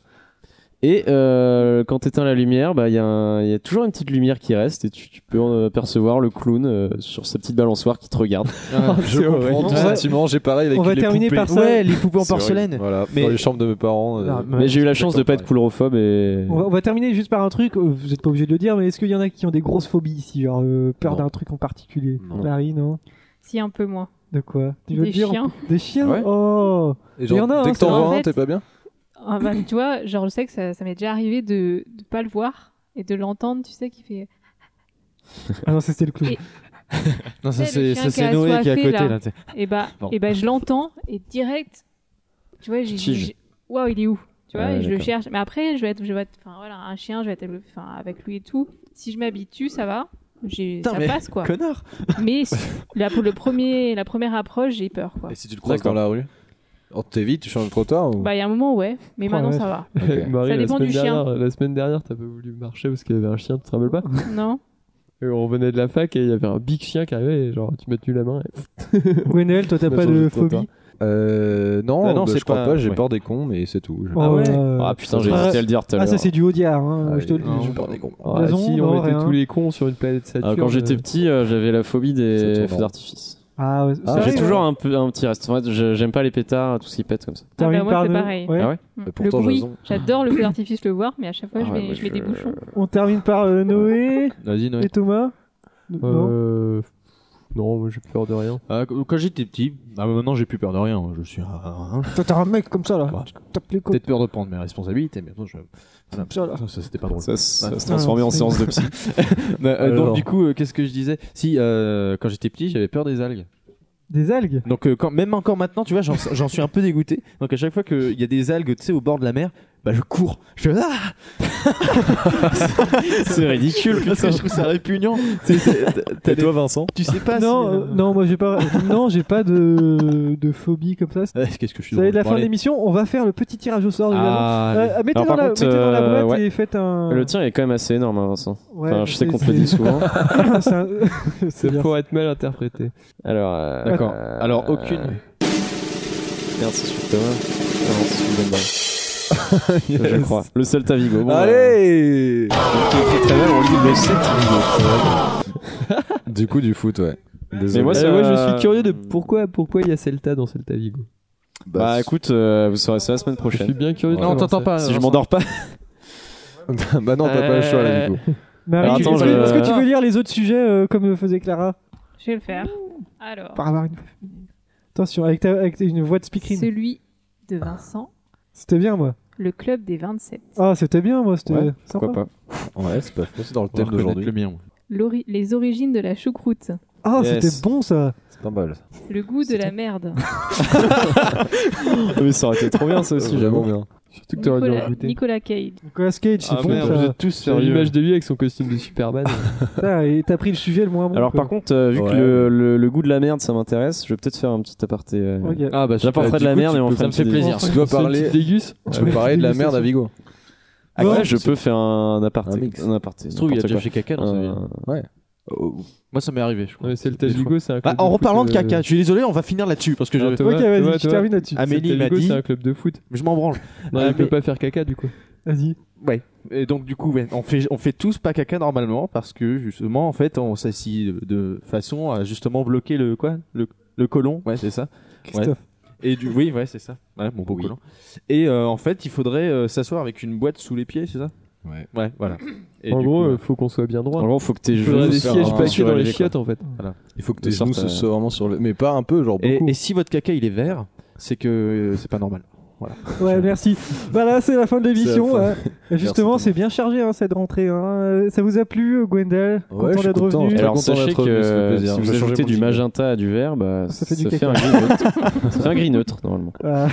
[SPEAKER 4] Et euh, quand t'éteins la lumière, bah il y, a un- y a toujours une petite lumière qui reste et tu, tu peux en apercevoir le clown euh, sur sa petite balançoire qui te regarde.
[SPEAKER 3] je comprends ton sentiment, j'ai pareil avec
[SPEAKER 4] On va
[SPEAKER 3] les
[SPEAKER 4] terminer
[SPEAKER 3] poupées.
[SPEAKER 4] par ça. Ouais, les poupées en
[SPEAKER 3] C'est horrible.
[SPEAKER 4] porcelaine.
[SPEAKER 3] Voilà,
[SPEAKER 4] Mais-
[SPEAKER 3] dans les chambres de mes parents. euh,
[SPEAKER 2] Non,
[SPEAKER 4] Mais j'ai eu la chance de pas être
[SPEAKER 3] pareil.
[SPEAKER 4] coulrophobe et
[SPEAKER 2] On va, on va terminer juste par un truc, euh, vous êtes pas obligé de le dire, mais est-ce qu'il y en a qui ont des grosses phobies ici, genre euh, peur d'un truc en particulier
[SPEAKER 3] Non.
[SPEAKER 2] Larry, non
[SPEAKER 6] Si, un peu moins.
[SPEAKER 2] De quoi Tu veux
[SPEAKER 6] Des
[SPEAKER 2] dire
[SPEAKER 6] chiens.
[SPEAKER 2] Des chiens
[SPEAKER 3] Ouais.
[SPEAKER 2] Oh
[SPEAKER 3] Et genre,
[SPEAKER 2] Il y en a,
[SPEAKER 3] dès
[SPEAKER 2] hein,
[SPEAKER 3] que t'en
[SPEAKER 2] ça.
[SPEAKER 3] vois
[SPEAKER 6] En
[SPEAKER 3] un,
[SPEAKER 6] fait-
[SPEAKER 3] t'es pas bien
[SPEAKER 6] Ah bah, tu vois, genre, je sais que ça, ça m'est déjà arrivé de ne pas le voir et de l'entendre, tu sais, qui fait.
[SPEAKER 2] Ah non, ça, c'était le clown.
[SPEAKER 6] Et-
[SPEAKER 7] Non, ça
[SPEAKER 6] Tu sais, le
[SPEAKER 7] c'est ça,
[SPEAKER 6] chien
[SPEAKER 7] c'est
[SPEAKER 6] a
[SPEAKER 7] Noé qui est à
[SPEAKER 6] soifé,
[SPEAKER 7] côté là. t'sais.
[SPEAKER 6] Et bah,
[SPEAKER 7] Bon.
[SPEAKER 6] et bah je l'entends et direct, tu vois, j'ai
[SPEAKER 7] Tige.
[SPEAKER 6] j'ai- waouh, il est où Tu vois,
[SPEAKER 7] Ouais,
[SPEAKER 6] et je le
[SPEAKER 7] d'accord.
[SPEAKER 6] cherche. Mais après, je vais être, je vais être, enfin voilà, un chien, je vais être, enfin avec lui et tout. Si je m'habitue, ça va, j'ai,
[SPEAKER 7] Putain,
[SPEAKER 6] ça
[SPEAKER 7] mais
[SPEAKER 6] passe quoi.
[SPEAKER 7] connard.
[SPEAKER 6] Mais si- là pour le premier, la première approche, j'ai peur quoi.
[SPEAKER 3] Et si tu le croises dans la rue Oh, T'es vite, tu changes de trottoir ou...
[SPEAKER 6] Bah il y a un moment ouais, mais
[SPEAKER 5] Oh,
[SPEAKER 6] maintenant
[SPEAKER 5] ouais.
[SPEAKER 6] ça va.
[SPEAKER 3] Ok.
[SPEAKER 5] Marie,
[SPEAKER 6] Ça
[SPEAKER 5] la
[SPEAKER 6] dépend
[SPEAKER 5] semaine
[SPEAKER 6] du chien.
[SPEAKER 5] dernière- La semaine dernière, t'as pas voulu marcher parce qu'il y avait un chien, tu te rappelles pas
[SPEAKER 6] Non. Ah,
[SPEAKER 5] Et on revenait de la fac et il y avait un big chien qui arrivait et genre tu m'as tenu la main. Et...
[SPEAKER 2] Gwenaël, toi, t'as
[SPEAKER 5] Bah,
[SPEAKER 2] pas
[SPEAKER 5] sur
[SPEAKER 2] de
[SPEAKER 5] le trottoir.
[SPEAKER 2] phobie
[SPEAKER 3] Euh, non,
[SPEAKER 5] Ah non,
[SPEAKER 3] bah,
[SPEAKER 5] c'est
[SPEAKER 3] je crois
[SPEAKER 5] pas-
[SPEAKER 3] pas, j'ai
[SPEAKER 5] ouais.
[SPEAKER 3] peur des cons, mais c'est tout. Je-
[SPEAKER 2] Oh, euh,
[SPEAKER 4] Ah putain, j'ai hésité à le dire tout à l'heure.
[SPEAKER 2] Ah, ça, c'est du Audiard, hein,
[SPEAKER 3] Ah,
[SPEAKER 2] je te le dis.
[SPEAKER 3] non, j'ai peur des cons.
[SPEAKER 5] Ah,
[SPEAKER 2] Jason,
[SPEAKER 5] si, on
[SPEAKER 2] non,
[SPEAKER 5] était
[SPEAKER 2] rien.
[SPEAKER 5] tous les cons sur une planète Saturne.
[SPEAKER 4] Alors, quand j'étais
[SPEAKER 5] euh,
[SPEAKER 4] petit, euh, j'avais la phobie des
[SPEAKER 5] tournant.
[SPEAKER 4] feux d'artifice.
[SPEAKER 2] Ah, ouais, ça
[SPEAKER 4] j'ai
[SPEAKER 2] arrive,
[SPEAKER 4] toujours
[SPEAKER 2] hein.
[SPEAKER 4] un, peu, un petit reste. En fait, je- j'aime pas les pétards, tout ce qui pète comme ça.
[SPEAKER 6] Ah, bah,
[SPEAKER 2] Termine
[SPEAKER 6] moi
[SPEAKER 2] par
[SPEAKER 6] c'est
[SPEAKER 2] le-
[SPEAKER 6] pareil.
[SPEAKER 2] ouais.
[SPEAKER 4] Ah ouais
[SPEAKER 6] Mm.
[SPEAKER 4] Mais
[SPEAKER 6] le
[SPEAKER 4] pourtant,
[SPEAKER 6] bruit,
[SPEAKER 4] Jason-
[SPEAKER 6] j'adore le feu d'artifice le voir, mais à chaque fois
[SPEAKER 4] Ah
[SPEAKER 6] je
[SPEAKER 4] ouais,
[SPEAKER 6] mets,
[SPEAKER 4] moi,
[SPEAKER 6] je mets des
[SPEAKER 4] je-
[SPEAKER 6] bouchons.
[SPEAKER 2] On termine par euh, Noé
[SPEAKER 7] Vas-y Noé.
[SPEAKER 2] et Thomas Non.
[SPEAKER 5] euh, Non, moi j'ai peur de rien.
[SPEAKER 7] Ah, qu- quand j'étais petit, ah, mais maintenant j'ai plus peur de rien. Je suis un- un-
[SPEAKER 2] Toi, t'as un mec comme ça, là.
[SPEAKER 4] Bah.
[SPEAKER 7] Ouais.
[SPEAKER 2] Tu te tapes les côtes.
[SPEAKER 7] peut-être peur de prendre mes responsabilités, mais bon, je... voilà.
[SPEAKER 2] Ça, là.
[SPEAKER 7] ça, ça, c'était pas drôle.
[SPEAKER 4] Ça, s-
[SPEAKER 7] Ouais.
[SPEAKER 4] ça se transformait en
[SPEAKER 2] c'est-
[SPEAKER 4] séance de psy.
[SPEAKER 7] Mais, euh,
[SPEAKER 3] Alors.
[SPEAKER 7] donc du coup, euh, qu'est-ce que je disais Si euh, quand j'étais petit, j'avais peur des algues.
[SPEAKER 2] Des algues
[SPEAKER 7] Donc euh, quand, même encore maintenant, tu vois, j'en- j'en suis un peu dégoûté. Donc à chaque fois qu'il y a des algues, tu sais, au bord de la mer, bah je cours. Je fais, ah
[SPEAKER 4] c'est ridicule,
[SPEAKER 7] parce
[SPEAKER 4] putain.
[SPEAKER 7] que je trouve ça répugnant.
[SPEAKER 3] Et toi, Vincent
[SPEAKER 7] Tu sais pas.
[SPEAKER 2] Non, euh, non, moi j'ai pas, non, j'ai pas de, de phobie comme ça.
[SPEAKER 7] Ah, Qu'est-ce que je suis
[SPEAKER 2] Ça va
[SPEAKER 7] drôle.
[SPEAKER 2] être la
[SPEAKER 7] Bon,
[SPEAKER 2] fin de
[SPEAKER 7] allez.
[SPEAKER 2] l'émission. On va faire le petit tirage au sort. du gagnant.
[SPEAKER 7] Ah,
[SPEAKER 2] Euh, mettez,
[SPEAKER 4] Alors,
[SPEAKER 2] dans
[SPEAKER 4] par
[SPEAKER 2] la,
[SPEAKER 4] contre,
[SPEAKER 2] mettez dans la
[SPEAKER 4] euh,
[SPEAKER 2] boîte
[SPEAKER 4] ouais.
[SPEAKER 2] et faites un.
[SPEAKER 4] Le tien est quand même assez énorme, hein, Vincent.
[SPEAKER 2] Ouais,
[SPEAKER 4] enfin, je sais
[SPEAKER 2] c'est-
[SPEAKER 4] qu'on te le
[SPEAKER 2] c'est-
[SPEAKER 4] dit souvent.
[SPEAKER 2] c'est un- euh, c'est
[SPEAKER 5] C'est
[SPEAKER 2] bien.
[SPEAKER 5] pour être mal interprété.
[SPEAKER 4] Alors. euh,
[SPEAKER 7] D'accord.
[SPEAKER 4] euh,
[SPEAKER 7] Alors aucune.
[SPEAKER 4] Merde, c'est sur Thomas. Ah non, c'est sur Ben Ball. Je crois. Le seul Tavigo. Bon,
[SPEAKER 3] Allez
[SPEAKER 4] euh, qui est très mal, on lit le 7
[SPEAKER 3] Du coup, du foot, ouais. Désolé.
[SPEAKER 4] Mais moi,
[SPEAKER 5] Euh,
[SPEAKER 4] ça-
[SPEAKER 5] moi, je suis curieux de pourquoi pourquoi il y a Celta dans Celta Vigo.
[SPEAKER 4] Bah écoute, euh, vous saurez ça la semaine
[SPEAKER 5] Je suis
[SPEAKER 4] prochaine.
[SPEAKER 5] bien curieux. de
[SPEAKER 3] Non,
[SPEAKER 5] savoir
[SPEAKER 3] t'entends
[SPEAKER 5] ça.
[SPEAKER 3] pas.
[SPEAKER 4] Si je m'endors pas.
[SPEAKER 3] bah non, t'as pas le choix là, du
[SPEAKER 4] Euh.
[SPEAKER 3] coup.
[SPEAKER 2] Marie,
[SPEAKER 4] Alors,
[SPEAKER 2] tu-
[SPEAKER 4] attends,
[SPEAKER 2] est-ce
[SPEAKER 4] je-
[SPEAKER 2] que- est-ce que tu veux lire les autres sujets euh, comme le faisait Clara
[SPEAKER 6] Je vais le faire. Alors,
[SPEAKER 2] Par avoir une. Attention, avec, ta- avec une voix de speakerine.
[SPEAKER 6] celui de
[SPEAKER 5] Ah.
[SPEAKER 6] Vincent,
[SPEAKER 2] C'était bien, moi.
[SPEAKER 6] le club des 27.
[SPEAKER 2] Ah, c'était bien, moi. C'était
[SPEAKER 4] Ouais,
[SPEAKER 2] sympa.
[SPEAKER 4] Pourquoi pas
[SPEAKER 3] Ouais, c'est pas faux, c'est dans le
[SPEAKER 7] Thème
[SPEAKER 3] thème d'aujourd'hui.
[SPEAKER 7] le mien.
[SPEAKER 6] L'ori- les origines de la choucroute,
[SPEAKER 2] Ah,
[SPEAKER 4] Yes.
[SPEAKER 2] c'était bon ça.
[SPEAKER 3] C'est pas mal.
[SPEAKER 6] le goût de la merde.
[SPEAKER 4] Ah, Mais ça aurait été trop bien ça aussi,
[SPEAKER 3] Euh,
[SPEAKER 4] j'avoue.
[SPEAKER 3] vraiment bien.
[SPEAKER 5] Surtout que t'aurais dû
[SPEAKER 6] Nicolas,
[SPEAKER 5] rajouter.
[SPEAKER 6] Nicolas Cage.
[SPEAKER 2] Nicolas Cage, c'est
[SPEAKER 5] Ah,
[SPEAKER 2] bon
[SPEAKER 5] merde, vous
[SPEAKER 2] ça.
[SPEAKER 5] êtes tous sur l'image de lui avec son costume de Superman.
[SPEAKER 2] Putain, et t'as pris le sujet le moins bon.
[SPEAKER 4] Alors
[SPEAKER 2] quoi.
[SPEAKER 4] par contre, euh, vu
[SPEAKER 3] Ouais.
[SPEAKER 4] que le, le- le goût de la merde ça m'intéresse, je vais peut-être faire un petit aparté. euh,
[SPEAKER 2] Ok.
[SPEAKER 7] Ah bah
[SPEAKER 4] J'apporterai de la merde et on fera
[SPEAKER 7] ça
[SPEAKER 4] une
[SPEAKER 7] me fait
[SPEAKER 4] petite
[SPEAKER 7] plaisir.
[SPEAKER 3] Tu dois parler,
[SPEAKER 5] Dégus.
[SPEAKER 3] tu peux parler de la merde à Vigo.
[SPEAKER 4] Ah,
[SPEAKER 2] Bon.
[SPEAKER 4] ouais, je peux faire un aparté.
[SPEAKER 3] Un mix.
[SPEAKER 4] aparté.
[SPEAKER 7] Je trouve il a
[SPEAKER 4] n'importe
[SPEAKER 7] déjà
[SPEAKER 4] quoi. Euh,
[SPEAKER 7] fait caca dans sa vie.
[SPEAKER 4] Un-
[SPEAKER 7] Moi ça m'est arrivé. Je crois.
[SPEAKER 5] Non, mais Celta Vigo, c'est un
[SPEAKER 7] Bah,
[SPEAKER 5] club.
[SPEAKER 7] en
[SPEAKER 5] de foot,
[SPEAKER 7] reparlant de
[SPEAKER 5] euh,
[SPEAKER 7] caca, je suis désolé, on va finir là-dessus parce que
[SPEAKER 5] Alors,
[SPEAKER 7] je,
[SPEAKER 5] Thomas,
[SPEAKER 2] Ok, vas-y,
[SPEAKER 5] Thomas,
[SPEAKER 2] tu
[SPEAKER 5] Thomas,
[SPEAKER 2] termines là-dessus.
[SPEAKER 7] Amélie
[SPEAKER 5] Celta
[SPEAKER 7] m'a
[SPEAKER 5] Vigo,
[SPEAKER 7] dit,
[SPEAKER 5] c'est un club de foot.
[SPEAKER 7] je m'en branle.
[SPEAKER 5] Non,
[SPEAKER 7] Ah,
[SPEAKER 5] il peut
[SPEAKER 7] mais-
[SPEAKER 5] pas faire caca du coup.
[SPEAKER 2] Vas-y.
[SPEAKER 7] Ouais. Et donc du coup, ouais, on fait on fait tous pas caca normalement parce que justement en fait on s'assit de façon à justement bloquer le quoi le le colon. Ouais, c'est ça.
[SPEAKER 2] Christophe.
[SPEAKER 7] Et du oui, ouais, c'est ça. Voilà, mon beau colon. Et euh, en fait, il faudrait euh, s'asseoir avec une boîte sous les pieds, c'est ça
[SPEAKER 3] Ouais.
[SPEAKER 7] Ouais, voilà. Et
[SPEAKER 5] En
[SPEAKER 7] du
[SPEAKER 5] gros,
[SPEAKER 7] coup,
[SPEAKER 5] euh, faut qu'on soit bien
[SPEAKER 4] En
[SPEAKER 5] droit.
[SPEAKER 4] gros, faut que tes
[SPEAKER 5] Il faudrait
[SPEAKER 4] genoux
[SPEAKER 5] des
[SPEAKER 4] soient
[SPEAKER 5] sièges
[SPEAKER 4] un peu
[SPEAKER 5] paquets dans les
[SPEAKER 4] surélevés, quoi.
[SPEAKER 5] chiottes en fait.
[SPEAKER 3] Il faut que
[SPEAKER 4] De
[SPEAKER 3] tes genoux
[SPEAKER 4] sorte
[SPEAKER 3] se
[SPEAKER 4] à-
[SPEAKER 3] soient vraiment sur le. Mais pas un peu, genre
[SPEAKER 7] et,
[SPEAKER 3] beaucoup.
[SPEAKER 2] Mmh,
[SPEAKER 7] et si votre caca il est vert, c'est que euh, c'est pas normal.
[SPEAKER 3] Voilà.
[SPEAKER 2] Ouais, merci. Voilà, c'est la fin de l'émission.
[SPEAKER 3] C'est la fin.
[SPEAKER 2] hein. Et Justement, c'est bien chargé hein, cette rentrée. hein. Euh, Ça vous a plu, Gwendal
[SPEAKER 3] Ouais, je
[SPEAKER 2] Content
[SPEAKER 3] suis
[SPEAKER 2] d'être
[SPEAKER 3] content,
[SPEAKER 2] revenu
[SPEAKER 3] je suis
[SPEAKER 4] Alors
[SPEAKER 3] content
[SPEAKER 4] sachez
[SPEAKER 3] d'être
[SPEAKER 4] que
[SPEAKER 3] revenu, ça fait
[SPEAKER 4] euh,
[SPEAKER 3] plaisir.
[SPEAKER 4] si
[SPEAKER 3] On
[SPEAKER 4] vous
[SPEAKER 3] va changer
[SPEAKER 4] ajoutez
[SPEAKER 3] mon
[SPEAKER 4] du
[SPEAKER 3] jingle.
[SPEAKER 4] magenta à du vert, bah,
[SPEAKER 2] Ça
[SPEAKER 4] ça
[SPEAKER 2] fait
[SPEAKER 4] fait,
[SPEAKER 2] du
[SPEAKER 4] un
[SPEAKER 2] caca.
[SPEAKER 4] gris neutre. ça fait un gris neutre normalement.
[SPEAKER 2] Ah.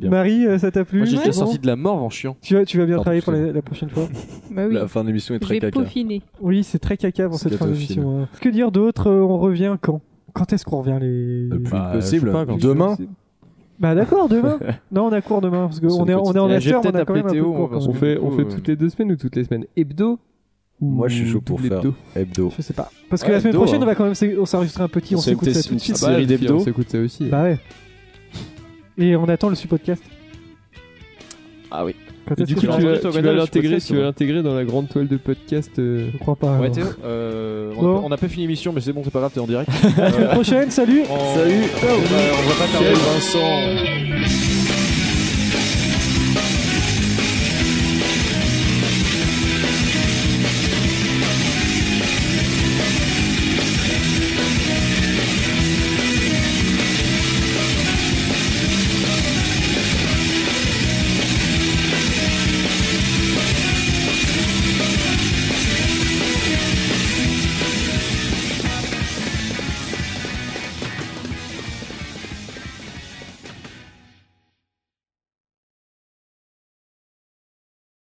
[SPEAKER 4] bien.
[SPEAKER 2] Marie, euh, ça t'a plu
[SPEAKER 4] Moi, j'ai
[SPEAKER 2] Ouais,
[SPEAKER 4] déjà
[SPEAKER 2] bon.
[SPEAKER 4] sorti
[SPEAKER 3] de la morve en chiant.
[SPEAKER 2] Tu vas, tu vas bien
[SPEAKER 3] Pardon,
[SPEAKER 2] travailler pour la,
[SPEAKER 3] excusez-moi.
[SPEAKER 2] la prochaine fois
[SPEAKER 6] Bah oui.
[SPEAKER 3] La fin de l'émission est
[SPEAKER 6] Je
[SPEAKER 3] très
[SPEAKER 6] vais
[SPEAKER 3] caca.
[SPEAKER 6] peaufiner.
[SPEAKER 2] Oui, c'est très caca pour
[SPEAKER 3] C'est
[SPEAKER 2] cette fin
[SPEAKER 3] catophile.
[SPEAKER 2] d'émission. hein. Que dire d'autre Euh, On revient quand Quand est-ce qu'on revient les
[SPEAKER 3] Le Euh, plus
[SPEAKER 2] Bah,
[SPEAKER 3] possible.
[SPEAKER 2] je sais pas, quand-
[SPEAKER 3] Demain.
[SPEAKER 2] Bah d'accord, demain. non, on a cours demain parce qu'on est, on est en acheteur, on a quand même un peu de cours, quand
[SPEAKER 5] On
[SPEAKER 2] même.
[SPEAKER 5] fait, on fait toutes les deux semaines ou toutes les semaines Hebdo
[SPEAKER 3] Moi, je suis chaud
[SPEAKER 5] Ou
[SPEAKER 3] pour
[SPEAKER 5] double
[SPEAKER 3] faire
[SPEAKER 5] hebdo
[SPEAKER 3] hebdo.
[SPEAKER 2] Je sais pas. Parce que
[SPEAKER 3] Ouais,
[SPEAKER 2] la semaine
[SPEAKER 3] hebdo,
[SPEAKER 2] prochaine,
[SPEAKER 3] hein.
[SPEAKER 2] on va quand même s'é- on s'enregistre un petit, on
[SPEAKER 4] C'est une
[SPEAKER 2] s'écoute ça
[SPEAKER 4] petite-
[SPEAKER 2] tout de
[SPEAKER 3] bah,
[SPEAKER 2] suite.
[SPEAKER 4] une série
[SPEAKER 5] et puis
[SPEAKER 4] d'hebdo.
[SPEAKER 5] On s'écoute ça aussi.
[SPEAKER 2] Bah ouais. Et on attend le sub-podcast.
[SPEAKER 4] Ah oui.
[SPEAKER 2] Quand
[SPEAKER 5] Et
[SPEAKER 2] est-ce
[SPEAKER 5] du
[SPEAKER 2] que
[SPEAKER 5] coup,
[SPEAKER 2] tu
[SPEAKER 5] tu
[SPEAKER 2] vas-
[SPEAKER 5] vas,
[SPEAKER 2] tu
[SPEAKER 5] tu
[SPEAKER 2] vas
[SPEAKER 5] vas l'intégrer,
[SPEAKER 2] l'intégrer
[SPEAKER 5] tu vas l'intégrer dans la grande toile de podcast. euh,
[SPEAKER 2] Je crois pas.
[SPEAKER 7] Ouais,
[SPEAKER 2] alors.
[SPEAKER 7] Théo, euh, on,
[SPEAKER 2] Ah Bon.
[SPEAKER 7] a, on a pas fini l'émission, mais c'est bon, c'est pas grave, t'es en direct.
[SPEAKER 2] À la semaine prochaine, salut
[SPEAKER 7] Salut On va pas tarder. Vincent